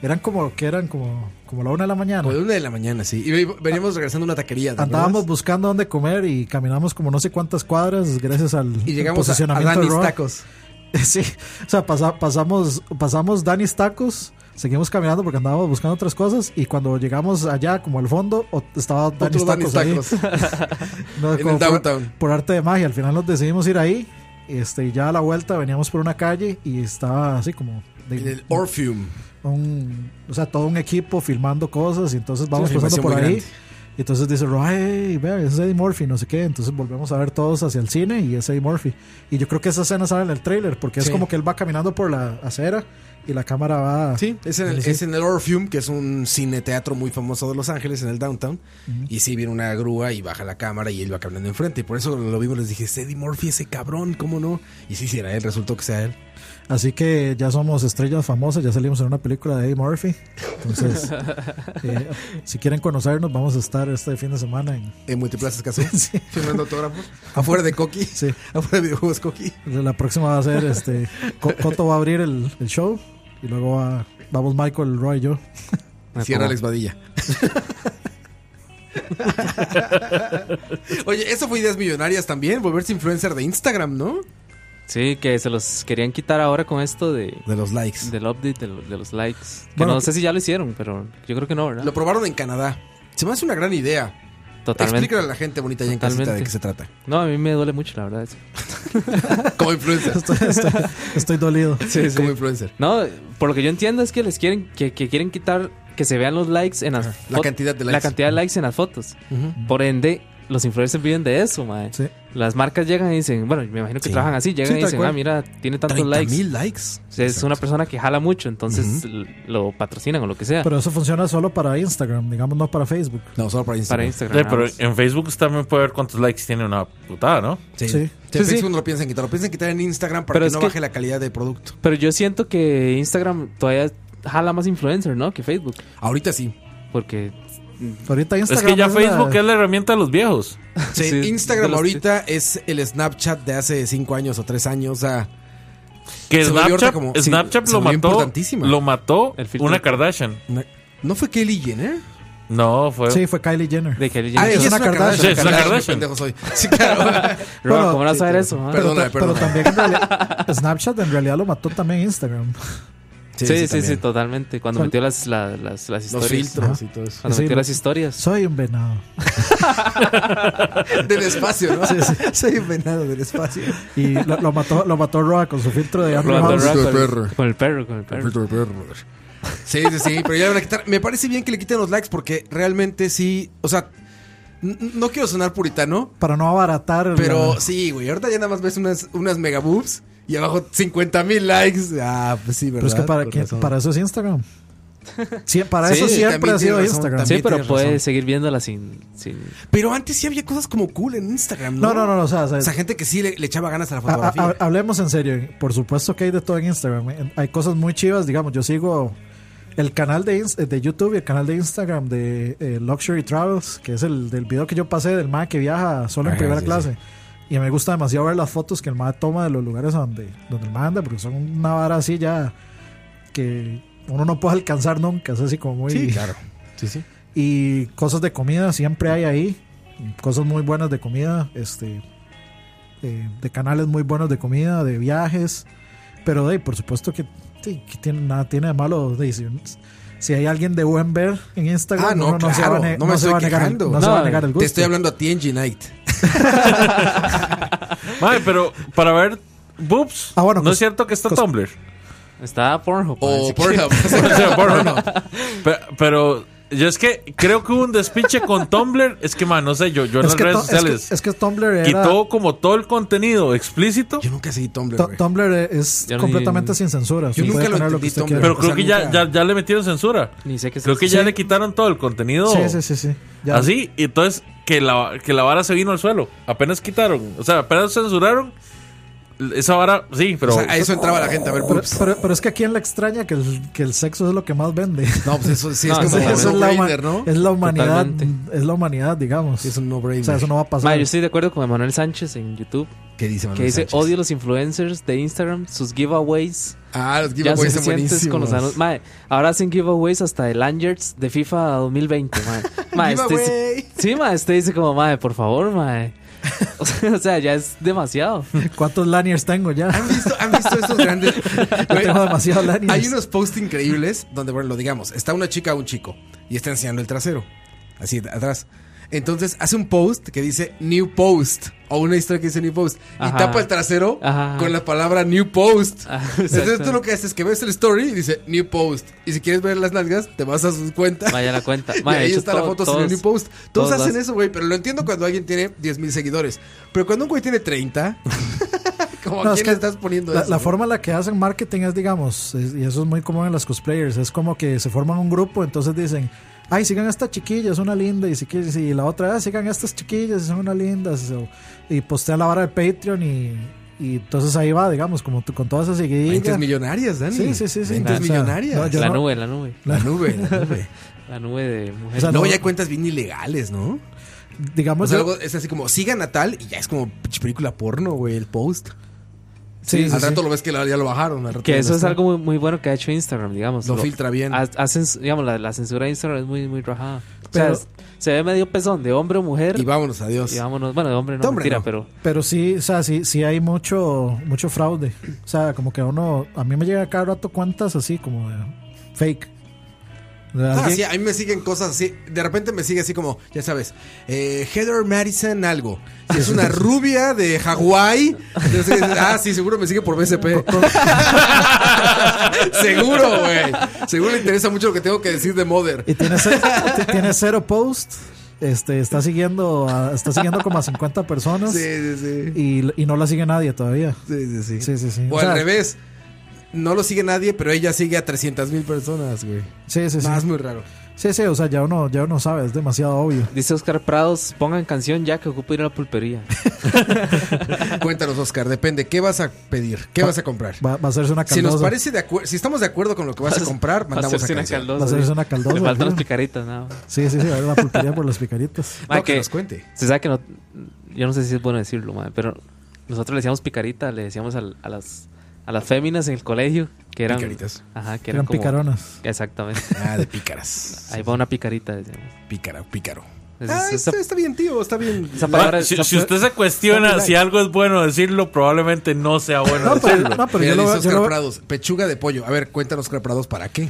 F: eran como que eran como, como la una de la mañana.
A: Como de una de la mañana, sí. Y ve- veníamos regresando a una taquería. ¿te
F: Andábamos
A: acuerdas?
F: buscando dónde comer y caminamos como no sé cuántas cuadras gracias al
A: Y llegamos a-
F: posicionamiento
A: a
F: de
A: Danny's
F: Roa.
A: Tacos.
F: Sí, o sea, pasa- pasamos, pasamos Danny's Tacos, seguimos caminando porque andábamos buscando otras cosas y cuando llegamos allá, como al fondo, o- estaba Danny's
A: Danny's
F: Tacos. ahí.
A: Tacos.
F: No,
A: En
F: como por-
A: el downtown.
F: Por, arte de magia, al final nos decidimos ir ahí este, y ya a la vuelta veníamos por una calle y estaba así como... de-
A: En el Orpheum.
F: un, o sea, todo un equipo filmando cosas y entonces vamos
A: una
F: pasando
A: filmación
F: por
A: muy
F: ahí.
A: grande.
F: Y entonces dice, ay, vea, ese es Eddie Murphy, no sé qué. Entonces volvemos a ver todos hacia el cine y es Eddie Murphy. Y yo creo que esa escena sale en el trailer porque es
A: Sí.
F: como que él va caminando por la acera y la cámara va...
A: Sí, es en, el,
F: Sí.
A: es en el Orpheum, que es un cine teatro muy famoso de Los Ángeles, en el downtown. Y sí, viene una grúa y baja la cámara y él va caminando enfrente. Y por eso cuando lo vimos, les dije, "Es Eddie Murphy, ese cabrón, ¿cómo no? Y sí, sí, era él, resultó que sea él.
F: Así que ya somos estrellas famosas, ya salimos en una película de Eddie Murphy. Entonces, eh, si quieren conocernos, vamos a estar este fin de semana en
A: En Multiplazas Cazú, firmando autógrafos. Afuera de Coqui. Afuera de videojuegos Coqui.
F: La próxima va a ser este. Co- Coto va a abrir el, el show y luego va- vamos Michael, Roy y yo. Ah,
A: Cierra Alex Badilla. Oye, eso fue ideas millonarias también, volverse influencer de Instagram, ¿no?
G: Sí, que se los querían quitar ahora con esto de...
A: De los likes.
G: Del update de, lo- de los likes. Que
A: Bueno,
G: no
A: que-
G: sé si ya lo hicieron, pero yo creo que no, ¿verdad?
A: Lo probaron en Canadá. Se me hace una gran idea.
G: Totalmente.
A: Explícale a la gente bonita allá en casita de
G: Totalmente.
A: qué se trata.
G: No, a mí me duele mucho, la verdad. eso.
A: Como influencer.
F: estoy, estoy dolido.
G: Sí, sí.
A: Como influencer.
G: No, por lo que yo entiendo es que les quieren que, que quieren quitar que se vean los likes en las
A: la
G: fo-
A: cantidad de
G: La
A: likes.
G: cantidad de likes en las fotos.
A: Ujú.
G: Por ende, los influencers viven de eso, mae.
F: Sí.
G: Las marcas llegan y dicen, bueno, me imagino que
A: Sí.
G: trabajan así,
A: Sí,
G: llegan y
A: tal
G: dicen,
A: cual.
G: ah, mira, tiene tantos
A: 30,000
G: likes.
A: likes.
G: O sea, es una persona que jala mucho, entonces l- lo patrocinan o lo que sea.
F: Pero eso funciona solo para Instagram, digamos, no para Facebook.
A: No, solo para Instagram.
G: para
H: Sí,
G: Instagram.
H: pero
G: nada más.
H: en Facebook también puede ver cuántos likes tiene una putada, ¿no?
F: Sí.
A: Sí. Sí,
G: Sí, sí.
A: Facebook no lo piensan quitar, lo piensan quitar en Instagram para
G: Pero
A: que
G: es
A: no
G: que-
A: baje la calidad del producto.
G: Pero yo siento que Instagram todavía jala más influencers, ¿no? Que Facebook.
A: Ahorita sí.
G: Porque
F: Ahorita
H: Es
F: Instagram.
H: que ya
F: la-
H: Facebook es la herramienta de los viejos.
A: Sí,
G: Sí, de
A: Instagram
G: los-
A: ahorita es el Snapchat de hace 5 años o 3 años. O sea,
H: Que
A: Se volvió ahorita
H: Snapchat,
A: como- sí,
H: Snapchat
A: se
H: lo
A: volvió
H: mató.
A: importantísima.
H: Lo mató
G: El filtro.
H: una Kardashian.
A: una- no fue Kelly Jenner.
H: No, fue.
F: Sí, fue Kylie Jenner.
G: De Kylie
F: Ah, es una Kardashian.
H: Sí, es una Kardashian.
A: pendejo soy. Sí, claro.
F: Bueno,
G: ¿cómo no saber eso, ah? ma?
F: Pero,
A: Perdona,
F: ta-
A: perdona.
F: pero también en realidad- Snapchat en realidad lo mató también Instagram.
G: Sí, sí, sí, totalmente. Cuando
F: Son-
G: metió las, la- las, las
A: Los
G: historias.
A: filtros
G: Ajá.
A: y todo eso.
G: Cuando
F: Sí,
G: metió
F: lo-
G: las historias.
F: Soy un venado.
A: Del espacio, ¿no?
F: Sí, sí.
A: Soy un venado del espacio.
F: Y lo, lo mató, lo mató Roa con su filtro de Andrew
G: Lo mató
F: House.
G: Rock
A: Filtro de
G: con,
A: perro.
G: el, con el perro, con el perro.
A: Filtro de perro. Sí, sí, sí, pero ya le van a quitar. Me parece bien que le quiten los likes porque realmente sí. O sea, n- no quiero sonar puritano,
F: Para no abaratar.
A: pero
F: la-
A: sí, güey. Ahorita ya nada más ves unas, unas mega boobs y abajo 50 mil likes. Ah, pues sí, ¿verdad?
F: pero es que para,
A: Con
F: qué-
A: razón.
F: para eso es Instagram. Sí, para
A: Sí,
F: eso siempre
A: también
F: ha sido
A: tiene razón,
F: Instagram.
G: Sí,
A: También
G: pero
A: tienes
G: puede
A: razón.
G: seguir viéndola sin. sin...
A: Pero antes sí había cosas como cool en Instagram,
F: No,
A: ¿no?
F: no, no, no, o sea, Ah, o sea,
A: O sea, gente que sí le, le echaba ganas a la
F: ha-
A: fotografía.
F: ha- hablemos en serio. eh. Por supuesto que hay de todo en Instagram. eh. Hay cosas muy chivas, digamos. Yo sigo el canal de, Ins- de YouTube y el canal de Instagram de eh, Luxury Travels, que es el del video que yo pasé del MAE que viaja solo en
A: Ajá,
F: primera
A: sí,
F: clase. Y me gusta demasiado ver las fotos que el MAE toma de los lugares a donde, donde el MAE anda, porque son una vara así ya que uno no puede alcanzar nunca. Es así como muy.
A: sí, claro. Sí, sí.
F: y cosas de comida siempre hay ahí cosas muy buenas de comida este eh, de canales muy buenos de comida de viajes pero de ahí, por supuesto que, sí, que tiene nada tiene de malo de ahí, si, si hay alguien de buen ver en Instagram
A: Ah, no,
F: uno se va a
A: claro,
F: ne-
A: no me
F: se
A: estoy
F: va a negar el-
A: quejando.
F: no se va a
G: No,
F: negar el gusto
A: Te estoy hablando a ti en G-Night.
H: Mae, pero para ver boobs,
F: Ah, bueno,
H: no
F: cos-
H: es cierto que está
F: cos-
H: Tumblr.
G: Está Pornhub.
A: O
G: parece que-
A: Pornhub.
H: Sí, Pornhub. Pe- pero, yo es que creo que hubo un despiche con Tumblr. Es que, man, no sé, yo, yo en
F: es
H: las
F: que,
H: redes
F: to- es, que,
H: sociales
F: es que Tumblr era-
H: quitó como todo el contenido explícito.
A: Yo nunca seguí Tumblr,
F: Tu-
A: güey.
F: Tumblr es
G: Ya ni-
F: completamente sin censura usted
A: nunca
F: puede
A: lo
F: poner
A: entendí,
F: usted
A: Tumblr.
F: quiera.
H: Pero creo
A: o sea,
H: que ya,
A: nunca-
H: ya, ya le metieron censura.
G: Ni sé qué es
H: Creo que
G: eso.
H: ya le quitaron todo el contenido.
F: sí sí sí sí ya.
H: Así, y entonces que la, que la vara se vino al suelo. Apenas quitaron, o sea, apenas censuraron. Esa vara, sí, pero.
A: O sea, a eso entraba la gente a ver
F: pero,
A: boobs.
F: pero- pero es que aquí en la extraña que el- que el sexo es lo que más vende
A: No, pues eso sí
G: No,
A: es como
G: sí,
A: un
F: Eso es la, huma-
A: no-brainer, ¿no?
F: es la humanidad,
G: Totalmente.
F: es la humanidad, digamos.
A: Sí, es un
F: o sea,
A: no-brainer.
F: eso no va a
G: Ma,
F: pasar.
G: yo estoy de acuerdo con Emanuel Sánchez en YouTube,
A: ¿Qué dice Manuel
G: que dice,
A: Sánchez?
G: odio los influencers de Instagram, sus giveaways
A: Ah, los
G: ya
A: giveaways son
G: suficientes
A: buenísimos.
G: con los anuncios. Mae, ahora hacen giveaways hasta de lanyards de FIFA 2020, mae. Mae, este dice-
A: Giveaway.
G: sí, mae, este dice como, mae, por favor, mae. O sea, o sea, ya es demasiado.
F: ¿Cuántos lanyards tengo ya?
A: ¿Han visto, han visto esos grandes? Güey,
F: tengo demasiados lanyards.
A: Hay unos posts increíbles donde, bueno, lo digamos, está una chica o un chico y está enseñando el trasero, así atrás. Entonces hace un post que dice new post o una historia que dice new post y
G: Ajá.
A: tapa el trasero
G: Ajá.
A: con la palabra new post.
G: Ah,
A: Entonces
G: exacto.
A: tú lo que haces es que ves el story y dice new post y si quieres ver las nalgas te vas a su cuenta.
G: Vaya la cuenta.
A: Y
G: Mae, de
A: ahí
G: hecho,
A: está la
G: todo-
A: foto sin
G: todos-
A: el new post. Todos,
G: todos lo
A: hacen
G: hacen.
A: eso, güey, pero lo entiendo cuando alguien tiene 10 mil seguidores. Pero cuando un güey tiene 30, como
F: No,
A: a
F: es
A: quién
F: que
A: le estás poniendo
F: La,
A: eso,
F: la
A: no?
F: forma en la que hacen marketing es, digamos, es- y eso es muy común en las cosplayers, es como que se forman un grupo, entonces dicen, ay, sigan a esta chiquilla, es una linda, y, si quieres- y la otra, "Ah, sigan a estas chiquillas, son unas lindas, o- y postean la vara de Patreon y, y entonces ahí va, digamos, como tú- con todas esas
A: Mentes
F: seguidillas.
A: millonarias, Dani.
F: Sí, sí, sí, sí.
A: Mentes
F: O sea,
A: millonarias.
F: no, yo
G: la
F: no-
G: nube, la nube.
A: La nube, la nube.
G: La nube de mujeres.
F: O sea,
A: Luego
F: no-
A: ya hay cuentas bien ilegales, ¿no?
F: digamos,
A: O sea,
F: yo-
A: luego es así como, sigan a tal y ya es como pinche película porno, güey, el post.
F: sí, sí,
A: al
F: sí.
A: rato lo ves que la- ya lo bajaron. al rato
G: que
A: ya
G: eso
A: no
G: es
A: está.
G: algo muy, muy bueno que ha hecho Instagram, digamos.
A: Lo
G: Lo-
A: filtra bien.
G: ha- hacen, digamos, la, la censura de Instagram es muy, muy rajada.
F: Pero-
G: o sea, es- se ve medio pezón de hombre o mujer.
A: Y vámonos, adiós.
G: Y vámonos. Bueno, de hombre no,
A: De hombre
G: mentira,
A: no.
G: pero.
F: Pero sí, o sea, sí, sí hay mucho, mucho fraude. O sea, como que a uno, a mí me llega cada rato cuentas así como de fake. De
A: Ah,
F: alguien-
A: sí, a mí me siguen cosas así. De repente me sigue así como, ya sabes, eh, Heather Madison algo. Y es una rubia de Hawái. Entonces, Ah, sí, seguro me sigue por BCP. seguro, güey. Seguro le interesa mucho lo que tengo que decir de Mother.
F: Y tiene, ce- t- tiene cero post. Este, está siguiendo, a- está siguiendo como a 50 personas
A: Sí, sí, sí.
F: y, y no la sigue nadie todavía.
A: Sí, sí, sí.
F: Sí, sí, sí.
A: O,
F: O sea,
A: al revés. No lo sigue nadie, pero ella sigue a 300 mil personas, güey.
F: Sí, sí, sí.
A: No, es muy raro.
F: Sí, sí, o sea, ya uno, ya uno sabe, es demasiado obvio.
G: Dice Oscar Prados, pongan canción ya que ocupo ir a la pulpería.
A: Cuéntanos, Oscar, depende. ¿Qué vas a pedir? ¿Qué vas a comprar?
F: Va, va a hacerse una
A: Si
F: caldosa.
A: nos parece de acuerdo, si estamos de acuerdo con lo que vas a comprar,
G: Va a
A: mandamos a
G: hacerse una
A: canción.
G: caldosa.
F: Va a hacerse una
G: sí.
F: caldosa,
G: Le faltan
F: sí.
G: las picaritas, nada. más.
F: Sí, sí, sí, va a haber la pulpería por las picaritas.
A: No,
G: Mae,
A: que
G: que-
A: nos cuente.
G: Se sabe que no. Yo no sé si es bueno decirlo, mae, pero nosotros le decíamos picarita, le decíamos al- a, las, a las féminas en el colegio que eran
A: Picaritas.
G: Ajá, que
F: Eran
G: eran, como-
F: picaronas.
G: Exactamente.
A: Ah, de pícaras.
G: Ahí va una picarita, decíamos.
A: Pícara, pícaro.
G: Es-
A: Ah,
G: es-
A: está, está bien, tío, está bien.
G: Esa
H: Ma,
G: palabra-
H: Ah, si,
G: esa-
H: si usted se cuestiona si algo es bueno decirlo, probablemente no sea bueno decirlo.
F: no, pero
A: Mira,
F: yo lo veo-
A: dice
F: yo
A: Oscar
F: lo veo-
A: Prados, pechuga de pollo. A ver, cuéntanos, Oscar Prados, ¿para qué?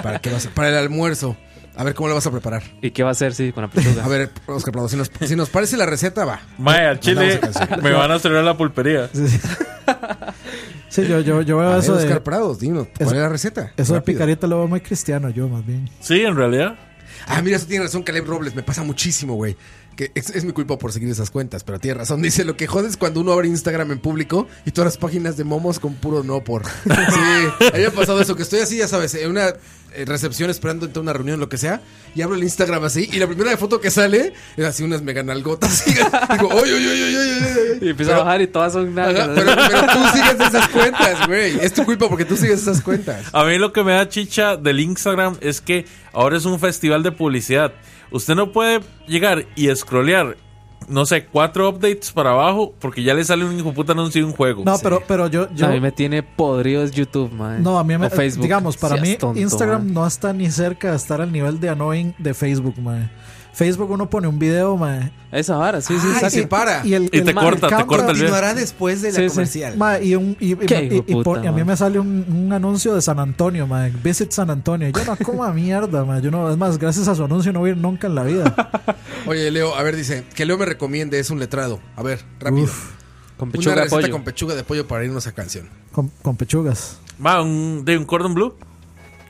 A: ¿Para qué vas a- Para el almuerzo. A ver, ¿cómo lo vas a preparar?
G: ¿Y qué va a hacer, sí, con la pechuga?
A: A ver, Oscar Prados, si nos, si nos parece la receta, va.
H: Mae, al chile me van a cerrar la pulpería.
F: Sí, yo, yo, yo veo
A: A ver,
F: eso
A: Oscar
F: de.
A: Prados, dinos, ¿cuál
F: eso-
A: es la receta?
F: Eso de
A: Rápido.
F: picarita lo veo muy cristiano yo, más bien.
H: Sí, en realidad.
A: Ah, mira, eso tiene razón Caleb Robles, me pasa muchísimo, güey. Que es, es mi culpa por seguir esas cuentas, pero tiene razón. Dice, lo que jode es cuando uno abre Instagram en público y todas las páginas de momos con puro no por. Sí, había pasado eso, que estoy así, ya sabes, en una eh, recepción esperando entre una reunión, lo que sea, y abro el Instagram así, y la primera foto que sale es así unas meganalgotas. Y digo, oye, oye, oye, oye, oye.
G: Y empieza a bajar y todas son nada.
A: Pero, pero tú sigues esas cuentas, güey. Es tu culpa porque tú sigues esas cuentas.
H: A mí lo que me da chicha del Instagram es que ahora es un festival de publicidad. Usted no puede llegar y scrollear, no sé, cuatro updates para abajo porque ya le sale un hijo puta anuncio de un juego.
F: No, pero, pero yo, yo.
G: A mí me tiene podridos YouTube, man.
F: No, a mí me.
G: O Facebook.
F: Digamos, para
G: Seas
F: mí,
G: tonto,
F: Instagram
G: mae.
F: no está ni cerca de estar al nivel de annoying de Facebook, mae. Facebook uno pone un video, mae.
G: Esa vara, sí, sí,
A: Ay,
G: exacto.
A: sí. para.
F: el-
H: Y
F: el-
H: te
F: el
H: corta, te
F: cambio-
H: corta el video.
A: Continuará después de la
G: Sí, sí.
A: comercial.
F: Ma, y un, y, y-
G: Qué
F: y- y
G: hijueputa,
F: pon- a mí
G: ma.
F: me sale un, un anuncio de San Antonio, ma, Visit San Antonio. Yo no como a mierda, ma, Yo no, es más, gracias a su anuncio no voy a ir nunca en la vida.
A: Oye, Leo, a ver, dice, que Leo me recomiende, es un letrado. A ver, rápido.
G: Con
A: Una
G: pechuga de
A: receta
G: pollo.
A: con pechuga de pollo para irnos a canción.
F: Con, con pechugas.
H: Ma, un- Mm, de un Gordon Blue.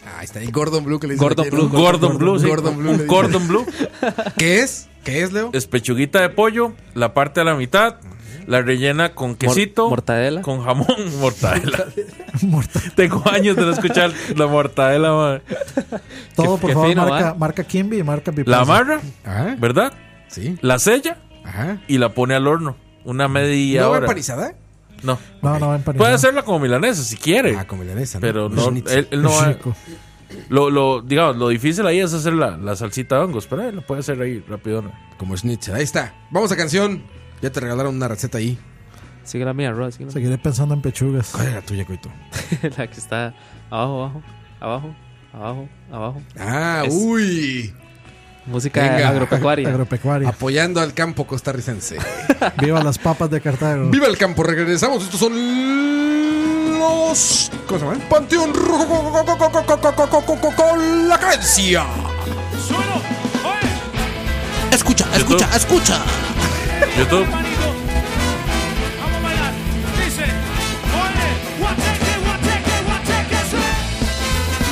A: Ah, ahí está el Gordon Blue que le dice.
G: Gordon
A: aquí, ¿no?
H: Blue, Gordon Blue, sí.
A: Gordon Blue. le
H: Un
A: dice.
H: Gordon Blue.
A: ¿Qué es? ¿Qué es, Leo?
H: Es pechuguita de pollo, la parte a la mitad, la rellena con quesito,
G: mortadela.
H: con jamón, mortadela.
F: Mortal.
H: Tengo años de no escuchar la mortadela, ma.
F: Todo, por
G: Qué- qué
F: favor,
G: fino,
F: marca,
G: ma.
F: marca Kimby y marca Bipaso.
H: La amarra,
A: pues, Ajá.
H: ¿verdad?
A: Sí.
H: La sella
A: Ajá.
H: y la pone al horno. Una media
A: ¿No va
H: hora.
A: empanizada?
H: No.
F: No, no, va empanizada.
H: Puede hacerla como milanesa si quiere.
A: Ah, con milanesa, ¿no?
H: pero
A: Con
H: no,
A: schnitzel.
H: él, él no
F: Es
H: va-
F: rico.
H: lo, lo, digamos, lo difícil ahí es hacer la, la salsita de hongos, pero él lo puede hacer ahí rapidona.
A: Como schnitzel. Ahí está. Vamos a canción. Ya te regalaron una receta ahí.
G: Sigue la mía, Rod. Sigue la
F: Seguiré pensando en pechugas.
A: ¿Cuál era tuya, Coito?
G: mía. La que está abajo, abajo, abajo, abajo, abajo.
A: Ah,
G: Es-
A: uy.
G: Música
A: Venga.
G: agropecuaria.
F: Agropecuaria.
A: Apoyando al campo costarricense.
F: Viva las papas de Cartago.
A: ¡Viva el campo! Regresamos. Estos son los. ¿Cómo se llaman? Panteón Rojo con- con- con- con- con- con- con- con- con- con la creencia.
B: Escucha, escucha, escucha.
H: YouTube,
B: Vamos a bailar. Dice, oye, guateque, guateque, guateque, sí.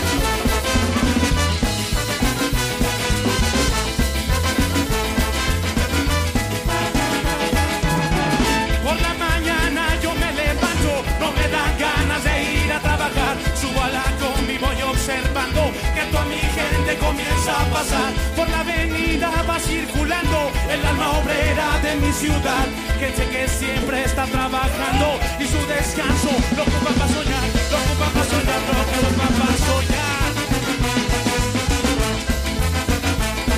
B: Por la mañana yo me levanto, no me dan ganas de ir a trabajar. Subo a la combi, voy observando que toda mi gente comienza a pasar. Por la avenida va circulando el alma obrera de mi ciudad. Gente que siempre está trabajando y su descanso lo ocupa para soñar, lo ocupa para soñar, lo ocupa para soñar.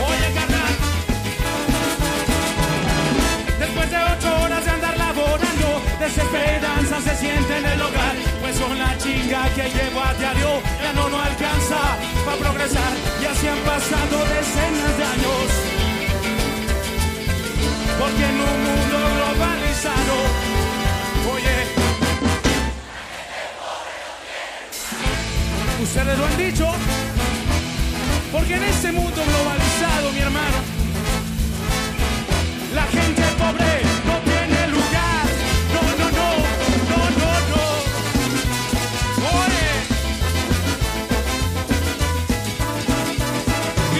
B: Oye, carnal. Después de ocho horas de andar laborando, desesperanza se siente en el hogar. Pues con la chinga que llevo a diario, ya no no alcanza para progresar. Y así han pasado decenas de años. Porque en un mundo globalizado, oye. Ustedes lo han dicho. Porque en este mundo globalizado, mi hermano. La gente pobre no tiene lugar. No, no, no, no, no, no. ¡Oye! Y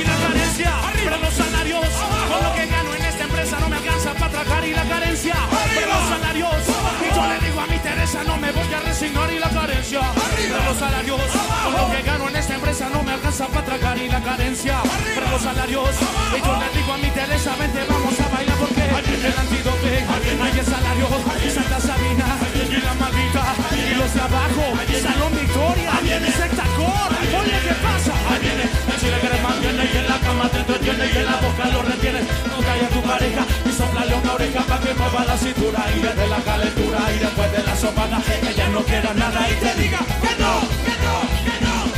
B: la carencia para los salarios. Con lo que gano en esta empresa no me alcanza para trabajar. Y la carencia para los salarios. Y yo le digo a mi Teresa, no me voy a resignar. Y la carencia para los salarios. Con lo que gano en esta empresa no me alcanza para tragar. Y la carencia para los salarios. Y yo le digo a mi Teresa, vente, vamos a bailar porque el antídoto hay el salario, Santa Sabina y la maldita y los de abajo, Salón Victoria, Sectacor, oye, ¿qué pasa? Ahí viene, el chile que eres más viene y en la cama te entretiene y en la boca lo retiene. No calla tu pareja y soplale una oreja para que mueva la cintura y desde la calentura y después de la sopada ella no quiera nada y te diga que no, que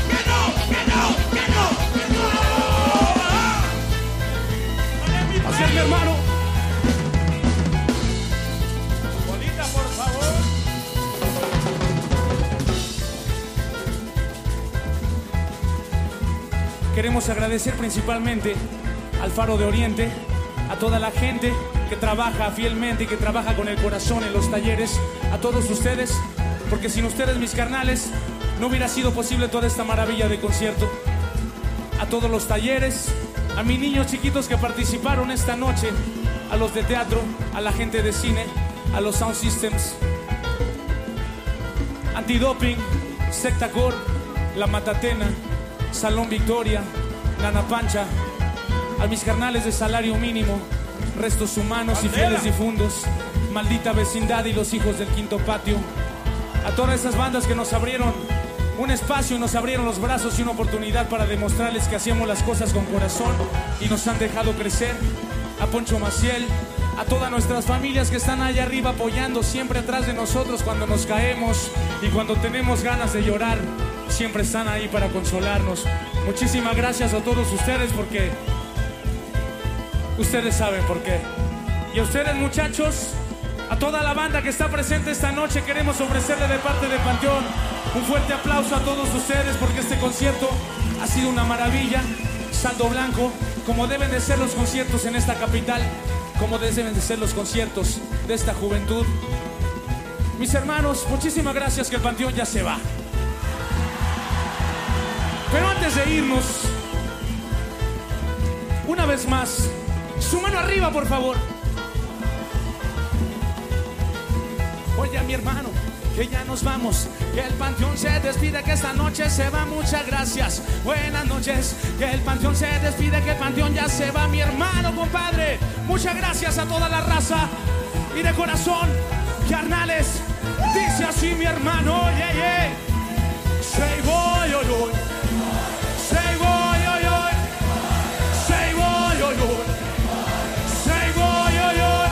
M: Queremos agradecer principalmente al Faro de Oriente, a toda la gente que trabaja fielmente y que trabaja con el corazón en los talleres, a todos ustedes, porque sin ustedes, mis carnales, no hubiera sido posible toda esta maravilla de concierto. A todos los talleres, a mis niños chiquitos que participaron esta noche, a los de teatro, a la gente de cine, a los Sound Systems, Antidoping, Secta Corp, La Matatena, Salón Victoria, Nana Pancha, a mis carnales de salario mínimo, restos humanos y fieles difundos, maldita vecindad y los hijos del quinto patio, a todas esas bandas que nos abrieron un espacio y nos abrieron los brazos y una oportunidad para demostrarles que hacíamos las cosas con corazón y nos han dejado crecer, a Poncho Maciel, a todas nuestras familias que están allá arriba apoyando siempre atrás de nosotros cuando nos caemos y cuando tenemos ganas de llorar, siempre están ahí para consolarnos. Muchísimas gracias a todos ustedes porque ustedes saben por qué. Y a ustedes muchachos, a toda la banda que está presente esta noche, queremos ofrecerle de parte de Panteón un fuerte aplauso a todos ustedes porque este concierto ha sido una maravilla, saldo blanco, como deben de ser los conciertos en esta capital como deben de ser los conciertos de esta juventud. Mis hermanos, muchísimas gracias que el panteón ya se va. Pero antes de irnos, una vez más, su mano arriba, por favor. Oye, mi hermano, que ya nos vamos. Que el panteón se despide, que esta noche se va. Muchas gracias. Buenas noches. Que el panteón se despide, que el panteón ya se va. Mi hermano, compadre. Muchas gracias a toda la raza. Y de corazón, carnales. Dice así mi hermano. Yeah, yeah. Say boy, oy, oy. Say boy, oy, oy. Say boy, oy, oy. Say boy, oy, oy.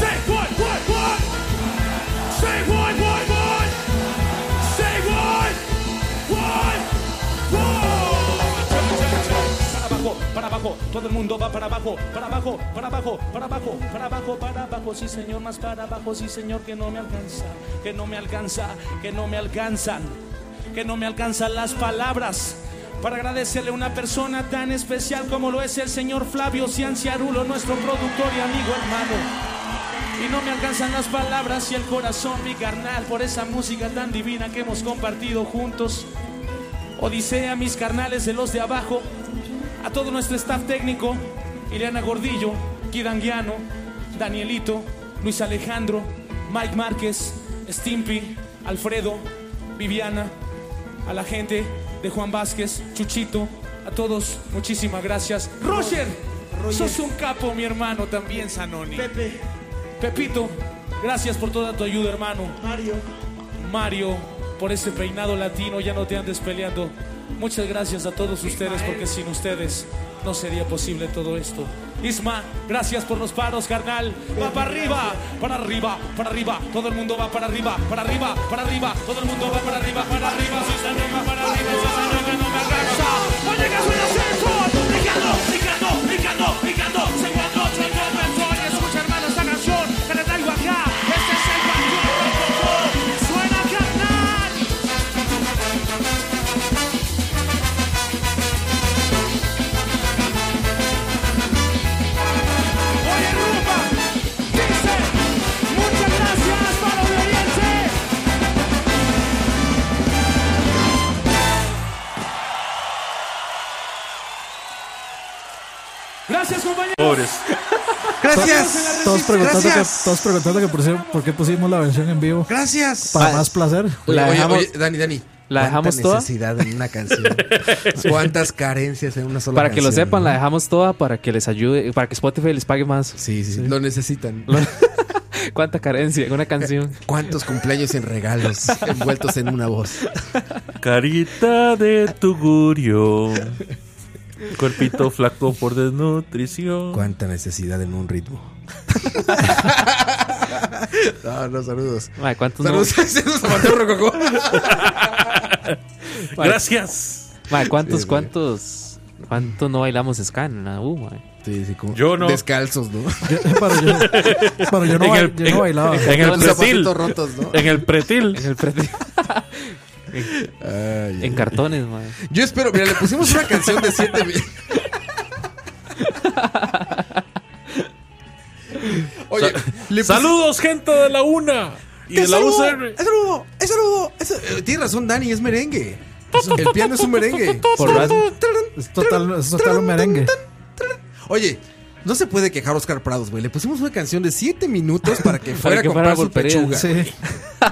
M: Say boy, boy, boy. Say boy, boy, boy. Say boy, boy, boy. Cha, cha, cha. Para abajo, para abajo, todo el mundo va para abajo, para abajo, para abajo, para abajo, para abajo, para abajo, sí señor, más para abajo, sí señor, que no me alcanza, que no me alcanza, que no me alcanzan, que no me alcanzan las palabras. Para agradecerle a una persona tan especial como lo es el señor Flavio Cianciarulo, nuestro productor y amigo hermano. Y no me alcanzan las palabras y el corazón, mi carnal, por esa música tan divina que hemos compartido juntos. Odisea, mis carnales de los de abajo, a todo nuestro staff técnico, Ileana Gordillo, Kidanguiano, Danielito, Luis Alejandro, Mike Márquez, Stimpy, Alfredo, Viviana, a la gente de Juan Vázquez, Chuchito, a todos, muchísimas gracias. Roger, sos un capo, mi hermano, también Sanoni. Pepe. Pepito, gracias por toda tu ayuda, hermano. Mario. Mario, por ese peinado latino, ya no te andes peleando. Muchas gracias a todos ustedes, porque sin ustedes no sería posible todo esto. Isma, gracias por los paros, carnal. Va para arriba, para arriba, para arriba. Todo el mundo va para arriba, para arriba, para arriba. Todo el mundo va para arriba, para arriba. Si se anima, para arriba, si se anima, no me alcanza. ¡No llegas al ascenso! ¡Ricardo, Ricardo, Ricardo, Ricardo! ¡Se encuentró, se encuentra el sol! Escucha, hermano, esta canción que le traigo acá. Este es el panteón del Control. ¡Suena, carnal! ¡Oye, rumba! Dice, muchas gracias para Oriente. Gracias, compañeros.
H: Pobres.
A: Gracias.
F: Todos preguntando,
A: Gracias.
F: Que, todos preguntando que por, si- por qué pusimos la versión en vivo.
A: Gracias.
F: Para
A: Ah,
F: más placer.
A: Oye, oye, oye, Dani, Dani.
F: la
A: ¿cuánta
F: dejamos toda?
A: necesidad en una canción. Cuántas carencias en una sola
G: Para que lo
A: canción,
G: sepan,
A: ¿no?
G: la dejamos toda para que les ayude, para que Spotify les pague más.
A: Sí, sí, Lo necesitan.
G: Cuánta carencia en una canción.
A: ¿Cuántos cumpleaños en regalos envueltos en una voz?
H: Carita de tugurio. Cuerpito flaco por desnutrición.
A: Cuánta necesidad en un ritmo. No, Ah, no, saludos.
G: Ay, ¿cuántos
A: saludos,
G: no?
A: saludos a Mateo Rococó.
G: Mae,
H: Gracias.
G: mae, ¿cuántos,
A: Sí, güey.
G: cuántos, cuánto no bailamos ska en la U, mae?
A: Sí, sí, como
H: Yo no.
A: Descalzos, ¿no?
F: Pero yo, pero yo no,
H: En
F: ba-
H: el-
F: yo no
H: en-
F: bailaba.
H: En el
A: Con
H: pretil.
A: los zapatitos rotos, ¿no?
H: En el pretil.
G: En el pretil. en cartones, man.
A: Yo espero, mira, le pusimos una canción de 7 minutos. Oye, le pus-
H: Saludos, gente de la UNA y
A: ¡Qué
H: de la
A: saludo!
H: UCR.
A: ¡Es saludo! ¡Es saludo! Es- eh, Tienes razón, Dani, es merengue. El piano es un merengue.
F: Por más- es total, es total un merengue.
A: Oye, no se puede quejar Oscar Prados, güey. Le pusimos una canción de 7 minutos para que fuera a
F: que fuera
A: comprar su
F: golpería.
A: pechuga.
F: Sí.
A: güey.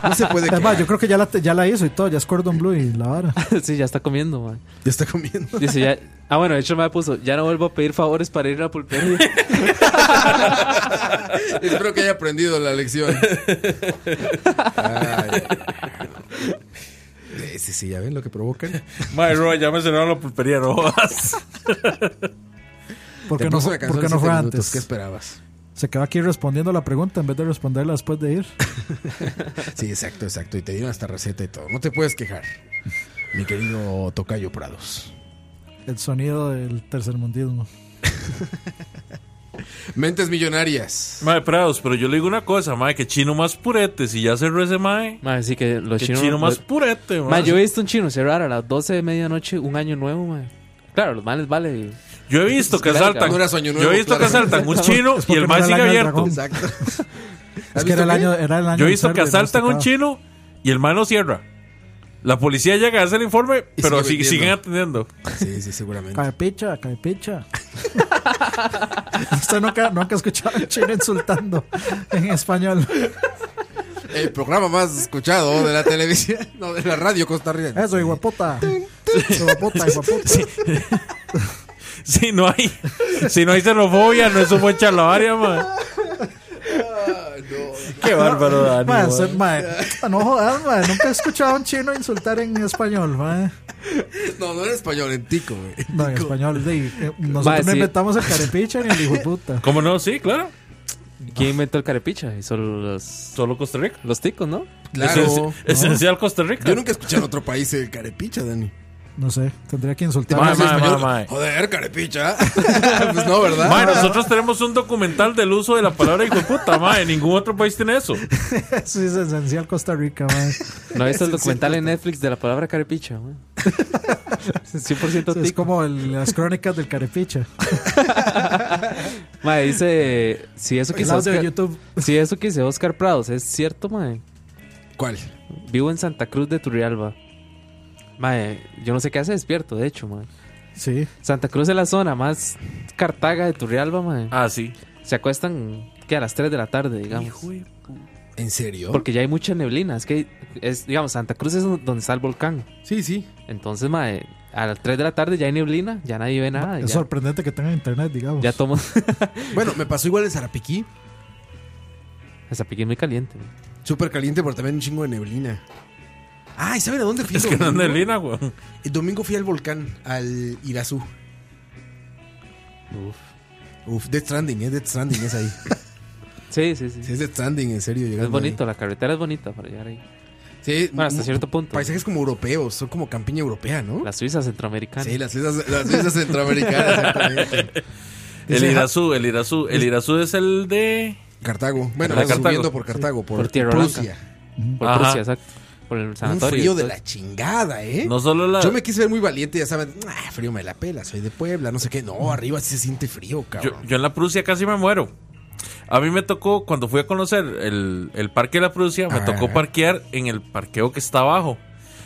A: No se puede quejar.
F: Además, yo creo que ya la, ya la hizo y todo, ya es Cordon Blue y la vara.
G: sí, ya está comiendo, man.
A: Ya está comiendo.
G: Dice, ya. Ah, bueno, de hecho me puso, ya no vuelvo a pedir favores para ir a la pulpería.
A: Espero que haya aprendido la lección. Ay, Eh, Sí, sí, ya ven lo que provocan.
H: Madre, Roy, ya me cerraron la pulpería, no jodas.
F: ¿Por qué
A: Te
F: no,
A: puse
F: fue-
A: una canción
F: por qué no
A: de siete
F: fue
A: minutos,
F: antes?
A: ¿qué esperabas?
F: Se quedó aquí respondiendo la pregunta en vez de responderla después de ir.
A: Sí, exacto, exacto. Y te dieron hasta receta y todo. No te puedes quejar, mi querido Tocayo Prados.
F: El sonido del tercermundismo.
A: Mentes millonarias.
H: Madre, Prados, pero yo le digo una cosa, madre, que chino más purete. Si ya cerró ese mae.
G: Madre, sí que los
H: Que
G: chinos.
H: chino más
G: los-
H: purete,
G: Ma,
H: madre.
G: yo he visto un chino cerrar a las 12 de medianoche un año nuevo, man. Claro, los males vale.
H: Yo he visto que asaltan.
G: saltan
H: yo he visto que asaltan un chino y el mae
G: mal
H: sigue abierto.
F: Es que era el, año, era el año
H: Yo he
F: del
H: visto que
F: cerdo, no
H: asaltan
F: se
H: un
F: acaba.
H: chino y el mae no cierra. La policía llega a hacer el informe,
F: Y
H: pero
F: sigue
H: sig- siguen
F: vendiendo.
H: atendiendo.
A: Sí, sí, seguramente.
F: Caepicha, caepicha. Usted nunca, nunca ha escuchado a un chino insultando en español.
A: El programa más escuchado de la televisión, no, de la radio Costa Rica.
F: Eso, iguapota. Iguapota, iguapota.
H: Si no hay, si no hay xenofobia, no es un buen chalabaria, mae. Qué bárbaro, Dani.
F: Ma,
H: mae.
F: se- ma, no jodas, ma, Nunca he escuchado a un chino insultar en español, ma.
A: No, no en español, en tico, güey.
F: No, en español. de- eh, nosotros
G: Ma,
F: no
G: sí.
F: inventamos el carepicha ni el hijo de puta.
H: ¿Cómo no? Sí, claro.
G: ¿Quién inventó el carepicha? Solo los. Solo
H: Costa Rica.
G: Los ticos, ¿no?
A: Claro.
H: Esenci- Esencial Costa Rica.
A: Yo nunca he escuchado en otro país el carepicha, Dani.
F: No sé, tendría que
A: ¿Te
F: insultar.
A: pones en español? Joder, carepicha. pues no, ¿verdad?
H: Mae, nosotros tenemos un documental del uso de la palabra hijo de puta, mae. Ningún otro país tiene eso.
F: Eso es esencial Costa Rica, man.
G: No, es el documental en Netflix de la palabra carepicha, man. 100%
F: Es
G: tico.
F: como el- las crónicas del carepicha.
G: Mae, dice. Si eso que
F: El
G: dice
F: audio de
G: Oscar,
F: YouTube.
G: Si eso que dice Oscar Prados es cierto, mae.
A: ¿Cuál?
G: Vivo en Santa Cruz de Turrialba. Mae, yo no sé qué hace despierto, de hecho, mae.
F: Sí.
G: Santa Cruz es la zona más Cartaga de Turrialba, mae.
H: Ah, sí.
G: Se acuestan, ¿qué? A las 3 de la tarde, digamos.
A: ¿En serio?
G: Porque ya hay mucha neblina. Es que, es, digamos, Santa Cruz es donde está el volcán.
A: Sí, sí.
G: Entonces, mae, a las 3 de la tarde ya hay neblina, ya nadie ve nada.
F: Es
G: ya,
F: sorprendente que tengan internet, digamos.
G: ya tomo.
A: Bueno, me pasó igual en Zarapiquí.
G: Zapiquí es muy caliente. mae.
A: Súper caliente, pero también un chingo de neblina. Ay, ¿saben a dónde fui?
H: Es que no es
A: domingo?
H: neblina, güey.
A: El domingo fui al volcán, al Irazú.
G: Uf.
A: Uf, Death Stranding, es Death Stranding, es ahí.
G: Sí, sí, sí.
A: Sí, es Death Stranding, en serio.
G: Es bonito, la carretera es bonita para llegar ahí.
A: Sí,
G: Bueno, hasta
A: mu-
G: cierto punto.
A: Paisajes como europeos, son como campiña europea, ¿no?
G: La Suiza centroamericana.
A: Sí, las islas, las islas centroamericanas, exactamente.
H: El
A: Dice- ah,
H: Irazú, el Irazú. El Irazú es el de.
A: Cartago. Bueno,
H: La Cartago.
A: subiendo por Cartago, por,
G: Por Tierra
A: Prusia.
G: Blanca. Por
H: Ajá.
G: Prusia, exacto. Por el
A: Un
G: sanatorio.
A: frío de
G: todo.
A: la chingada, ¿eh?
H: No solo la-
A: Yo me quise ver muy valiente, ya saben, ah, frío me la pela, soy de Puebla, no sé qué. No, arriba sí se siente frío,
H: Yo,
A: cabrón.
H: yo en la Prusia casi me muero. A mí me tocó, cuando fui a conocer el, el parque de la Prusia, me
A: Ah.
H: tocó parquear en el parqueo que está abajo.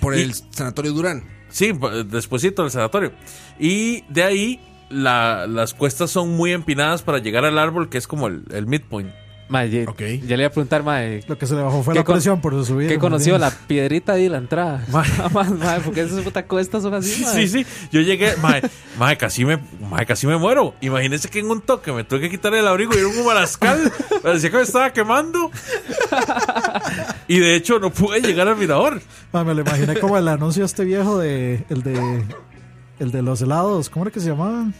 A: Por
H: Y-
A: el sanatorio Durán.
H: Sí, pa- despuesito del sanatorio. Y de ahí, la- las cuestas son muy empinadas para llegar al árbol, que es como el, el midpoint.
G: Mae, ya, ya le iba a preguntar, mae,
F: Lo que se le bajó fue
G: ¿Qué
F: la
G: con-
F: presión por su subida.
G: ¿qué
F: como
G: conoció? La
F: dices.
G: piedrita y la entrada. Nada más, mae, porque esas putas cuestas son así, mae.
H: Sí, sí. Yo llegué, mae, mae, casi me, mae, casi me muero. Imagínense que en un toque me tuve que quitar el abrigo y era un humarascal. Parecía que me estaba quemando. Y de hecho no pude llegar al mirador.
F: Ma, me lo imaginé como el anuncio este viejo de. El de. El de los helados. ¿Cómo era que se llamaban?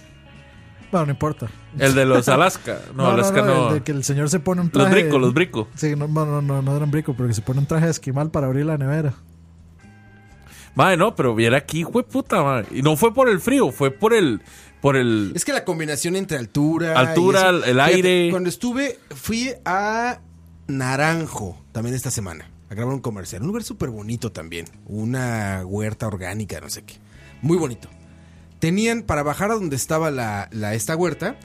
F: Bueno, no importa.
H: El de los Alaska. No, Alaska no.
F: El de que el señor se pone un
H: Los
F: traje.
H: brico, los brico.
F: Sí, no, no, no, no, no eran brico, pero que se pone un traje de esquimal para abrir la nevera.
H: Mae, no, pero viera aquí, fue puta, mae. Y no fue por el frío, fue por el. Por el
A: Es que la combinación entre altura. y
H: Altura,
A: eso-
H: el aire.
A: Cuando estuve, fui a Naranjo también esta semana. a grabar un comercial. Un lugar súper bonito también. Una huerta orgánica, no sé qué. Muy bonito. Tenían, para bajar a donde estaba la, la- esta huerta,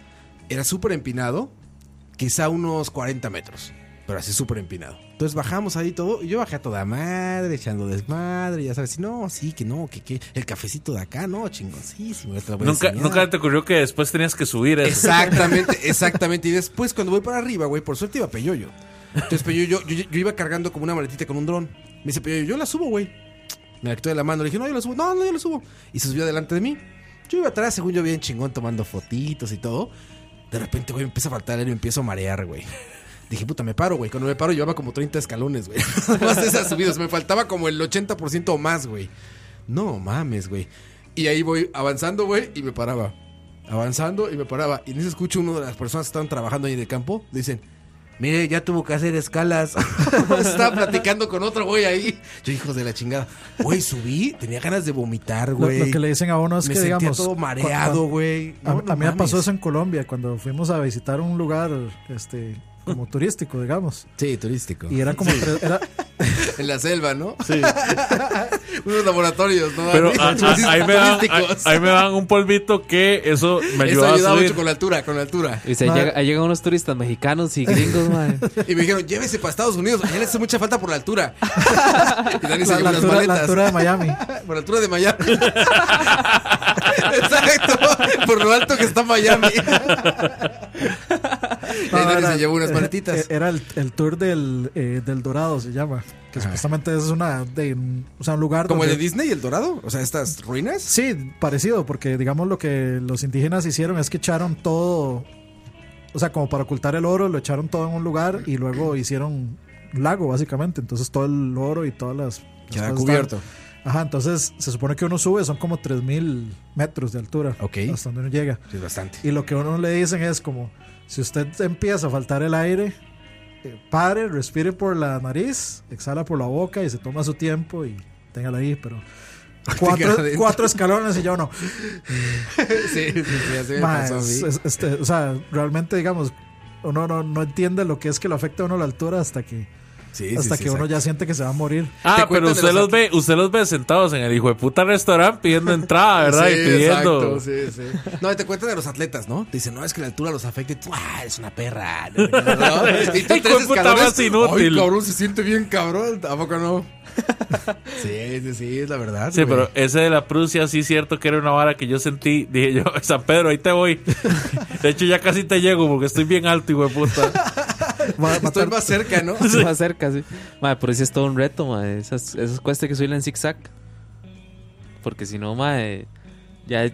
A: era súper empinado, quizá unos 40 metros, pero así súper empinado. Entonces bajamos ahí todo, y yo bajé a toda madre, echando desmadre, ya sabes, y no, sí, que no, que, que el cafecito de acá, no, chingoncísimo. ya te lo voy a
H: Nunca,
A: enseñar.
H: nunca te ocurrió que después tenías que subir eso.
A: Exactamente, exactamente. Y después, cuando voy para arriba, güey, por suerte iba Peyoyo. Entonces, Peyoyo, yo, yo, yo iba cargando como una maletita con un dron. Me dice Peyoyo, yo la subo, güey. Me la quitó de la mano. Le dije, no, yo la subo. No, no, yo la subo. Y se subió delante de mí. Yo iba atrás, según yo, bien chingón, tomando fotitos y todo. De repente, güey, me empieza a faltar aire y me empiezo a marear, güey. Dije, puta, me paro, güey. Cuando me paro, llevaba como 30 escalones, güey. más de esas subidas. Me faltaba como el 80% o más, güey. No mames, güey. Y ahí voy avanzando, güey, y me paraba. Avanzando y me paraba. Y en eso escucho uno de las personas que estaban trabajando ahí de campo. Dicen, mire, ya tuvo que hacer escalas. Estaba platicando con otro güey ahí. Yo, hijos de la chingada. Güey, subí, tenía ganas de vomitar,
F: Lo,
A: güey.
F: lo que le dicen a uno es
A: Me
F: que,
A: sentía
F: digamos.
A: todo
F: cu-
A: mareado,
F: cuando-
A: güey.
F: A,
A: No,
F: a
A: no
F: mí me pasó
A: mames.
F: eso en Colombia, cuando fuimos a visitar un lugar este, como turístico, digamos.
A: Sí, turístico.
F: Y era como.
A: Sí.
F: tres- era-
A: En la selva, ¿no? Sí. Unos laboratorios, ¿no?
H: Pero
A: Así,
H: a- a- ahí, me dan,
A: turísticos.
H: a- ahí me dan un polvito que eso me
A: Eso
H: ayudaba
A: ayudaba
H: a subir.
A: mucho con la altura, con la altura.
G: Y se
A: Ma-
G: llega- ahí llegan unos turistas mexicanos y gringos, madre.
A: Y me dijeron, llévese para Estados Unidos, allá le hace mucha falta por la altura. Y Dani se
F: La- la
A: llevó unas
F: altura- la
A: maletas.
F: altura de Miami.
A: por la altura de Miami. Exacto, por lo alto que está Miami. Y
F: No,
A: ahí Dani
F: era-
A: se llevó unas
F: era-
A: maletitas.
F: Era el, el tour del, eh, del Dorado, se llama. Que supuestamente es una, de, o sea, un lugar.
A: Ah. ¿Como el
F: donde-
A: de Disney y el Dorado? O sea, estas ruinas.
F: Sí, parecido, porque digamos lo que los indígenas hicieron es que echaron todo, o sea, como para ocultar el oro, lo echaron todo en un lugar y luego hicieron un lago, básicamente. Entonces todo el oro y todas las... las
A: Queda
F: cosas
A: cubierto.
F: estaban- Ajá, entonces se supone que uno sube, son como 3.000 metros de altura.
A: Ok.
F: Hasta donde uno llega.
A: Sí, bastante.
F: Y lo que a uno le dicen es como, si usted empieza a faltar el aire, eh, pare, respire por la nariz, exhala por la boca y se toma su tiempo y téngala ahí, pero... Cuatro,
A: Téngala adentro.
F: cuatro escalones y yo no.
A: sí, sí, sí, así me
F: Ma,
A: pasó a mí.
F: es- es- este, o sea, realmente, digamos, uno no, no entiende lo que es que lo afecta a uno la altura hasta que,
A: Sí, sí,
F: hasta
A: sí,
F: que uno ya siente que se va a morir.
H: Ah, pero usted los, ve, usted los ve sentados en el hijo de puta restaurante pidiendo entrada, ¿verdad?
A: Sí,
H: y pidiendo.
A: exacto, sí, sí. No, y te cuentan de los atletas, ¿no? Te dicen, no, es que la altura los afecta y tú, ah, eres una perra. ¿no? ¿No? Y tú
H: Hijo de
A: tres
H: puta,
A: escalones,
H: más inútil.
A: Ay, cabrón, se siente bien cabrón, ¿a poco no? Sí, sí, sí, es la verdad.
H: Sí,
A: güey.
H: pero ese de la Prusia sí es cierto que era una vara que yo sentí. Dije yo, San Pedro, ahí te voy. De hecho, ya casi te llego porque estoy bien alto, hijo de puta.
A: Estoy más cerca, ¿no?
G: Estoy más cerca, sí. Madre, por eso es todo un reto, madre. Esas, esas cuestas hay que subirla en zigzag. Porque si no, madre. Ya.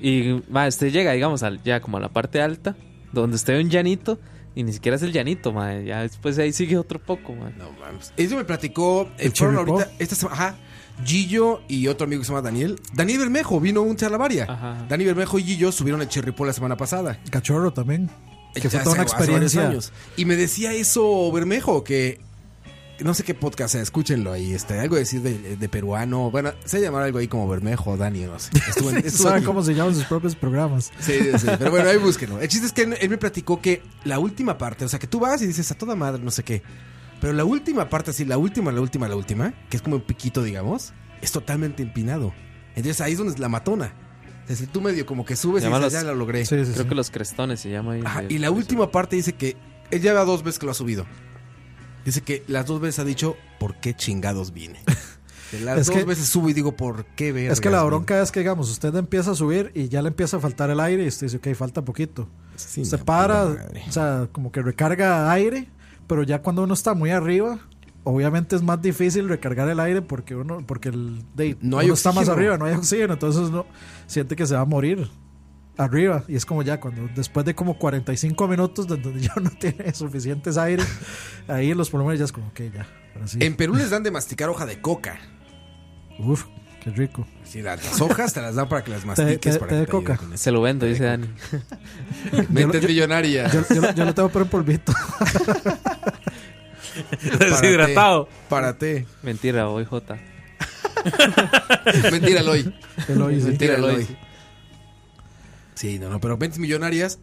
G: Y, madre, usted llega, digamos, al- ya como a la parte alta, donde usted ve un llanito. Y ni siquiera es el llanito, madre. Ya después ahí sigue otro poco, madre.
A: No mames. Eso me platicó. eh,
G: ¿El
A: fueron
G: Cherry
A: ahorita. Esta sema- ajá. Gillo y otro amigo que se llama Daniel. Daniel Bermejo vino a un charlavaria. Dani Bermejo y Gillo subieron el Cherry Pop la semana pasada.
F: Cachorro también. Que fue
A: Ya
F: toda una
A: hace- hace varios
F: experiencia.
A: años. Y me decía eso Bermejo, que no sé qué podcast sea, escúchenlo ahí. Este, algo decir de, de peruano. Bueno, se llamar algo ahí como Bermejo, Dani, no sé. Estuvo en- estuvo
F: Saben
A: aquí.
F: cómo se llaman sus propios programas.
A: Sí, sí, sí. Pero bueno, ahí búsquenlo. El chiste es que él, él me platicó que la última parte, o sea, que tú vas y dices a toda madre, no sé qué. Pero la última parte, así, la última, la última, la última, que es como un piquito, digamos, es totalmente empinado. Entonces ahí es donde es la matona. Es decir, tú medio como que subes
G: Llama
A: pues, y dices,
G: los-
A: ya la logré.
G: Creo que los crestones se llama ahí.
A: Ajá,
G: Sí.
A: y la última parte dice que él ya va dos veces que lo ha subido. Dice que las dos veces ha dicho, ¿por qué chingados vine? Que las
F: Es
A: dos
F: que-
A: veces subo y digo, ¿por qué vergas
F: Es que la
A: vine?"
F: bronca es que, digamos, usted empieza a subir y ya le empieza a faltar el aire y usted dice, ok, falta poquito. se para, o sea, como que recarga aire, pero ya cuando uno está muy arriba, obviamente es más difícil recargar el aire porque uno, porque el de,
A: No hay
F: uno está más
A: oxígeno.
F: arriba, no hay oxígeno, entonces uno siente que se va a morir arriba y es como ya cuando después de como 45 minutos de donde ya no tiene suficientes aire ahí los pulmones ya es como que ya ahora sí.
A: En Perú les dan de masticar hoja de coca.
F: Uf, qué rico
A: Sí, las, las hojas te las dan para que las mastiques.
F: Té- té-
A: para
F: té
A: que
F: de
A: te ayude
F: coca.
A: con eso.
G: Se lo vendo, dice Dani.
A: Mentes millonarias.
F: yo, yo, yo lo tengo por el polvito
G: Deshidratado.
A: Para té.
G: Mentira, hoy J.
A: Mentira, Eloy.
F: Eloy, sí.
A: Mentira,
F: Mentira,
A: Eloy.
F: Eloy.
A: Sí, no, no, pero mentes millonarias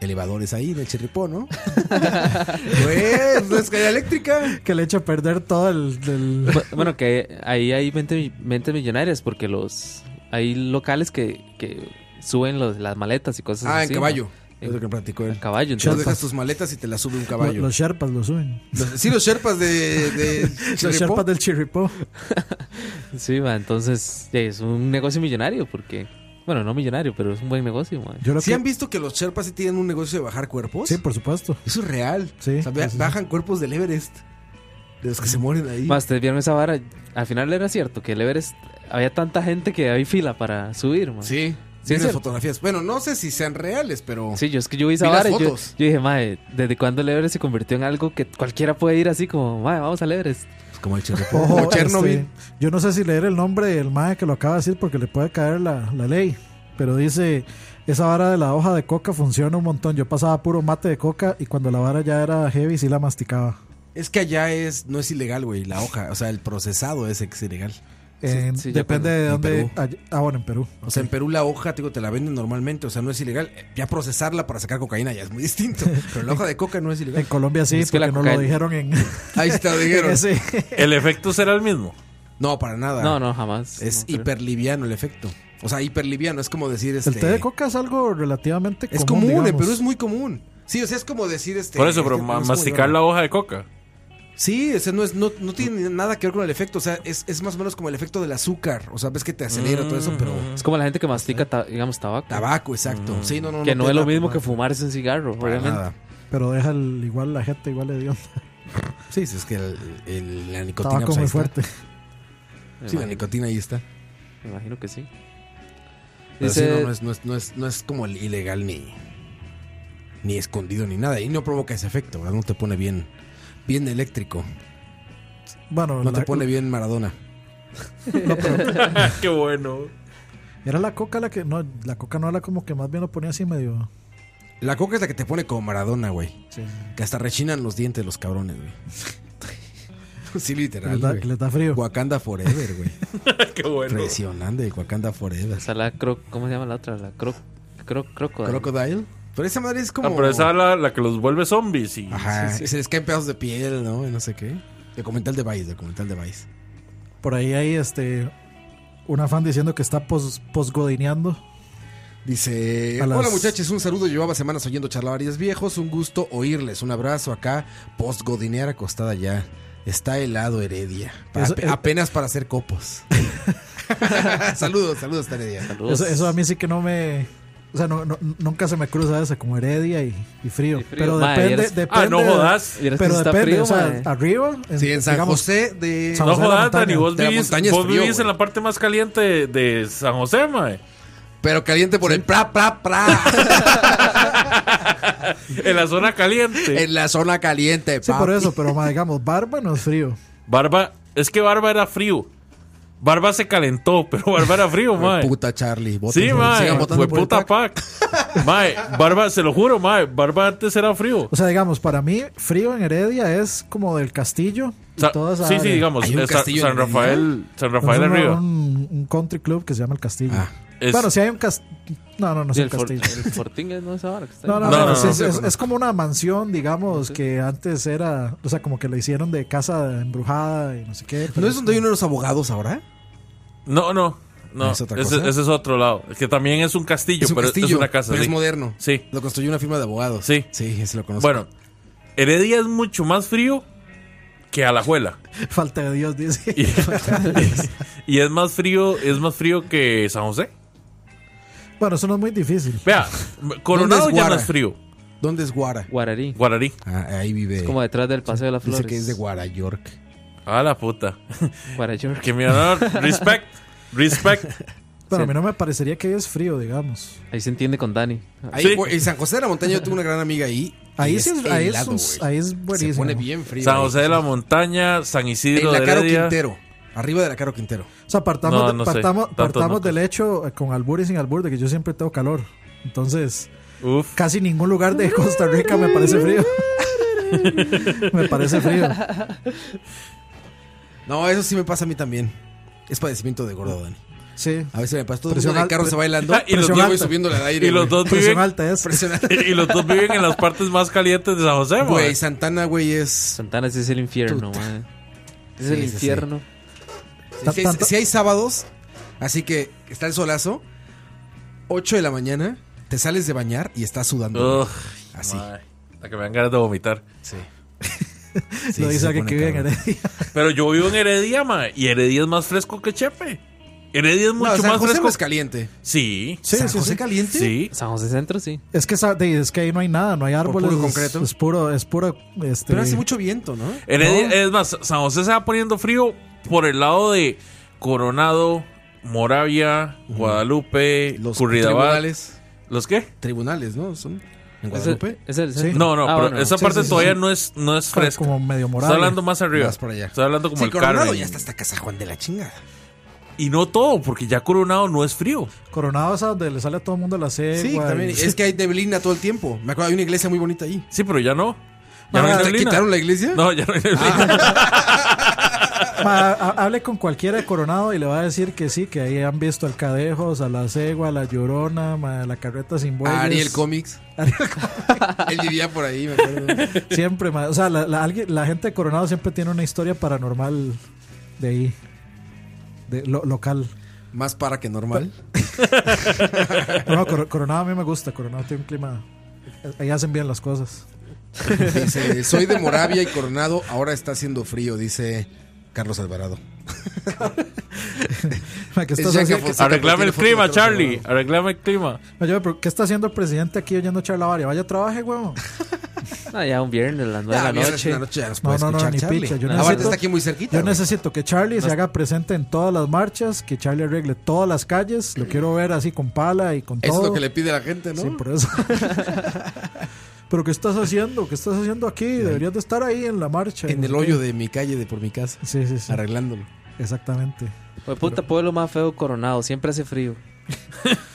A: elevadores ahí en el chirripó, ¿no? pues, la escalera eléctrica.
F: Que le echa a perder todo el. del-
G: Bueno, que ahí hay mente- mentes millonarias porque los hay locales que, que suben los- las maletas y cosas
A: Ah, en
G: así.
A: caballo.
G: ¿no?
A: Es lo que platicó él.
G: En caballo.
A: Tú
G: entonces-
A: dejas tus maletas y te las sube un caballo.
F: Los Sherpas lo suben.
A: Los- sí, los Sherpas de, de
F: Los
A: Chirripó.
F: Sherpas del Chirripó.
G: Sí, ma, entonces ya, es un negocio millonario porque, bueno, no millonario, pero es un buen negocio. ma.
A: ¿Sí han visto que los Sherpas sí tienen un negocio de bajar cuerpos?
F: Sí, por supuesto.
A: Eso es real. O sea, ba- bajan cuerpos del Everest. De los que se mueren ahí.
G: Ma, ustedes vieron esa vara. Al final era cierto que el Everest había tanta gente que había fila para subir. ma.
A: Sí,
G: es
A: Tienen
G: cierto.
A: fotografías. Bueno, no sé si sean reales, pero.
G: Sí, yo es que yo vi esa
A: Vi las
G: vara y yo,
A: fotos.
G: yo dije, mae, ¿desde cuándo el Everest se convirtió en algo que cualquiera puede ir así como, mae, vamos al Everest?
A: como el
F: Ojo, este, yo no sé si leer el nombre del MAE que lo acaba de decir porque le puede caer la, la ley. Pero dice: Esa vara de la hoja de coca funciona un montón. Yo pasaba puro mate de coca y cuando la vara ya era heavy, sí la masticaba.
A: Es que allá es, no es ilegal, güey, la hoja. O sea, el procesado ese que es ilegal.
F: En- depende de dónde. allá- Ah, bueno, en Perú.
A: O sea, en Perú la hoja, te digo, te la venden normalmente, o sea, no es ilegal. Ya procesarla para sacar cocaína ya es muy distinto. Pero la hoja de coca no es ilegal.
F: En Colombia sí,
A: Es que la
F: porque no lo
A: cocaína-
F: dijeron en.
A: Ahí está, dijeron.
F: en ese-
H: ¿El efecto será el mismo?
A: No, para nada.
G: No, no, jamás.
A: Es
G: No, creo.
A: hiperliviano el efecto. O sea, hiperliviano, es como decir este.
F: El té de coca es algo relativamente común.
A: es común, en
F: digamos.
A: Perú es muy común. Sí, o sea, es como decir este.
H: Por eso, pero
A: este,
H: ma-
A: no sé cómo
H: masticar
A: llamarlo.
H: la hoja de coca.
A: Sí, o sea, no, es, no, no tiene nada que ver con el efecto. O sea, es, es más o menos como el efecto del azúcar. O sea, ves que te acelera todo eso,
H: Mm.
A: pero.
G: Es como la gente que mastica, ta- digamos, tabaco.
A: Tabaco, exacto. Sí, no, no,
G: Que no,
A: no
G: es lo
A: tabaco, Ah,
G: mismo
A: no.
G: que fumarse un cigarro,
A: Para
G: obviamente.
A: nada.
F: Pero deja el- igual la gente, igual le dio.
A: Sí, sí, es que el, el- la nicotina.
F: Tabaco
A: pues,
F: muy
A: ahí está.
F: fuerte.
A: Sí, la nicotina ahí está.
G: Me imagino que sí.
A: Pero
G: Dice-
A: sí, no, no es, no es- no es- no es como el ilegal ni, ni escondido ni nada. Y no provoca ese efecto, ¿verdad? No te pone bien, bien eléctrico.
F: Bueno,
A: No te
F: la-
A: pone bien Maradona.
F: No, pero-
H: Qué bueno.
F: Era la coca la que. No, la coca no era como que más bien lo ponía así medio.
A: La coca es la que te pone como Maradona, güey.
F: Sí.
A: Que hasta rechinan los dientes los cabrones, güey. Sí, literal.
F: Que les da-
A: güey.
F: que les da frío.
A: Wakanda Forever, güey.
H: Qué bueno.
A: Impresionante, el Wakanda Forever.
G: Está pues, la croc, ¿cómo se llama la otra? La croc, croc, crocodile.
A: Crocodile. Pero esa madre es como.
H: Ah, pero esa es la, la que los vuelve zombies. Y...
A: Ajá,
H: Sí, sí.
A: se les caen pedazos de piel, ¿no? Y no sé qué. Documental de Vice, documental de Vice.
F: Por ahí hay este. Una fan diciendo que está pos- posgodineando.
A: Dice,
F: A las-
A: hola muchachos, un saludo. Llevaba semanas oyendo charlavarias viejos. Un gusto oírles. Un abrazo acá. Postgodinear acostada ya. Está helado Heredia. Pa-
F: Eso- eh,
A: ape- apenas para hacer copos.
G: Ah,
A: saludos, saludos, está Heredia.
F: Eso, eso a mí sí que no me. O sea, no, no- nunca se me cruza esa como heredia y, y frío. Pero
G: Mae,
F: depende,
G: vieras-
F: depende.
H: Ah, no jodas.
F: Pero
G: Vieras que sí está
F: depende,
G: frío,
F: o sea,
G: mae.
F: arriba.
A: Sí, en San
F: digamos,
A: José de...
F: San
H: no
F: José de la
H: jodas,
F: montaña.
H: Dani, vos
A: De la
H: vivís,
A: montaña es
H: vos
A: frío,
H: vivís en
A: güey.
H: la parte más caliente de, de San José, mae.
A: Pero caliente por el pra, pra, pra.
H: En la zona caliente.
A: en la zona caliente.
F: Sí, por
A: papi.
F: eso, pero mae, digamos, barba no es frío.
H: Barba, es que Barba era frío. Barba se calentó, pero Barba era frío, mae.
A: Puta Charlie. voten
H: Sí,
A: por-
H: mae.
A: sigan votando
H: Fue
A: por el
H: puta
A: PRA.
H: pack. Mae, Barba, se lo juro, mae. Barba antes era frío.
F: O sea, digamos, para mí, frío en heredia es como del castillo. y
H: O sea,
F: toda esa
H: sí, sí,
F: área.
H: digamos.
A: Hay un
H: eh, Sa-
A: castillo
H: San
A: en Heredia.
H: Rafael, San Rafael
F: Tenemos
H: arriba.
F: Un, un country club que se llama El Castillo.
A: Ah,
H: es-
F: Bueno, si hay un castillo. No, no, no es
G: Y
F: el
G: el, for,
F: castillo.
G: el Fortín no es ahora que está
F: No, no,
H: No,
F: no,
H: no,
F: es,
H: no,
F: es-
A: no.
F: es- es como una mansión, digamos, que antes era, o sea, como que la hicieron de casa embrujada y no sé qué.
A: ¿No
F: pero-
A: es donde hay uno de los abogados ahora?
H: No, no. No,
A: ¿Es otra
H: ese,
A: cosa?
H: ese es otro lado. Que también es un castillo,
A: Es un
H: pero es
A: castillo,
H: una casa.
A: pero
H: sí.
A: es moderno.
H: Sí.
A: Lo construyó una firma de abogados.
H: Sí.
A: Sí, ese lo conozco.
H: Bueno, Heredia es mucho más frío que Alajuela.
F: Falta de Dios, dice.
H: Y, y es más frío, es más frío que San José.
F: Bueno, eso no es muy difícil.
H: Vea, Coronado
A: es
H: ya no
A: Guara?
H: es frío.
A: ¿Dónde es Guara?
G: Guararí.
H: Guararí.
A: Ah, ahí vive.
G: Como detrás del Paseo de las Flores.
A: Dice que es de Guara, York.
H: A la puta.
G: Guarayur.
H: Que mi honor, respect, respect.
F: Pero a
G: Sí.
F: mí no me parecería que es frío, digamos.
G: Ahí se entiende con Dani.
A: Ahí,
H: Sí.
A: fue- En San José de la Montaña yo tuve una gran amiga ahí.
F: Ahí
A: Y
F: sí es- ahí es un-
A: güey.
F: ahí es
A: Se
F: buenísimo.
A: pone bien frío.
H: San
A: ahí.
H: José de la Montaña, San Isidro
A: En la
H: de
A: Caro
H: Heredia.
A: Quintero. Arriba de la Caro Quintero.
F: O sea, partamos,
H: No,
F: de-
H: no sé.
F: partamos,
H: Tanto
F: partamos
H: nunca.
F: del hecho eh, con albur y sin albur de que yo siempre tengo calor. Entonces,
H: Uf.
F: casi ningún lugar de Costa Rica me parece frío. me parece frío.
A: No, eso sí me pasa a mí también. Es padecimiento de gordo, Dani.
F: Sí.
A: A veces me paso todo el
F: Presión
A: mundo en el
F: alta.
A: carro se bailando
F: Y los
A: y yo
F: dos-
A: voy subiéndole al aire.
H: y los
A: güey.
H: dos viven,
F: ¿eh?
A: Presión alta.
H: y los dos viven en las partes más calientes de San José, mae.
A: Güey, Santana, güey, es. Santana
G: es el infierno, mae. Es el infierno.
A: Si, hay, sí hay sábados, así que está el solazo, 8 de la mañana, te sales de bañar y estás sudando.
H: Ugh,
A: así.
H: mae. La que me dan ganas de vomitar.
A: Sí.
F: Lo dice
H: se
F: alguien que
H: pone
F: vive en
H: cabrón. Pero yo vivo en Heredia, mae, y Heredia es más fresco que Chepe. Heredia es
A: No,
H: mucho
A: San
H: más
A: José
H: fresco.
A: no es caliente.
H: Sí.
F: Sí, ¿San sí, José sí. caliente?
H: Sí.
G: San José Centro, sí.
F: Es que, esa- de- es que ahí no hay nada, no hay árboles.
H: puro
F: es-
H: concreto.
F: Es, puro, es puro. Este,
A: Pero hace mucho viento, ¿no?
H: Heredia- Es más, San José se va poniendo frío por el lado de Coronado, Moravia, Guadalupe, los
A: tribunales.
H: ¿Los qué?
A: Tribunales, ¿no? Son en
H: ¿Es
A: Guadalupe.
H: el- es el centro? No, no, pero esa parte todavía no es- no es
F: Como-
H: fresca.
F: Como medio
H: Está
F: morado.
H: hablando más arriba.
A: Más por allá.
H: Estoy hablando como
A: Sí,
H: el
A: Coronado
H: Carmen.
A: ya está hasta Casa Juan de la chingada.
H: Y no todo, porque ya Coronado no es frío.
F: Coronado es a donde le sale a todo el mundo la sed.
A: Sí, también. Es que hay neblina todo el tiempo. Me acuerdo, hay una iglesia muy bonita ahí.
H: Sí, pero ya no.
A: ¿Ya
H: no hay
A: te
H: neblina.
A: quitaron la iglesia? Ah.
H: No, ya no hay neblina.
F: Ma, ha- hable con cualquiera de Coronado y le va a decir que sí, que ahí han visto al Cadejos, a la Cegua, a la Llorona, ma, a la Carreta sin bueyes.
A: Ariel Comics. Él vivía por ahí, me acuerdo.
F: Siempre, ma, o sea, la, la- alguien- la gente de Coronado siempre tiene una historia paranormal de ahí, de, lo- local.
A: Más para que normal.
F: No, no, Cor- Coronado a mí me gusta, Coronado tiene un clima, ahí hacen bien las cosas.
A: Dice, soy de Moravia y Coronado, ahora está haciendo frío, dice Carlos Alvarado.
F: Ma, ¿qué
A: Es
F: estás
A: Gianca
F: haciendo?
A: Fonseca,
H: Arreglame
A: pero
H: el
A: tiene
H: clima,
A: fotos de Carlos
H: Charlie. Arreglame el clima.
F: Ma, yo, pero ¿Qué está haciendo el presidente aquí oyendo charla varia? Vaya, trabaje, huevón.
G: No, Ah, ya un viernes, las nueve
A: Ya,
G: de la
A: viernes
G: noche.
A: en la noche ya nos puede escuchar Charlie.
F: picha. Yo
A: No,
F: necesito-
A: aparte está aquí muy cerquita,
F: Yo
A: güey.
F: necesito que Charlie se haga presente en todas las marchas, que Charlie arregle todas las calles. Lo quiero ver así con pala y con
A: Eso
F: todo.
A: es lo que le pide la gente, ¿no?
F: Sí, por eso. Pero ¿qué estás haciendo? ¿Qué estás haciendo aquí? Deberías de estar ahí en la marcha.
A: En el hoyo de mi calle, de por mi casa.
F: Sí, sí, sí.
A: Arreglándolo.
F: Exactamente.
G: Pues puta, pueblo más feo Coronado, siempre hace frío.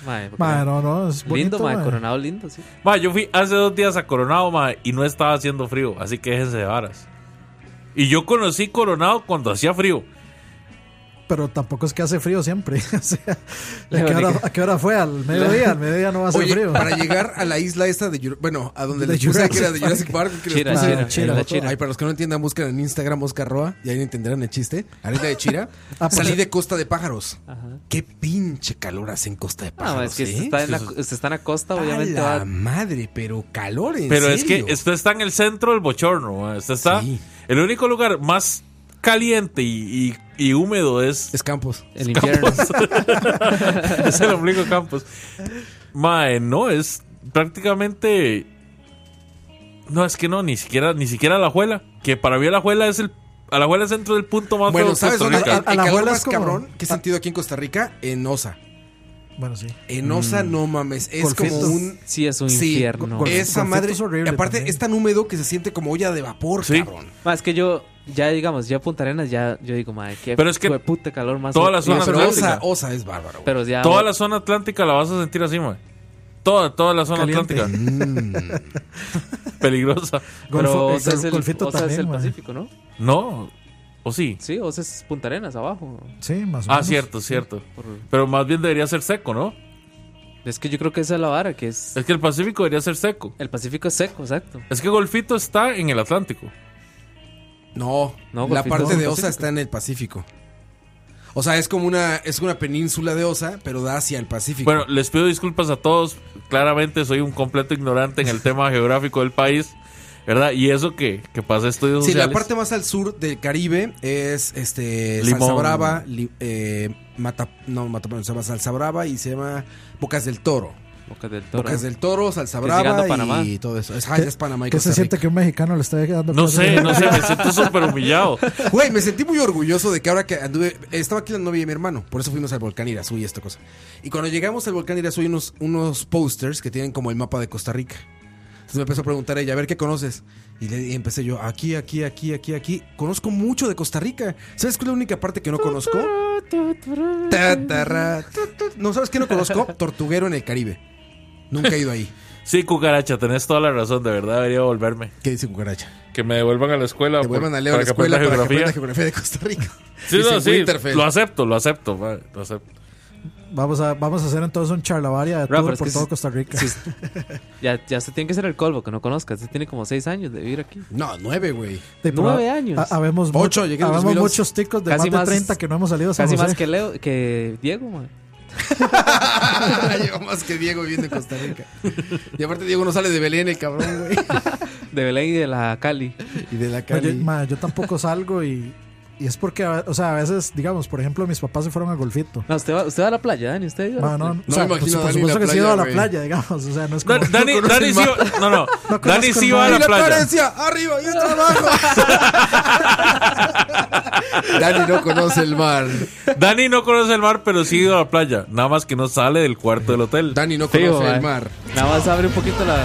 G: Mae, porque-
F: Ma, no, no, Pues, es
G: lindo,
F: bonito,
G: mae,
F: mae.
G: Coronado lindo, sí.
H: Ma, yo fui hace dos días a Coronado, ma, y no estaba haciendo frío, así que déjense de varas. Y yo conocí Coronado cuando hacía frío.
F: Pero tampoco es que hace frío siempre. O sea,
A: La
F: ¿a, qué hora,
A: única-
F: a qué hora fue? ¿Al mediodía? Al mediodía no va a hacer
A: Oye,
F: frío.
A: Para llegar a la isla esta de Jur- bueno, a donde
F: De
A: les puse que era de
F: Jurassic
A: Jurassic
F: Park.
A: Park, que les
F: Chira,
A: puse-
F: Chira, Chira,
A: Ay,
F: Chira.
A: para los que no entiendan, buscan en Instagram Oscar Roa y ahí entenderán el chiste. A la isla de Chira.
G: Ah, pues-
A: Salí de Costa de Pájaros.
G: Ajá.
A: Qué pinche calor hace en Costa de
G: No,
A: Pájaros.
G: Ah, es que
A: ¿eh?
G: usted está, en la, usted está en la costa, obviamente
A: A
G: va
A: la madre, pero calor en
H: Pero es que
A: serio.
H: usted está en el centro del bochorno. ma. Usted está. El único lugar más caliente y, y- y húmedo es.
A: Es Campos.
G: El infierno.
H: es el ombligo Campos. Mae, no, es prácticamente. No, es que no, ni siquiera, ni siquiera la juela. Que para mí la juela es el. A la juela es dentro del punto más feo
A: Bueno,
H: de
A: ¿sabes
H: Costa
A: dónde?
H: Rica.
A: el calor
F: abuela
A: más
F: es como-
A: cabrón que he sentido aquí en Costa Rica, en Osa.
F: Bueno, sí.
A: En Osa,
F: Mm.
A: no mames. Es
F: Golfito.
A: como un.
G: Sí, es un
A: Sí,
G: infierno.
A: go- Esa madre.
G: es
A: y aparte, es tan húmedo que se siente como olla de vapor, cabrón.
G: Mae, es que yo, ya digamos, ya Punta Arenas, ya yo digo, madre, qué
H: Pero es que
G: puta calor más.
H: todas las zonas
G: Pero
H: de
G: osa-
H: África.
A: Osa es bárbaro. güey.
G: Pero ya.
H: Toda la zona atlántica la vas a sentir así, man. Toda, toda la zona
G: Caliente. Mm.
H: atlántica. Peligrosa.
G: Pero
H: Pero-
G: Osa es el,
F: Golfito
G: Osa es
F: eh, también,
G: el
F: mae.
G: Pacífico, ¿no?
H: No. ¿O sí?
G: Sí, Osa es Punta Arenas abajo.
F: Sí, más o
H: Ah,
F: menos.
H: cierto, cierto. Pero más bien debería ser seco, ¿no?
G: Es que yo creo que esa es la vara, que es.
H: Es que el Pacífico debería ser seco.
G: El Pacífico es seco, exacto.
H: Es que Golfito está en el Atlántico.
A: No,
H: No,
A: la
H: Golfito
A: parte
H: es
A: de Osa
H: Pacífico.
A: está en el Pacífico. O sea, es como una, es una península de Osa, pero da hacia el Pacífico.
H: Bueno, les pido disculpas a todos. Claramente soy un completo ignorante en el tema geográfico del país, ¿verdad? Y eso que, que pasa estudios
A: sí, la
H: sociales.
A: parte más al sur del Caribe es este
H: Limón.
A: Salsa Brava, li- eh, Mata, no, Mata- se llama Salsa Brava y se llama Bocas del Toro.
G: Bocas pues, del Toro.
A: Bocas del Toro, Salsa
G: Que es llegando
A: Brava
G: a Panamá.
A: y todo eso. Es, ah,
F: ¿Qué-
A: es Panamá y
F: ¿Qué
A: Costa
F: se siente que un mexicano le está dando
H: No
F: clases
H: sé,
F: de-
H: no sé, me siento súper humillado.
A: Güey, me sentí muy orgulloso de que ahora que anduve. Estaba aquí la novia de mi hermano, por eso fuimos al volcán Irazú y esta cosa. Y cuando llegamos al volcán Irazú hay unos, unos posters que tienen como el mapa de Costa Rica. Entonces me empezó a preguntar ella, a ver qué conoces. Y, le, y empecé yo, aquí, aquí, aquí, aquí, aquí. Conozco mucho de Costa Rica. ¿Sabes cuál es la única parte que no conozco? Ta, tarra, tu, tu. No, ¿sabes qué no conozco? Tortuguero en el Caribe. Nunca he ido ahí.
H: Sí, cucaracha, tenés toda la razón, de verdad debería volverme.
A: ¿Qué dice cucaracha?
H: Que me devuelvan a la escuela.
A: Vuelvan
H: por-
A: a leer la
H: que
A: escuela
H: aprenda
A: para que aprenda geografía de Costa Rica.
H: Sí,
A: Dice
H: no, sí,
A: Winterfell.
H: lo acepto, lo acepto, madre, lo acepto.
F: Vamos a, vamos a hacer entonces un charlavaria de
G: Rafa,
F: tour
G: es
F: por
G: que
F: todo
G: si-
F: Costa Rica.
G: si es- ya, ya se tiene que ser el colvo que no conozca. Se tiene como 6 años de vivir aquí.
A: No, 9, güey.
F: De
G: Nueve
F: proba-
G: años.
F: ha- habemos mu- Ocho, llegué en habemos 2011. muchos ticos de más de 30 que no ¿eh? hemos salido a San
G: Casi
F: José.
G: más que Leo, que Diego, man.
A: Lleva más que Diego viviendo en Costa Rica. Y aparte Diego no sale de Belén, el cabrón, güey.
G: De Belén y de la Cali.
A: Y de la
F: No, yo, ma, yo tampoco salgo y, y es porque, a- o sea, a veces, digamos, por ejemplo, mis papás se fueron a golfito.
G: No, usted va, usted va a la playa, Dani. Usted
F: Ma, no, o sea, pues, por, por supuesto que sí he ido a la playa, digamos. O sea, no es como.
G: Dan- Dani-
F: no conozco el
G: Dani sí
F: mar.
G: va- no, no,
F: conozco
G: Dani
F: el
G: sí
F: mar.
G: va a la playa.
A: arriba, yo trabajo. Dani no conoce el mar.
H: Dani no conoce el mar, pero sí ha ido a la playa. Nada más que no sale del cuarto del hotel.
A: Dani no
G: Sí, conoce el man. mar. Nada más abre un poquito la.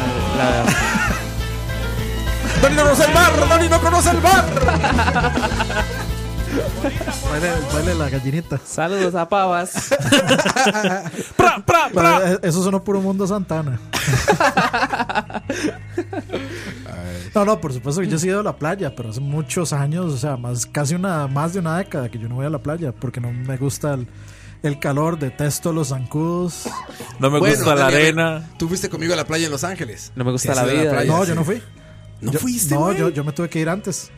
A: Dani no conoce el mar, Dani no conoce el mar.
F: Baile, baile la gallinita.
G: Saludos a pavas.
F: Ma, eh, Eso sonó puro mundo Santana. No, no, por supuesto que yo sí he ido a la playa, pero hace muchos años, o sea, más casi una más de una década que yo no voy a la playa porque no me gusta el, el calor, detesto los zancudos.
H: No me
A: Bueno,
H: gusta la
A: Dani, a ver,
H: arena.
A: Tú fuiste conmigo a la playa en Los Ángeles.
G: No me gusta
A: Sí, has
G: la
A: ido a
G: vida.
A: playa,
F: no,
A: sí.
F: yo no fui.
A: ¿No
F: Yo-
A: fuiste,
F: No,
A: güey?
F: yo, yo me tuve que ir antes.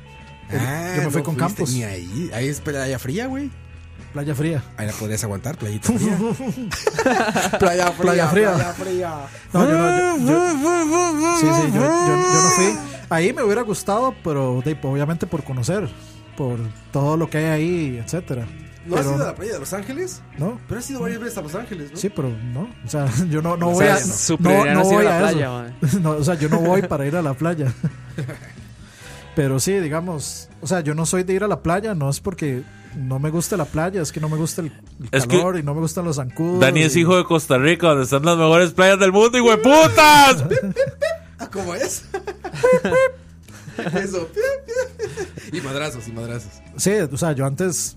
F: El-
A: Ah,
F: yo me fui
A: no
F: con
A: fuiste
F: Campos.
A: Ni ahí. Ahí es playa fría, güey.
F: Playa fría.
A: Ahí la podrías aguantar, playita fría. playa fría.
F: Playa fría.
A: Playa fría.
F: No, yo no, yo- yo- sí, sí, yo, yo- yo no fui. ah, Ahí me hubiera gustado, pero de- obviamente por conocer, por todo lo que hay ahí, etcétera.
A: ¿No has
F: Pero
A: ido a la playa de Los Ángeles?
F: No.
A: Pero has ido varias veces a Los Ángeles, ¿no?
F: Sí, pero no, o sea, yo no, no
A: O
F: voy
A: sea,
F: a
A: es
G: su
F: no,
G: prioridad
F: no
G: no es ir a
F: voy
G: la
F: a
G: playa,
F: eso. No, o sea, yo no voy para ir a la playa. Pero sí, digamos, o sea, yo no soy de ir a la playa, no es porque no me gusta la playa, es que no me gusta el, el
H: Es que-
F: calor y no me gustan los zancudos.
H: Dani es
F: y-
H: hijo de Costa Rica, donde están las mejores playas del mundo, y putas.
A: Ah, ¿Cómo es? Eso. y madrazos, y madrazos.
F: Sí, o sea, yo antes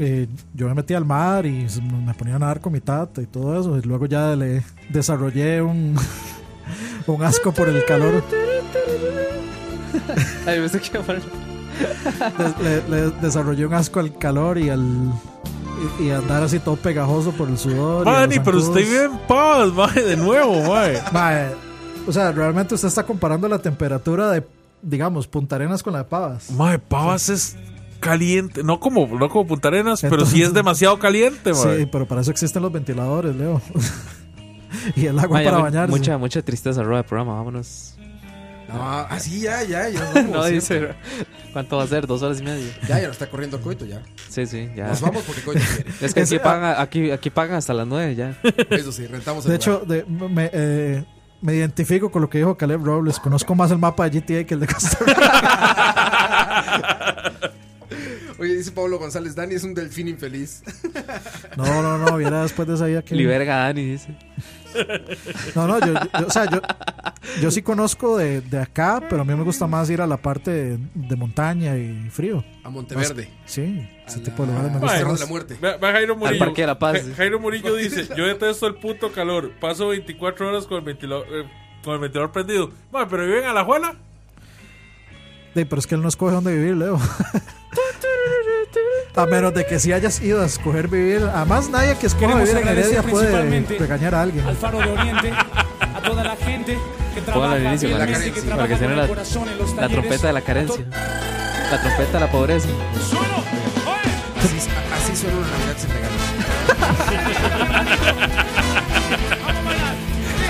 F: eh, yo me metí al mar y s- me ponía a nadar con mi tata y todo eso. Y luego ya le desarrollé un, un asco por el calor.
G: Ay, me sé que iba a poner-
F: Le, le desarrollé un asco al calor y al y, y andar así todo pegajoso por el sudor. y a los
H: Dani, pero usted
F: zancudos.
H: vive en paz, mae, de nuevo, mae.
F: Mae, o sea, realmente usted está comparando la temperatura de, digamos, Punta Arenas con la de Pavas.
H: Mae, Pavas es caliente. No como, no como Punta Arenas, pero sí es demasiado caliente, mae.
F: Sí, pero para eso existen los ventiladores, Leo. y el agua
G: Vaya,
F: para
G: mu-
F: bañarse.
G: Mucha, mucha tristeza, rueda de programa. Vámonos.
A: No, ah, así ya, ya, ya. nos vamos,
G: No,
A: ¿sí?
G: dice. ¿Cuánto va a ser? ¿Dos horas y media?
A: Ya, ya nos está corriendo el coito ya.
G: Sí, sí, ya.
A: Nos vamos porque coito quiere.
G: Es que
F: Es-
G: aquí pagan, aquí, aquí pagan hasta las 9 ya.
A: Eso sí, rentamos el
F: De hecho, de- me, eh, me identifico con lo que dijo Caleb Robles. Conozco más el mapa de GTA que el de Costa Rica.
A: lugar. Oye, dice Pablo González, Dani es un delfín infeliz.
F: No, no, no. Viera después de esa idea que.
G: Liberga a Dani, dice.
F: No, no. Yo, yo- o sea, yo, yo sí conozco de, de acá, pero a mí me gusta más ir a la parte de, de montaña y frío.
A: A Monteverde.
F: Más- sí, ese tipo de lugares me
H: Mae,
F: gusta más.
H: Ve- ve a Jairo Murillo.
G: Parque de la Paz.
H: Ja- Jairo Murillo dice: Yo detesto el puto calor. Paso 24 horas con el ventilador, eh, con el ventilador prendido. Mae, pero viven a la juela.
F: Sí, pero es que él no escoge dónde vivir, Leo. A menos de que si hayas ido a escoger vivir. Además, nadie que escoja
M: Queremos
F: vivir en
M: agradecer
F: Heredia puede
M: principalmente
F: regañar a alguien.
M: Al Faro de Oriente, a toda la gente que
G: Póngala
M: trabaja
G: al inicio para
M: fielmente,
G: que,
M: que
G: para
M: trabaja
G: que
M: con
G: suene
M: el
G: la,
M: corazón en los
G: la
M: talleres.
G: trompeta de la carencia. La trompeta de la pobreza.
A: Así, así suena una Navidad sin regalos.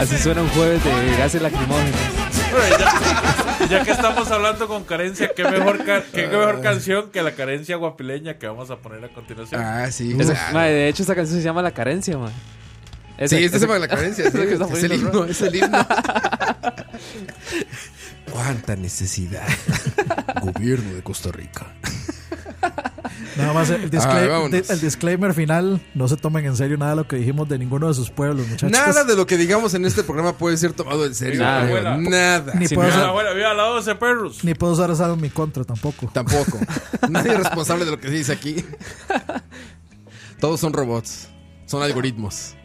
G: Así suena un jueves de gases lacrimógenos.
H: Bueno, ya, ya que estamos hablando con carencia, qué mejor, ca- qué mejor canción que la carencia guapileña que vamos a poner a continuación.
A: Ah, sí.
G: Esa-
A: O sea,
G: madre, de hecho, esa canción se llama La Carencia, man.
A: sí, este se llama la carencia. sí, es el himno, es el himno. Cuánta necesidad. Gobierno de Costa Rica.
F: Nada más eh, el,
A: Ay,
F: disclaimer,
A: vámonos.
F: el disclaimer final, no se tomen en serio nada de lo que dijimos de ninguno de sus pueblos, muchachos.
A: Nada de lo que digamos en este programa puede ser tomado en serio.
H: Nada.
A: creo.
H: Abuela.
A: Nada.
F: Ni
H: Sí,
F: puedo
H: viva
F: ser-
H: la abuela, viva la 12, perros.
F: Ni puedo usar esa en mi contra tampoco.
A: Tampoco. Nadie es responsable de lo que se dice aquí. Todos son robots. Son algoritmos.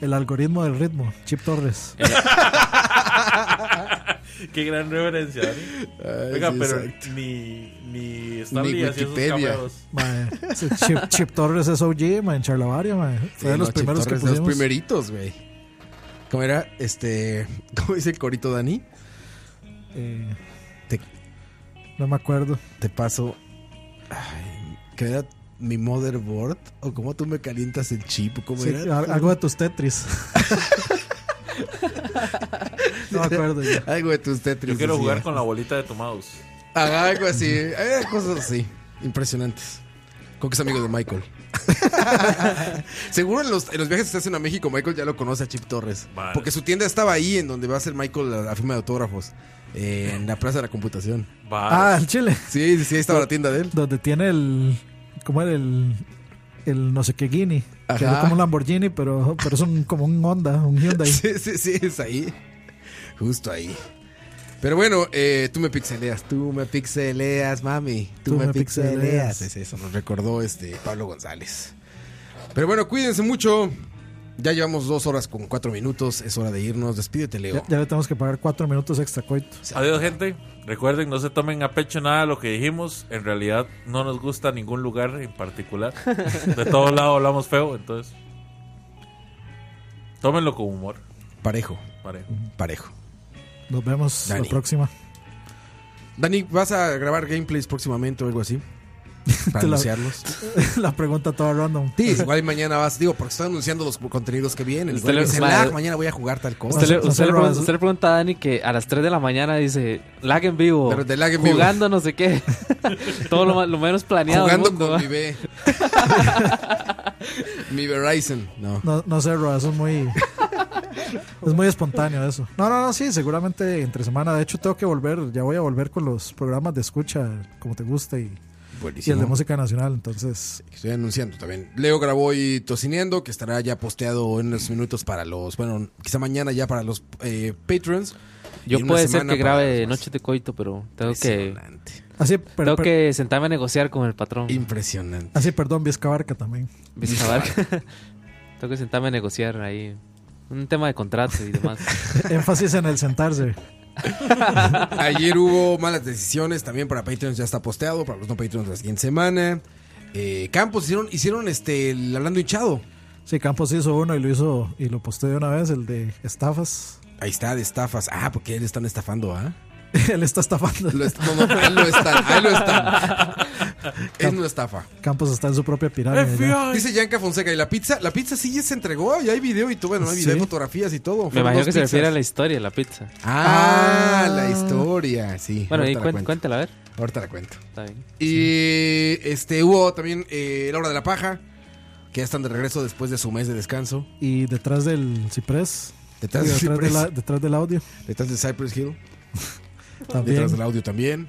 F: El algoritmo del ritmo, Chip Torres.
M: Eh.
H: Qué gran reverencia, Dani.
F: Ay,
H: Oiga,
F: sí,
H: pero
F: exacto.
H: ni, ni
F: Ni
H: Stanley hacía esos
F: Wikipedia.
H: cameos.
F: Mae, ese Chip, Chip Torres es OG, mae, en Charlavaria, mae. Fue
A: Sí,
F: de los
A: no, Chip
F: primeros
A: Torres,
F: que
A: de los
F: pusimos.
A: primeritos, güey. ¿Cómo era? Este. ¿Cómo dice el corito Dani? Te,
F: Eh, no me acuerdo.
A: Te paso. Ay, ¿Qué era? ¿Mi motherboard? ¿O cómo tú me calientas el chip? ¿Cómo
F: Sí,
A: era?
F: al- algo de tus Tetris. no me acuerdo. ya.
A: Algo de tus Tetris.
H: Yo quiero
A: decía.
H: jugar con la bolita de tu mouse.
A: Ajá, algo así. eh, cosas así. Impresionantes. Con que es amigo de Michael. Seguro en los, en los viajes que se hacen a México, Michael ya lo conoce a Chip Torres. Porque su tienda estaba ahí en donde va a ser Michael la, la firma de autógrafos. eh, en la Plaza de la Computación.
F: Ah, el Chile.
A: Sí, sí, sí, ahí estaba la tienda de él.
F: Donde tiene el. ¿Cómo era el.? El no sé qué Guinea. Que
A: Ajá.
F: era como un Lamborghini, pero, pero es un, como un Honda, un Hyundai.
A: Sí, sí, sí, es ahí. Justo ahí. Pero bueno, eh, tú me pixeleas, tú me pixeleas, mami. Tú, me, pixeleas. Es eso, nos recordó este Pablo González. Pero bueno, cuídense mucho. Ya llevamos dos horas con cuatro minutos. Es hora de irnos. Despídete, Leo.
F: Ya, ya le tenemos que pagar cuatro minutos extra coito.
H: Adiós, gente. Recuerden, no se tomen a pecho nada de lo que dijimos. En realidad, no nos gusta ningún lugar en particular. De todos lados hablamos feo, entonces. Tómenlo con humor.
A: Parejo.
H: Parejo.
A: Parejo.
F: Nos vemos
A: Dani.
F: la próxima.
A: Dani, ¿vas a grabar gameplays próximamente o algo así? Para
F: Te la-
A: anunciarlos.
F: La pregunta toda random.
A: Sí, igual y mañana vas, digo, porque están anunciando los contenidos que vienen.
G: Usted
A: Igual
G: le-
A: dicen,
G: madre-
A: "Lag, mañana voy a jugar tal cosa.
G: Usted, le, usted le pregunta, usted le pregunta a Dani que a las 3 de la mañana dice lag en vivo.
A: Pero de lag en vivo.
G: jugando no sé qué. Todo lo, ma- lo menos planeado. del
A: Jugando
G: mundo,
A: con
G: ¿va?
A: mi B. mi Verizon. No.
F: No, no sé, Roa, eso es muy. es muy espontáneo eso. No, no, no, sí, seguramente entre semana. De hecho, tengo que volver. Ya voy a volver con los programas de escucha, como te gusta, y, y
A: Buenísimo.
F: el de música nacional. Entonces,
A: Estoy anunciando también. Leo grabó y Tocineando, que estará ya posteado en unos minutos para los. Bueno, quizá mañana ya para los eh, patrons.
G: Yo
A: Y en una
G: puede ser
A: semana
G: que
A: para-
G: grabe Noche de Coito, pero tengo que.
F: Así, pero-
G: tengo
F: pero-
G: que sentarme a negociar con el patrón.
A: Impresionante.
F: así, Ah, perdón, Vizcabarca también.
G: Vizcabarca. tengo que sentarme a negociar ahí. Un tema de contrato y demás.
F: Énfasis en el sentarse.
A: Ayer hubo malas decisiones también para Patreons, ya está posteado, para los no Patreons la siguiente semana. Eh, Campos hicieron, hicieron este el hablando hinchado.
F: Sí, Campos hizo uno y lo hizo y lo posteó de una vez, el de estafas.
A: Ahí está, de estafas. Ah, porque él están estafando, ¿ah?
F: Él está estafando.
A: Lo est- no, no, él lo está, él lo está. Él no estafa.
F: Campos está en su propia pirámide. ya.
A: Dice Yanka Fonseca, y la pizza, la pizza sí ya se entregó, y hay video y todo, bueno, hay video,
F: Sí.
A: fotografías y todo.
G: Me
A: Fueron
G: imagino
A: dos
G: que se
A: pizzas.
G: refiere a la historia, la pizza.
A: Ah, la historia, sí.
G: Bueno,
A: Ahorita
G: ahí
A: la
G: cuen-
A: cuento.
G: cuéntela, a ver.
A: Ahorita la cuento.
G: Está bien.
A: Y este hubo también eh, La Hora de la Paja, que ya están de regreso después de su mes de descanso.
F: Y detrás del ciprés.
A: Detrás
F: Y
A: del
F: de
A: ciprés.
F: la- detrás del audio.
A: Detrás de Cypress Hill.
F: También.
A: Detrás del audio también.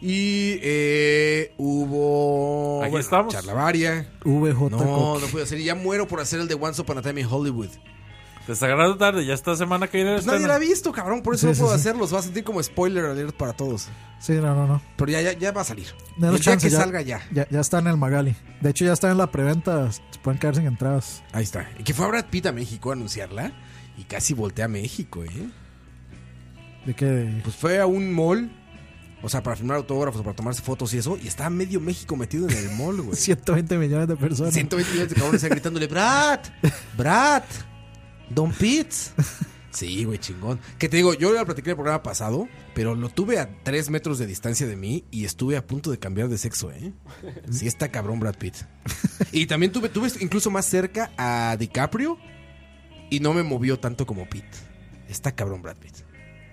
A: Y eh, hubo.
H: Aquí estamos.
A: Charlavaria.
F: VJ.
A: No, no pude hacer. Y ya muero por hacer el de Once Upon a Time in Hollywood.
H: Te está Pues agarrando tarde, ya esta semana que viene.
A: Pues
H: estreno.
A: nadie la ha visto, cabrón. Por eso
F: Sí,
A: no
F: sí,
A: puedo
F: sí.
A: hacerlos. Va a sentir como spoiler alert para todos.
F: Sí, no, no, no.
A: Pero ya, ya, ya va a salir.
F: Denos
A: el día
F: chance,
A: que salga ya.
F: ya. Ya está en el Magali. De hecho, ya está en la preventa. se Pueden quedar sin entradas.
A: Ahí está. Y que fue a Brad Pitt a México a anunciarla. Y casi voltea a México, ¿eh?
F: De que.
A: Pues fue a un mall. O sea, para firmar autógrafos, para tomarse fotos y eso. Y estaba medio México metido en el mall, güey.
F: 120 millones de personas.
A: 120 millones de cabrones están gritándole, Brad, Brad, Don Pitts. Sí, güey, chingón. Que te digo, yo ya lo platiqué en el programa pasado, pero lo tuve a 3 metros de distancia de mí y estuve a punto de cambiar de sexo, ¿eh? Sí, está cabrón Brad Pitt. Y también tuve, tuve incluso más cerca a DiCaprio y no me movió tanto como Pitt. Está cabrón Brad Pitt.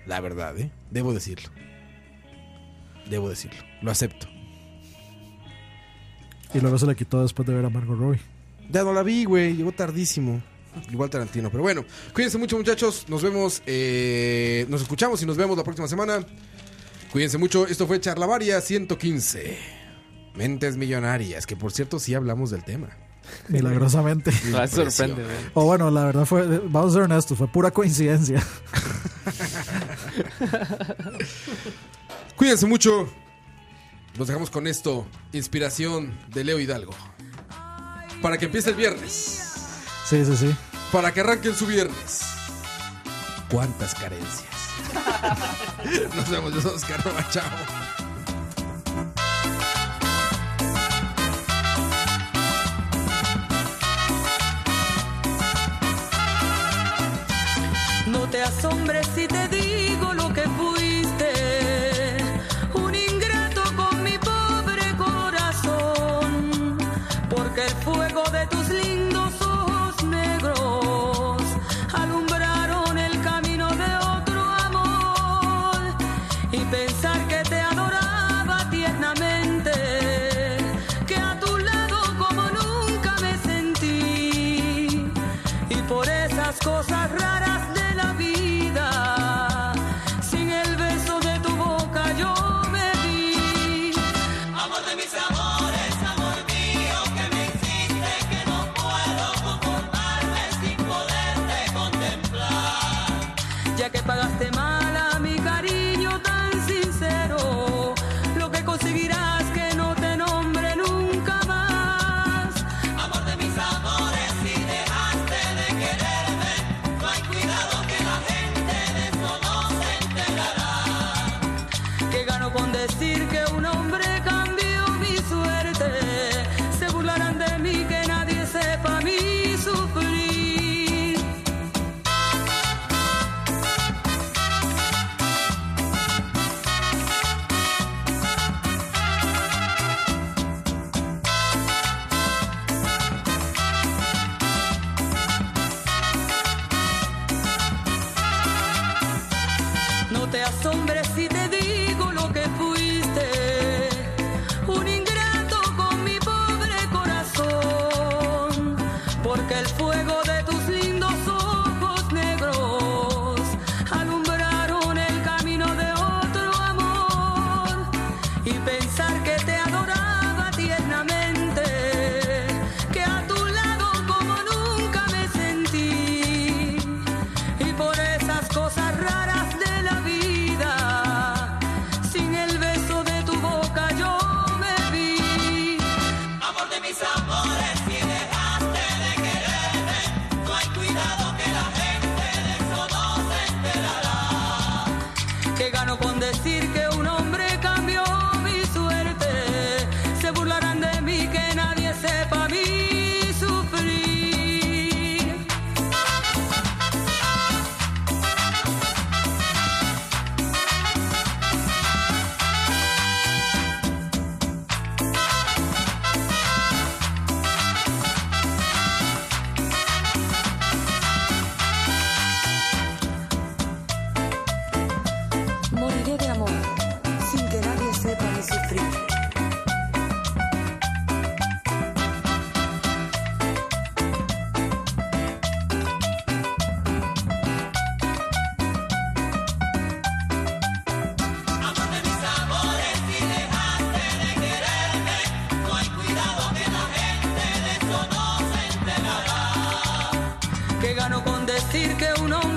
A: La verdad, ¿eh? Debo decirlo. Debo decirlo. Lo acepto.
F: Y luego se le quitó después de ver a Margot Robbie.
A: Ya no la vi, güey. Llegó tardísimo. Igual Tarantino. Pero bueno, cuídense mucho, muchachos. Nos vemos, eh, nos escuchamos y nos vemos la próxima semana. Cuídense mucho. Esto fue Charlavaria 115. Mentes millonarias, que por cierto sí hablamos del tema.
F: Milagrosamente.
G: No, eso sorprende, güey.
F: O bueno, la verdad fue. Vamos a ser honestos, fue pura coincidencia.
A: Cuídense mucho. Nos dejamos con esto. Inspiración de Leo Hidalgo. Para que empiece el viernes.
F: Sí, sí, sí.
N: para que arranquen su viernes. ¿Cuántas carencias? Nos vemos, yo soy Oscar Nova, chao.
O: No te asombres si te digo lo que fuiste. Un ingrato con mi pobre corazón. Porque el fuego de tus lindos ojos negros alumbraron el camino de otro amor. Y pensar que te adoraba tiernamente. Que a tu lado como nunca me sentí y por esas cosas raras de la vida. Sin el beso de tu boca yo me vi. Amor de mis amores, amor mío, que me hiciste que no puedo conformarme sin poderte contemplar. Ya que pagaste mal a mi cariño tan sincero, lo que conseguirás que no te nombre nunca más. Amor de mis amores, si dejaste de quererme, no hay cuidado que la gente de eso no se enterará. Que gano con decir que un hombre cambió mi suerte, se burlarán de mí que nadie sepa mi sufrir. No te asombres si te digo lo que fuiste. Un ingrato con mi pobre corazón. Porque el fuego de tus lindos ojos negros alumbraron el camino de otro amor. Y pensar que te adoraba tiernamente. Que a tu lado como nunca me sentí y por esas cosas raras de la vida. Sin el beso de tu boca yo me vi. Amor de mis amores, si dejaste de quererme, no hay cuidado que la gente de eso no se enterará. Que gano con decir que un hombre cambió mi suerte. Se burlarán de mí que nadie sepa a mí sufrir. Moriré de amor sin que nadie sepa mi sufrir. Amor de mis amores, si dejaste de quererme, no hay cuidado que la gente de eso no se enterará. Que gano con decir que un hombre